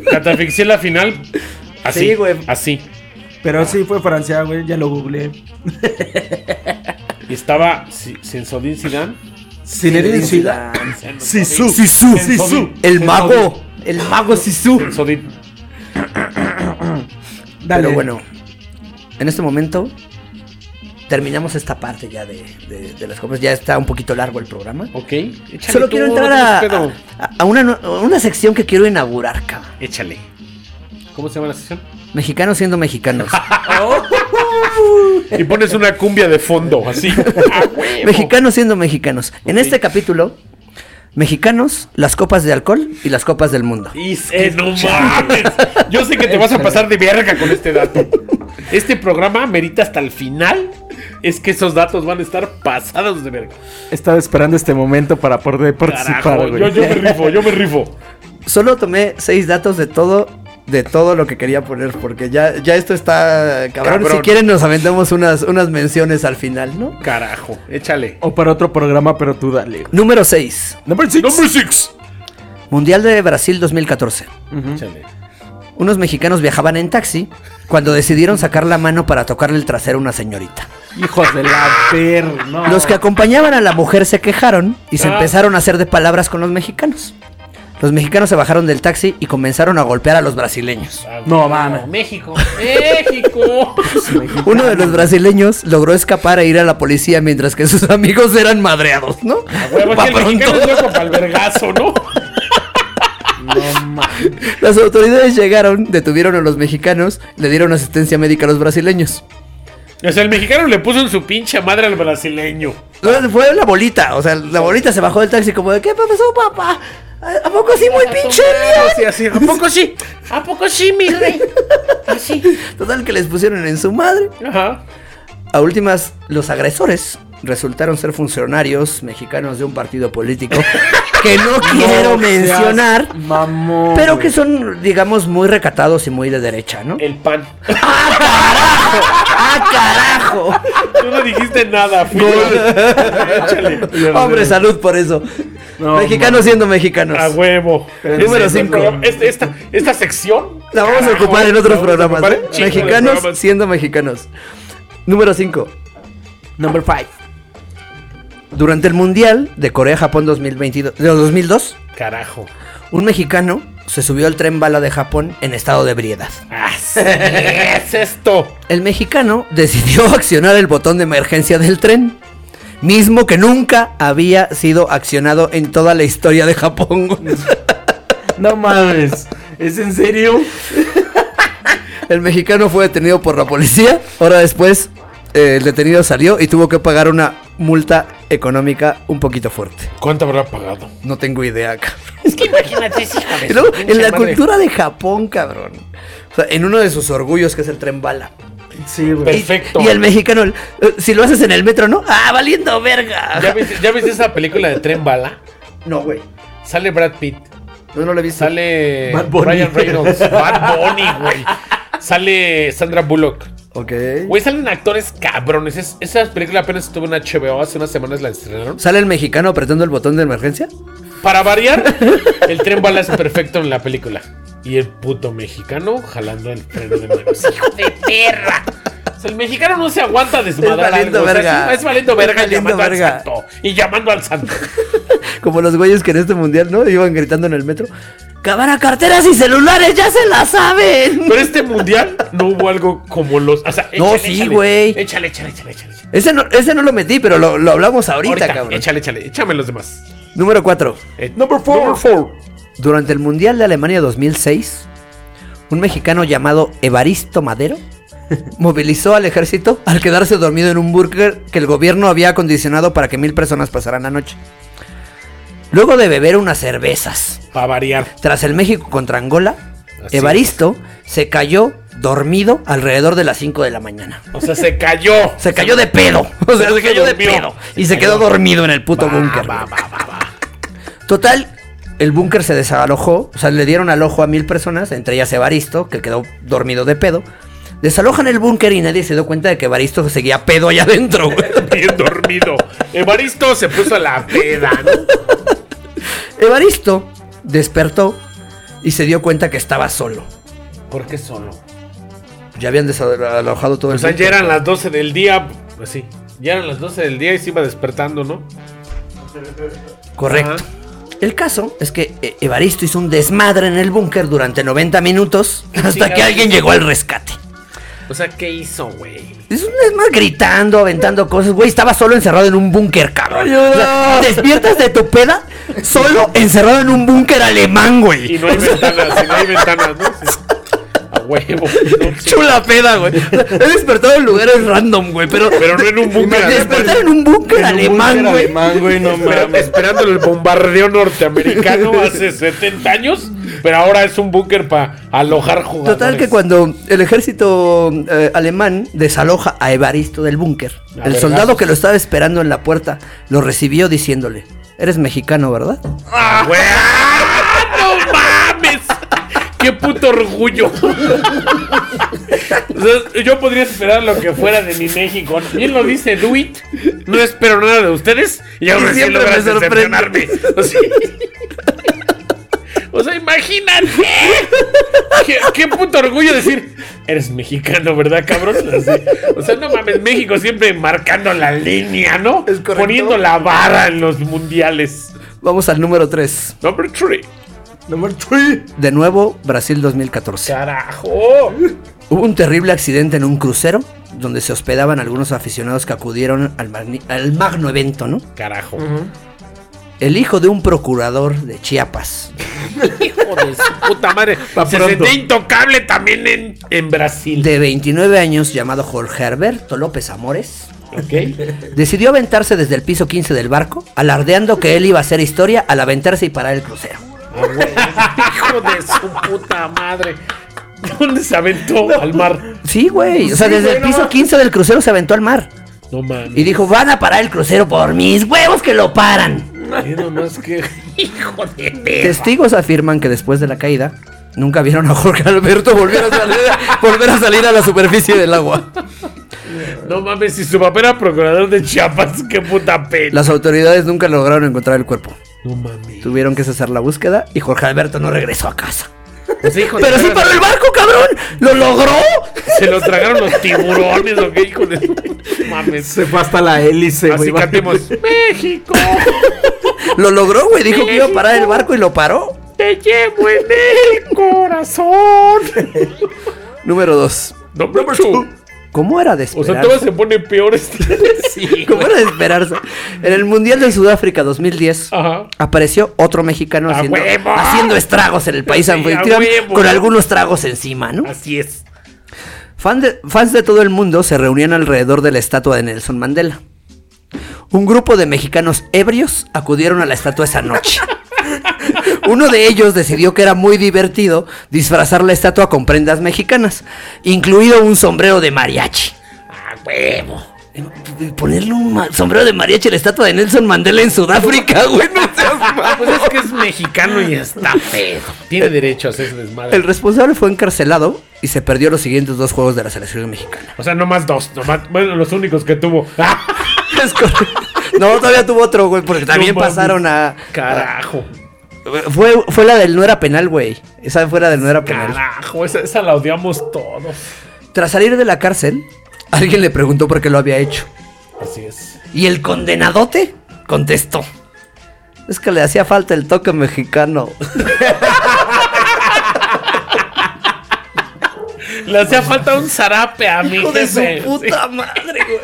B: Catafixié la final. Así,
A: Sí, güey.
B: Así.
C: Pero sí fue Francia, güey. Ya lo googleé.
B: Y estaba Si- Sensodín Zidane.
C: Zinedine Zidane. Sisu. Sisu. Sisu.
A: El mago. El mago Sisu.
B: Sensodín.
C: Dale.
A: Pero bueno, en este momento terminamos esta parte ya de, de- de las copas. Ya está un poquito largo el programa.
B: Ok. Échale
A: Solo
B: tú,
A: quiero
B: no
A: entrar
B: tengas
A: a,
B: pedo.
A: a- a una, nu- a una sección que quiero inaugurar, cabrón.
B: Échale. ¿Cómo se llama la sesión?
A: Mexicanos siendo mexicanos.
B: Y pones una cumbia de fondo, así. A Ah, huevo.
A: mexicanos siendo mexicanos. En este capítulo, mexicanos, las copas de alcohol y las copas del mundo.
B: Y es que no mames. Yo sé que te vas a pasar de verga con este dato. Este programa merita hasta el final. Es que esos datos van a estar pasados de verga.
C: Estaba esperando este momento para poder participar,
B: Carajo,
C: güey.
B: yo, yo me rifo, yo me rifo.
A: Solo tomé seis datos de todo. De todo lo que quería poner, porque ya, ya esto está cabrón.
B: Cabrón.
A: Si quieren, nos aventamos unas, unas menciones al final, ¿no?
B: Carajo, échale.
C: O para otro programa, pero tú dale.
A: Número 6.
C: Number six.
B: Number six.
A: Mundial de Brasil 2014.
B: Échale.
A: unos mexicanos viajaban en taxi cuando decidieron sacar la mano para tocarle el trasero a una señorita.
C: Hijos de la perra, no.
A: Los que acompañaban a la mujer se quejaron y se empezaron a hacer de palabras con los mexicanos. Los mexicanos se bajaron del taxi y comenzaron a golpear a los brasileños.
C: No, mames.
B: México, México.
A: Uno de los brasileños logró escapar e ir a la policía mientras que sus amigos eran madreados, ¿no?
B: Huevo,
A: Pa'
B: que el mexicano es loco para el vergazo, ¿no?
A: Las autoridades llegaron, detuvieron a los mexicanos, le dieron asistencia médica a los brasileños.
B: O sea, el mexicano le puso en su pinche madre al brasileño.
A: No, Fue la bolita, o sea, la bolita se bajó del taxi como de, ¿qué pasó, papá? ¿A- ¿A poco sí muy pinche bien?"
F: Sí, así,
B: ¿A poco sí? ¿A poco sí, mi rey? Así.
A: Total que les pusieron en su madre.
B: Ajá.
A: A últimas, los agresores resultaron ser funcionarios mexicanos de un partido político que no quiero mencionar,
C: Mamón.
A: pero que son, digamos, muy recatados y muy de derecha, ¿no?
B: El pan.
A: ¡Ah, carajo!
B: Tú no dijiste nada, fui yo. Échale.
A: Hombre, salud por eso. mexicanos siendo mexicanos.
B: A huevo.
A: Número
B: Este-
A: cinco.
B: este- esta, esta sección.
A: La vamos a ocupar en otros programas.
B: ocupar
A: ¿eh?
B: en un chingo de
A: Mexicanos
B: programas.
A: siendo mexicanos. Número 5.
C: Number five.
A: Durante el Mundial de Corea-Japón 2022, de 2002,
B: Carajo.
A: un mexicano se subió al tren bala de Japón en estado de ebriedad.
B: Así es esto.
A: El mexicano decidió accionar el botón de emergencia del tren, mismo que nunca había sido accionado en toda la historia de Japón. güey.
C: No mames. ¿Es en serio?
A: El mexicano fue detenido por la policía. Hora después, eh, el detenido salió y tuvo que pagar una multa económica un poquito fuerte.
B: ¿Cuánto habrá pagado?
A: No tengo idea, cabrón.
B: Es que imagínate, hijo de
A: Y
B: su
A: luego,
B: pinche
A: en la
B: madre.
A: cultura de Japón, cabrón. O sea, en uno de sus orgullos, que es el tren bala.
C: Sí, güey.
B: Perfecto.
A: Y el mexicano, el- eh, si lo haces en el metro, ¿no? ¡Ah, valiendo verga!
B: ¿Ya viste, ¿Ya viste esa película de Tren Bala?
A: No, güey.
B: Sale Brad Pitt.
A: No, no lo he visto.
B: Sale
C: Bad Bunny.
B: Ryan Reynolds. Bad Bunny, güey. Sale Sandra Bullock.
A: Ok.
B: Güey, salen actores cabrones. Es- esa película apenas estuvo en HBO. Hace unas semanas la estrenaron.
A: ¿Sale el mexicano apretando el botón de emergencia?
B: Para variar, el tren bala es perfecto en la película. Y el puto mexicano jalando el tren de manos. ¡Hijo de perra! O sea, el mexicano no se aguanta desmadrar.
A: Es valiendo
B: algo. O sea,
A: verga.
B: sí, es valiendo
A: Es
B: verga,
A: valiendo
B: llamando
A: verga.
B: al santo. Y llamando al santo.
A: Como los güeyes que en este mundial, ¿no? Iban gritando en el metro. ¡Cámara, carteras y celulares! ¡Ya se la saben!
B: Pero este mundial no hubo algo como los. O sea,
A: No,
B: échale,
A: sí,
B: échale.
A: güey.
B: Échale, échale, échale, échale. échale.
A: Ese no, ese no lo metí, pero lo, lo hablamos ahorita,
B: Ahorita,
A: cabrón.
B: échale, échale. Échame los demás.
A: Número 4.
B: Eh, number four.
A: Durante el Mundial de Alemania 2006, un mexicano llamado Evaristo Madero movilizó al ejército al quedarse dormido en un búnker que el gobierno había acondicionado para que mil personas pasaran la noche. Luego de beber unas cervezas
B: Para variar.
A: tras el México contra Angola,
B: Así
A: Evaristo se cayó dormido alrededor de las 5 de la mañana.
B: O sea, se cayó.
A: Se cayó de pedo. O sea, se cayó de
B: durmió.
A: pedo. Y se quedó dormido en el puto búnker.
B: Ah, va,
A: güey. Total, el búnker se desalojó. O sea, le dieron alojo a mil personas, entre ellas Evaristo, que quedó dormido de pedo. Desalojan el búnker y nadie se dio cuenta de que Evaristo seguía pedo allá adentro, güey.
B: Bien dormido. Evaristo se puso a la peda, ¿no?
A: Evaristo despertó y se dio cuenta que estaba solo.
B: ¿Por qué solo?
A: Ya habían desalojado todo el
B: O sea,
A: búnker.
B: ya eran las 12 del día. Así. Ya eran las 12 del día y se iba despertando, ¿no?
A: Correcto. El caso es que eh, Evaristo hizo un desmadre en el búnker durante 90 minutos hasta que
B: Chingado.
A: alguien llegó al rescate.
B: O sea, ¿qué hizo, güey?
A: Es un desmadre gritando, aventando cosas. Güey, estaba solo encerrado en un búnker, cabrón. O sea, despiertas de tu peda solo encerrado en un búnker alemán,
B: Y
A: güey.
B: no hay ventanas, y no hay ventanas, ¿no? Sí. A huevo. no, sí.
A: Chula peda, güey. O sea, He despertado en lugares random, güey, pero.
B: Pero no en un búnker.
A: Despertar en un búnker alemán, güey.
C: alemán, güey, no
B: Espera-
C: mames.
B: esperando el bombardeo norteamericano hace 70 años, pero ahora es un búnker para alojar jugadores.
A: Total que cuando el ejército eh, alemán desaloja a Evaristo del búnker,
B: A
A: el
B: ver,
A: soldado
B: gatos.
A: que lo estaba esperando en la puerta lo recibió diciéndole, eres mexicano, ¿verdad?
B: ¡Ah, güey! ¡Ah, ¡No mames! ¡Qué puto orgullo! O sea, yo podría esperar lo que fuera de mi México. Bien lo dice Duit. No espero nada de ustedes. Y
A: Y
B: ahora sí
A: siempre
B: logras
A: me sorprende.
B: decepcionarme. O sea, o sea, imagínate. ¿Qué, qué puto orgullo decir, eres mexicano, ¿verdad, cabrón? Así. O sea, no mames, México siempre marcando la línea, ¿no?
A: Es correcto.
B: Poniendo la vara en los mundiales.
A: Vamos al número 3.
B: Number three.
C: Number three.
A: De nuevo, Brasil 2014.
B: Carajo.
A: Hubo un terrible accidente en un crucero donde se hospedaban algunos aficionados que acudieron al, magni- al magno evento, ¿no?
B: Carajo.
A: El hijo de un procurador de Chiapas.
B: Hijo de su puta madre.
C: Pa'
B: Se
C: pronto.
B: sentía intocable también en, en Brasil.
A: De 29 años, llamado Jorge Herberto López Amores,
B: ¿Ok?
A: decidió aventarse desde el piso 15 del barco, alardeando que él iba a hacer historia al aventarse y parar el crucero.
B: Hijo de su puta madre. ¿Dónde se aventó al mar?
A: Sí, güey. O sea,
C: Sí,
A: desde
C: güey,
A: el
C: no
A: piso
C: mames.
A: 15 del crucero se aventó al mar.
B: No mames.
A: Y dijo, van a parar el crucero por mis huevos que lo paran.
B: Mira nomás que. Hijo de perra.
A: Testigos afirman que después de la caída, nunca vieron a Jorge Alberto volver a salir, volver a, salir a la superficie del agua.
B: No mames, si su papá era procurador de Chiapas, qué puta pena.
A: Las autoridades nunca lograron encontrar el cuerpo.
B: No mames.
A: Tuvieron que cesar la búsqueda y Jorge Alberto no regresó a casa.
B: Pues, hijo de
A: Pero sí
B: perra,
A: paró el barco, cabrón. ¡Lo logró!
B: Se lo tragaron los tiburones, ¿o qué, hijo de su- mames?
C: Se fue hasta la hélice,
B: Así
C: güey.
B: cantemos. México,
A: Lo logró, güey. Dijo que iba a parar el barco y lo paró.
B: te llevo en el corazón.
A: Número 2.
B: No, macho.
A: ¿Cómo era de
B: O
A: esperar?
B: sea, todo se pone peor este. Sí.
A: ¿Cómo era de esperarse? En el Mundial de Sudáfrica 2010
B: Ajá.
A: apareció otro mexicano
B: Ah. ¡A
A: haciendo,
B: huevo!
A: haciendo estragos en el país
B: Sí, a
A: anfitrión
B: huevo.
A: con algunos tragos encima, ¿no?
B: Así es.
A: Fan de- fans de todo el mundo se reunían alrededor de la estatua de Nelson Mandela. Un grupo de mexicanos ebrios acudieron a la estatua esa noche. Uno de ellos decidió que era muy divertido disfrazar la estatua con prendas mexicanas, incluido un sombrero de mariachi.
B: A huevo.
A: Y Ponerle un ma- sombrero de mariachi a la estatua de Nelson Mandela en Sudáfrica, güey. no seas mamón.
B: Pues es que es mexicano y está pedo. Tiene derecho a hacer su desmadre.
A: El responsable fue encarcelado y se perdió los siguientes dos juegos de la selección mexicana.
B: O sea, nomás dos. Nomás, bueno, los únicos que tuvo. Ah,
A: Es correcto. No, todavía tuvo otro, güey, porque también
B: mames.
A: pasaron a.
B: Carajo.
A: Fue, fue la del no era penal, güey. Esa fue la del no era penal.
B: Carajo. Esa, esa la odiamos todos.
A: Tras salir de la cárcel, alguien le preguntó por qué lo había hecho.
B: Así es.
A: Y el condenadote contestó. Es que le hacía falta el toque mexicano.
B: Le hacía falta un zarape a mi
A: Hijo de su
B: jefe.
A: puta madre, güey.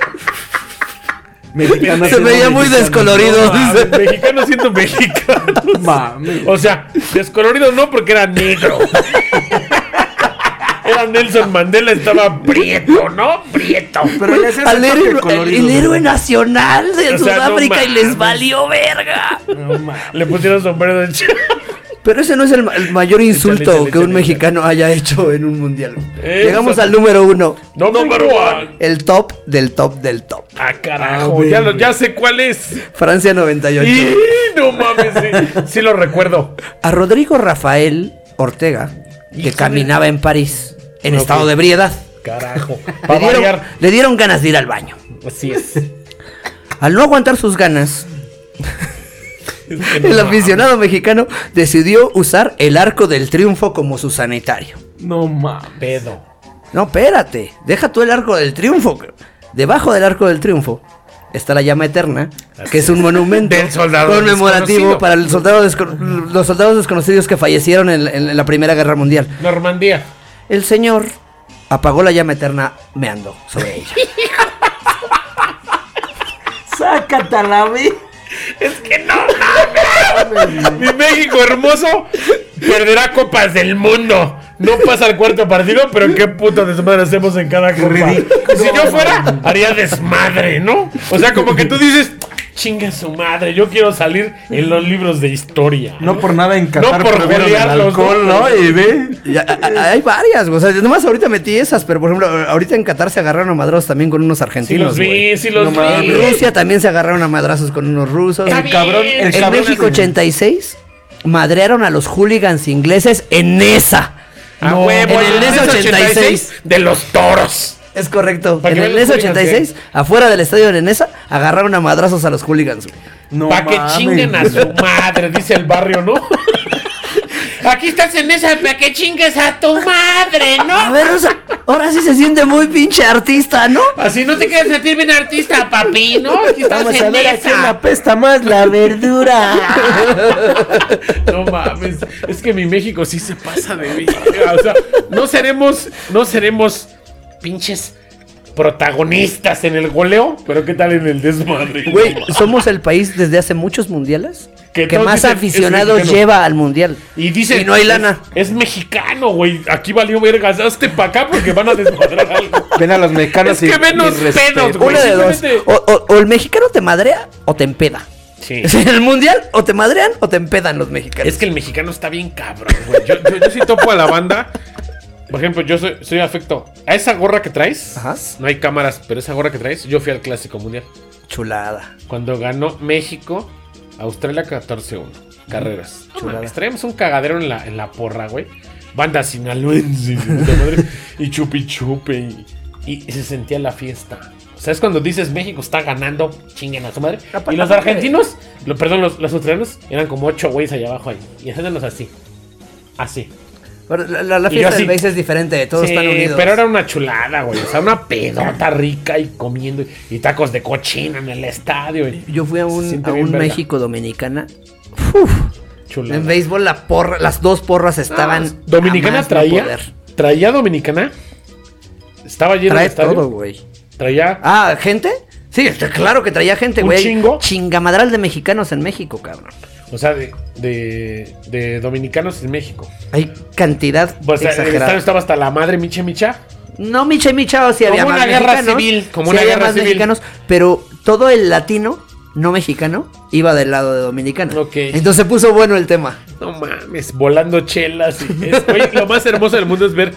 C: Mexicano
A: Se
C: haciendo
A: veía muy
C: mexicano.
A: descolorido.
B: Ah,
A: dice.
B: mexicano siendo mexicano.
C: Mami.
B: O sea, descolorido no porque era negro. Era Nelson Mandela, estaba prieto, ¿no? Prieto.
C: Pero le hacías
A: Al
C: el toque
A: héroe- el,
C: colorido,
A: el
C: güey.
A: héroe nacional de
B: O sea,
A: Sudáfrica
B: no
A: y les
B: mames.
A: valió verga.
B: Le pusieron sombrero de chico.
A: Pero ese no es el, ma- el mayor insulto
B: échale,
A: que un
B: échale.
A: mexicano haya hecho en un mundial.
B: Eh,
A: Llegamos
B: esa-
A: al número uno.
B: No, número uno.
A: El top del top del top.
B: Ah, carajo.
C: Ah,
B: ya,
C: güey.
B: lo- ya sé cuál es.
A: Francia 98.
B: Y no mames, sí, sí lo recuerdo.
A: A Rodrigo Rafael Ortega, que caminaba en París en
B: Ok.
A: estado de ebriedad.
B: Carajo.
A: Le
B: Para
A: dieron,
B: variar.
A: le dieron ganas de ir al baño.
B: Así es.
A: Al no aguantar sus ganas,
B: Es que no
A: el
B: mames.
A: aficionado mexicano decidió usar el arco del triunfo como su sanitario.
C: No mames.
B: Pedo.
A: No, espérate. Deja tú el arco del triunfo. cabrón. Debajo del arco del triunfo está la llama eterna, que es un monumento
B: Del soldado
A: conmemorativo
B: desconocido.
A: para el soldado desco- los soldados desconocidos que fallecieron en, en la Primera Guerra Mundial.
B: Normandía.
A: El señor apagó la llama eterna meando sobre ella.
H: Sácate a la vi.
B: Mi México hermoso perderá copas del mundo. No pasa el cuarto partido, pero qué puta desmadre hacemos en cada copa. Si yo fuera, haría desmadre, ¿no? O sea, como que tú dices, chinga su madre, yo quiero salir en los libros de historia.
C: No por nada en Qatar
B: por
C: prohibieron el
B: golearlos,
C: alcohol,
B: ¿no?
C: ¿no? Y ve.
A: Y a- a- hay varias, o sea, nomás ahorita metí esas, pero por ejemplo, ahorita en Qatar se agarraron a madrazos también con unos
B: Si
A: argentinos.
B: los
A: güey.
B: vi, si los vi.
A: En Rusia también se agarraron a madrazos con unos rusos.
B: Está
A: En
B: bien.
C: Cabrón, el
A: En
C: cabrón
A: México
C: es de-
A: 86 madrearon a los hooligans ingleses en esa.
B: A
A: No.
B: huevo,
A: en el NES 86.
B: de los toros.
A: Es correcto.
B: Para
A: En
B: que
A: el
B: vean
A: NES
B: los hooligans
A: 86, afuera del estadio de Nesa, agarraron a madrazos a los hooligans. güey.
C: No
B: pa' que
C: mames.
B: chinguen a su madre, dice el barrio, ¿no? Aquí estás en esa para que chingues a tu madre,
A: A
B: ¿no?
A: ver, o sea, ahora sí se siente muy pinche artista, ¿no?
B: Así no te quieres sentir bien artista, papi, ¿no? Aquí estás
C: Vamos a
B: en
C: ver a quién
B: esa.
C: apesta más la verdura.
B: No mames, es que mi México sí se pasa de vida. O sea, no seremos, no seremos pinches protagonistas en el goleo, pero qué tal en el desmadre.
A: Güey, somos el país desde hace muchos mundiales
B: Que
A: que,
B: todos
A: más
B: dicen, "Es
A: aficionados
B: mexicano".
A: lleva al mundial.
B: Y dice,
A: Y no hay lana.
B: Es, es mexicano, güey. Aquí valió vergas. Hazte pa' acá porque van a desmadrar algo.
C: Ven a los mexicanos
B: Es que menos
C: mis respetos.
B: pedos, güey.
A: Una de dos.
B: simplemente-
A: O, o- o el mexicano te madrea o te empeda.
B: Sí.
A: Es En el mundial o te madrean o te empedan los mexicanos.
B: Es que el mexicano está bien cabrón, güey. Yo, yo, yo sí topo a la banda. Por ejemplo, yo soy, soy afecto. A esa gorra que traes,
A: Ajá.
B: no hay cámaras, pero esa gorra que traes, yo fui al Clásico Mundial.
A: Chulada.
B: Cuando ganó México, Australia 14-1. Carreras. No mames, traíamos un cagadero en la, en la porra, güey. Banda sinaloense. de puta madre, y chupi chupe. Y, y se sentía la fiesta. O sea, es cuando dices México está ganando, chinguen a su madre. Y los argentinos, lo- perdón, los, los australianos eran como ocho güeyes allá abajo ahí. Y haciéndonos así. Así.
A: Pero la, la- la
B: Y yo
A: fiesta
B: así-
A: del país es diferente, todos
B: Sí,
A: están unidos.
B: Pero era una chulada, güey. O sea, una pedota rica y comiendo. Y tacos de cochino en el estadio. y
A: Yo fui a
B: Se
A: un,
B: siente
A: a
B: bien
A: un
B: verga.
A: México Dominicana. Uf,
B: Chulada.
A: en béisbol la porra, las dos porras estaban. a
B: Ah, Dominicana
A: más no
B: traía.
A: poder.
B: traía Dominicana. Estaba lleno de
A: Trae
B: estadio.
A: todo, güey.
B: Traía.
A: Ah, ¿gente? Sí, este, claro que traía gente,
B: ¿Un
A: güey.
B: chingo?
A: Chingamadral de mexicanos en México, cabrón.
B: O sea, de, de, de dominicanos en México.
A: Hay cantidad
B: O sea, el
A: exagerada.
B: estadio estaba hasta la madre micha micha.
A: No, Micha y Micha, o si
B: Como
A: había
B: una
A: más
B: guerra
A: mexicanos,
B: civil, como
A: sí
B: una
A: había
B: guerra
A: más
B: civil.
A: mexicanos, pero todo el latino, no mexicano, iba del lado de dominicano.
B: Ok.
A: Entonces se puso bueno el tema.
B: No mames, volando chelas. y es- Oye, lo más hermoso del mundo es ver.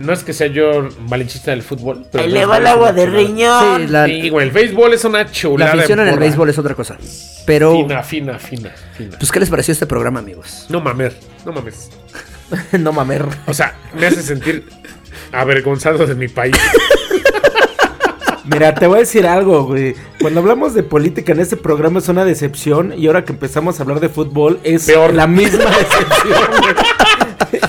B: No es que sea yo malinchista del fútbol. Pero
H: Ahí
B: no,
H: le va
B: mames,
H: el agua
B: una
H: de
B: chulada.
H: riñón.
A: Sí, la,
B: Ah, Sí, güey, el béisbol es una
A: la
B: chulada.
A: afición en el
B: porra.
A: béisbol es otra cosa. Pero,
B: Fina, fina, fina, fina.
A: pues, ¿qué les pareció este programa, amigos?
B: No mames, no mames.
C: no mamer.
B: O sea, me hace sentir avergonzado de mi país.
C: Mira, te voy a decir algo, güey. Cuando hablamos de política en este programa es una decepción y ahora que empezamos a hablar de fútbol es
B: Peor.
C: la misma decepción. güey.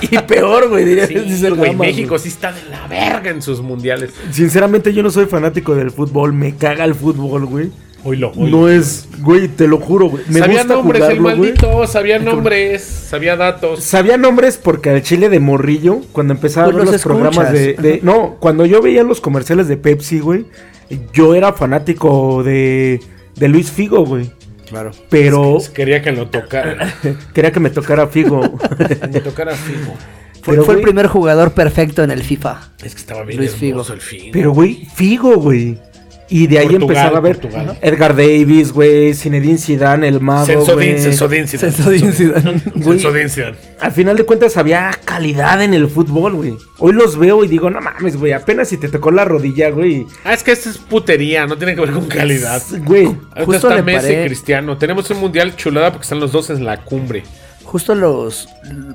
C: y peor, güey, diría
B: Sí,
C: dice el
B: güey,
C: Gama, güey.
B: México sí está de la verga en sus mundiales.
C: Sinceramente yo no soy fanático del fútbol, me caga el fútbol, güey.
B: Oilo,
C: No es, güey, te lo juro, güey. Me
B: sabía
C: gusta
B: nombres el
C: jugarlo, güey.
B: maldito, sabía nombres, sabía datos.
C: Sabía nombres porque al chile de morrillo, cuando empezaba a
A: Pues
C: ver los,
A: los escuchas.
C: programas de, de- No, cuando yo veía los comerciales de Pepsi, güey, yo era fanático de, de Luis Figo, güey.
A: Claro.
C: Pero
B: Quería que lo tocara.
C: quería que me tocara Figo.
B: me tocara Figo.
A: Fue,
C: Pero,
A: fue el
C: güey-
A: primer jugador perfecto en el FIFA.
B: Es que estaba bien
A: Luis Figo.
B: hermoso el Figo.
C: Pero, güey, Figo, güey. Y de ahí
B: Portugal,
C: empezaba a ver
B: Portugal.
C: Edgar Davis, güey, Zinedine Zidane, el mago,
B: Sensodin,
C: ah, güey.
B: Sensodin, Zidane,
C: Güey,
B: Sensodin, Zidane.
C: Al final de cuentas había calidad en el fútbol, güey. Hoy los veo y digo, no mames, güey, apenas si te tocó la rodilla, güey.
B: Ah, es que esta es putería, no tiene que ver con calidad.
C: Güey,
B: Ahorita
A: Justo
B: está
A: le
B: Messi
A: paré.
B: Cristiano. Tenemos un mundial chulada porque están los dos en la cumbre.
A: Justo los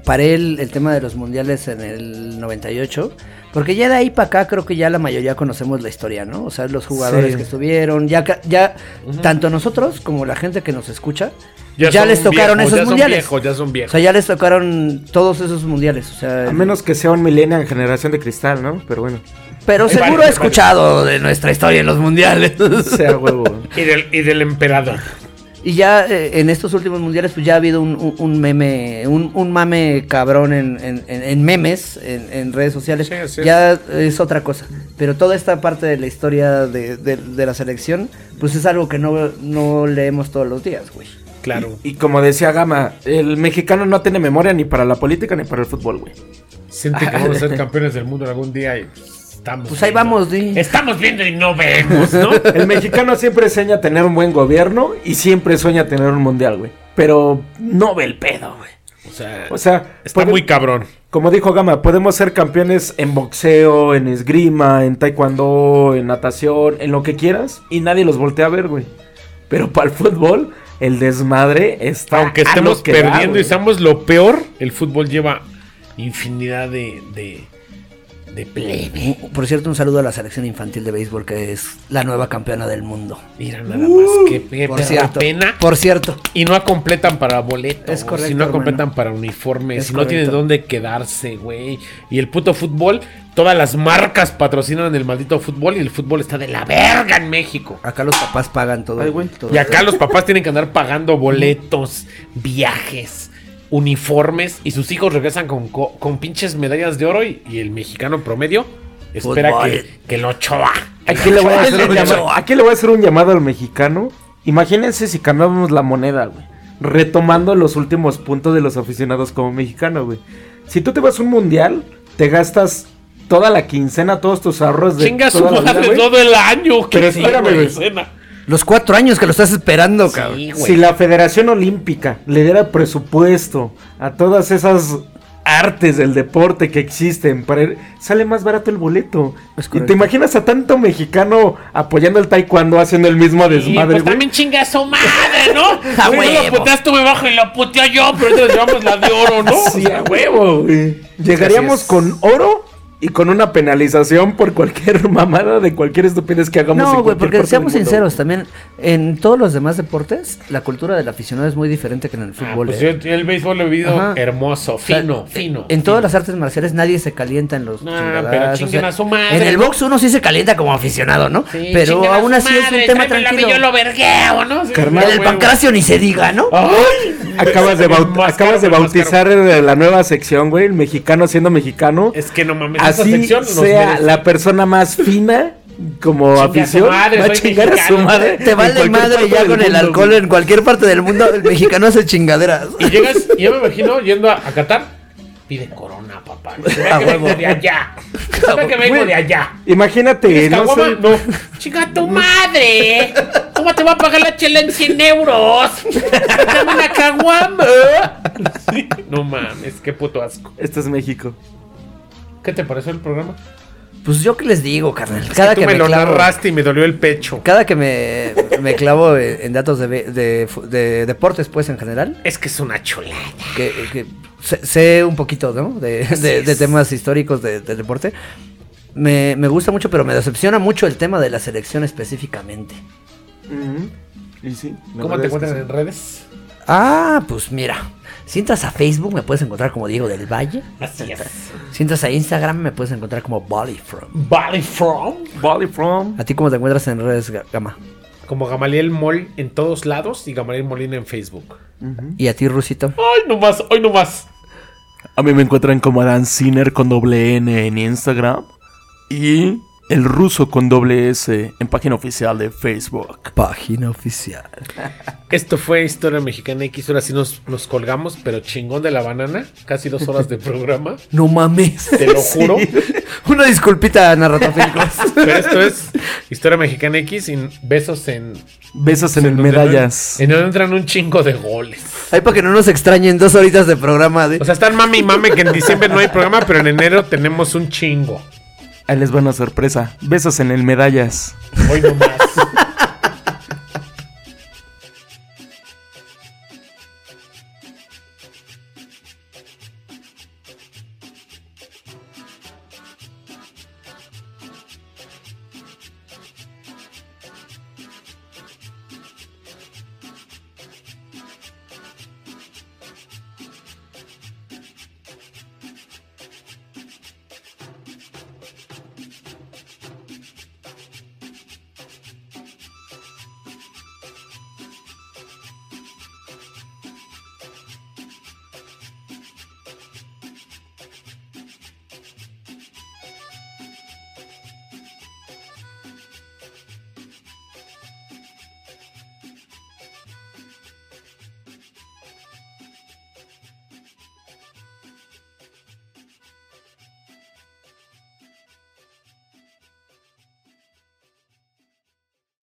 A: paré el, el tema de los mundiales en el 98, porque ya de ahí para acá creo que ya la mayoría conocemos la historia, ¿no? O sea, los jugadores
C: Sí.
A: que estuvieron, ya ca- ya tanto nosotros como la gente que nos escucha, ya,
B: son
A: les tocaron
B: viejos,
A: esos
B: ya son
A: mundiales.
B: viejos, ya son
A: O
B: viejos.
A: sea, ya les tocaron todos esos mundiales, o sea,
C: a menos que sea un millennial generación de cristal, ¿no? Pero bueno,
A: pero
B: Vale,
A: seguro
B: vale.
A: he escuchado de nuestra historia en los mundiales.
C: sea huevo. güey.
B: Y del, y del emperador.
A: Y ya eh, en estos últimos mundiales, pues ya ha habido un, un- un meme, un, un mame cabrón en, en- en- en memes, en, en redes sociales.
B: Sí, así es.
A: ya es otra cosa. Pero toda esta parte de la historia de, de- de la selección, pues es algo que no, no leemos todos los días, güey.
B: Claro.
C: Y como decía Gama, el mexicano no tiene memoria ni para la política ni para el fútbol, güey.
B: Siente que vamos a ser campeones del mundo algún día y pues, estamos.
A: Pues ahí
B: viendo.
A: vamos, di.
B: Estamos viendo y no vemos, ¿no?
C: El mexicano siempre sueña tener un buen gobierno y siempre sueña tener un mundial, güey. Pero no ve el pedo, güey.
B: O sea,
C: O sea,
B: está
C: puede-
B: muy cabrón.
C: Como dijo Gama, podemos ser campeones en boxeo, en esgrima, en taekwondo, en natación, en lo que quieras, y nadie los voltea a ver, güey. Pero para el fútbol, el desmadre está.
B: Aunque
C: a lo
B: estemos
C: que da,
B: perdiendo
C: güey.
B: y seamos lo peor, el fútbol lleva infinidad de, de, De plebe.
A: Por cierto, un saludo a la selección infantil de béisbol que es la nueva campeona del mundo.
B: Mira nada más, qué, pe-
A: Por
B: perra
A: cierto.
B: pena.
A: Por cierto.
B: Y no completan para boletos.
A: Es correcto,
B: Si no
A: hermano.
B: completan para uniformes.
A: Es
B: si no tienen
A: correcto.
B: dónde quedarse, güey. Y el puto fútbol. Todas las marcas patrocinan el maldito fútbol. Y el fútbol está de la verga en México.
A: Acá los papás pagan todo.
C: Ay, güey.
A: todo.
B: Y acá los papás tienen que andar pagando boletos, viajes, uniformes. Y sus hijos regresan con, co- con pinches medallas de oro. Y, y el mexicano promedio espera
A: Fútbol.
B: que, que lo choa.
C: Aquí le, voy a hacer un llamado, aquí le voy a hacer un llamado al mexicano. Imagínense si cambiábamos la moneda, güey. Retomando los últimos puntos de los aficionados como mexicano, güey. Si tú te vas a un mundial, te gastas toda la quincena, todos tus ahorros de
B: Chinga su
C: toda la vida,
B: madre
C: güey.
B: todo el año.
C: Pero
B: sí,
C: espérame,
B: güey,
C: güey.
B: cena.
A: Los cuatro años que lo estás esperando, cabrón.
B: Sí, güey.
C: Si la Federación Olímpica le diera presupuesto a todas esas artes del deporte que existen, para ir- sale más barato el boleto.
A: Es
C: Y
A: correcto.
C: te imaginas a tanto mexicano apoyando el taekwondo haciendo el mismo
B: Y
C: desmadre,
B: pues
C: güey.
B: también chinga a su madre, ¿no?
A: A
B: Güey, no
A: huevo.
B: lo puteaste muy bajo y lo puteó yo, pero ahorita nos llevamos la de oro, ¿no?
C: Sí, a huevo, güey. Llegaríamos
A: es.
C: con oro y con una penalización por cualquier mamada de cualquier estupidez que hagamos.
A: No,
C: en
A: güey,
C: cualquier
A: porque
C: parte
A: seamos
C: del mundo.
A: sinceros, también en todos los demás deportes, la cultura del aficionado es muy diferente que en el
B: Ah,
A: fútbol.
B: pues
A: eh.
B: yo- yo el béisbol lo he vivido
A: Ajá.
B: hermoso,
A: O sea,
B: fino,
A: eh,
B: fino.
A: En todas
B: fino.
A: las artes marciales nadie se calienta en los
B: No,
A: chingadazos,
B: pero chinguen a su madre,
A: En el
B: ¿no?
A: box uno sí se calienta como aficionado, ¿no?
B: Sí,
A: pero
B: chinga a
A: aún
B: su
A: así es un
B: madre,
A: tema
B: tráemela a mí,
A: tranquilo.
B: Yo lo Ah, vergueo, ¿no? Sí,
C: Carnal,
B: a
A: En el
B: huevo.
A: pancracio ni se diga, ¿no?
B: ¡Ay!
C: Acabas de,
B: Me
C: baut-
B: enmascaro,
C: acabas de
B: me
C: bautizar eh, la nueva sección, güey. El mexicano siendo mexicano.
B: enmascaro. Es que no mames, esa
C: Así
B: sección nos
C: sea
B: merece.
C: la persona más fina como
B: Chinga a su
C: afición.
B: madre,
C: va a
B: soy
C: chingar a su
B: mexicano. ¿eh?
C: madre.
A: Te
C: en
A: vale
C: cualquier
A: madre
C: parte
A: ya
C: del
A: con el
C: mundo,
A: alcohol
C: güey.
A: en cualquier parte del mundo. El mexicano hace chingaderas.
B: Y llegas, y yo me imagino yendo a, a Qatar. Pide corona, papá. Se ve que vengo de allá. Se ve que vengo de allá.
C: Imagínate,
B: ¿Quieres
C: Eh, no
B: caguama?
C: sé.
B: No. Chica, tu madre. ¿eh? ¿Cómo te va a pagar la chela en 100 euros? Dame una caguama. Sí. No mames, qué puto asco.
C: Esto Este es México.
B: ¿Qué te pareció el programa?
A: Pues yo qué les digo, carnal. Cada
B: tú
A: que
B: me,
A: me
B: lo
A: clavo-
B: narraste y me dolió el pecho.
A: Cada que me, me clavo en en datos de, be- de fu- de deportes, pues en general,
B: Es que es una chulada.
A: que, que sé, sé un poquito, ¿no? De, de- de temas históricos de, de deporte. Me, me gusta mucho, pero me decepciona mucho el tema de la selección específicamente.
C: Mm. Y sí, la
B: ¿Cómo te
C: verdad es que
B: encuentran
C: sí.
B: en redes?
A: Ah, pues mira. Si entras a Facebook, me puedes encontrar como Diego del Valle.
B: Así es.
A: Si entras a Instagram, me puedes encontrar como Bodyfrom.
B: Body from.
C: Body from.
A: ¿A ti cómo te encuentras en redes, Ga- Gama?
B: Como Gamaliel Mol en todos lados y Gamaliel Molina en Facebook.
A: ¿Y a ti, Rusito?
B: Ay, no más, hoy no más.
C: A mí me encuentran como Adam Sinner con doble N en Instagram. Y el ruso con doble S en página oficial de Facebook.
A: Página oficial.
B: Esto fue Historia Mexicana X. Ahora sí nos, nos colgamos, pero chingón de la banana. Casi dos horas de programa.
A: No mames.
B: Te lo juro.
A: Una disculpita, narratofílicos.
B: Pero esto es Historia Mexicana X y besos en.
C: Besos en el
B: donde no-
C: medallas.
B: en donde entran un chingo de goles.
A: Ahí para que no nos extrañen dos horitas de programa de...
B: O sea, están mami y mame que en diciembre no hay programa, pero en enero tenemos un chingo.
C: Ahí les va una sorpresa. Besos en el medallas.
B: Hoy no más.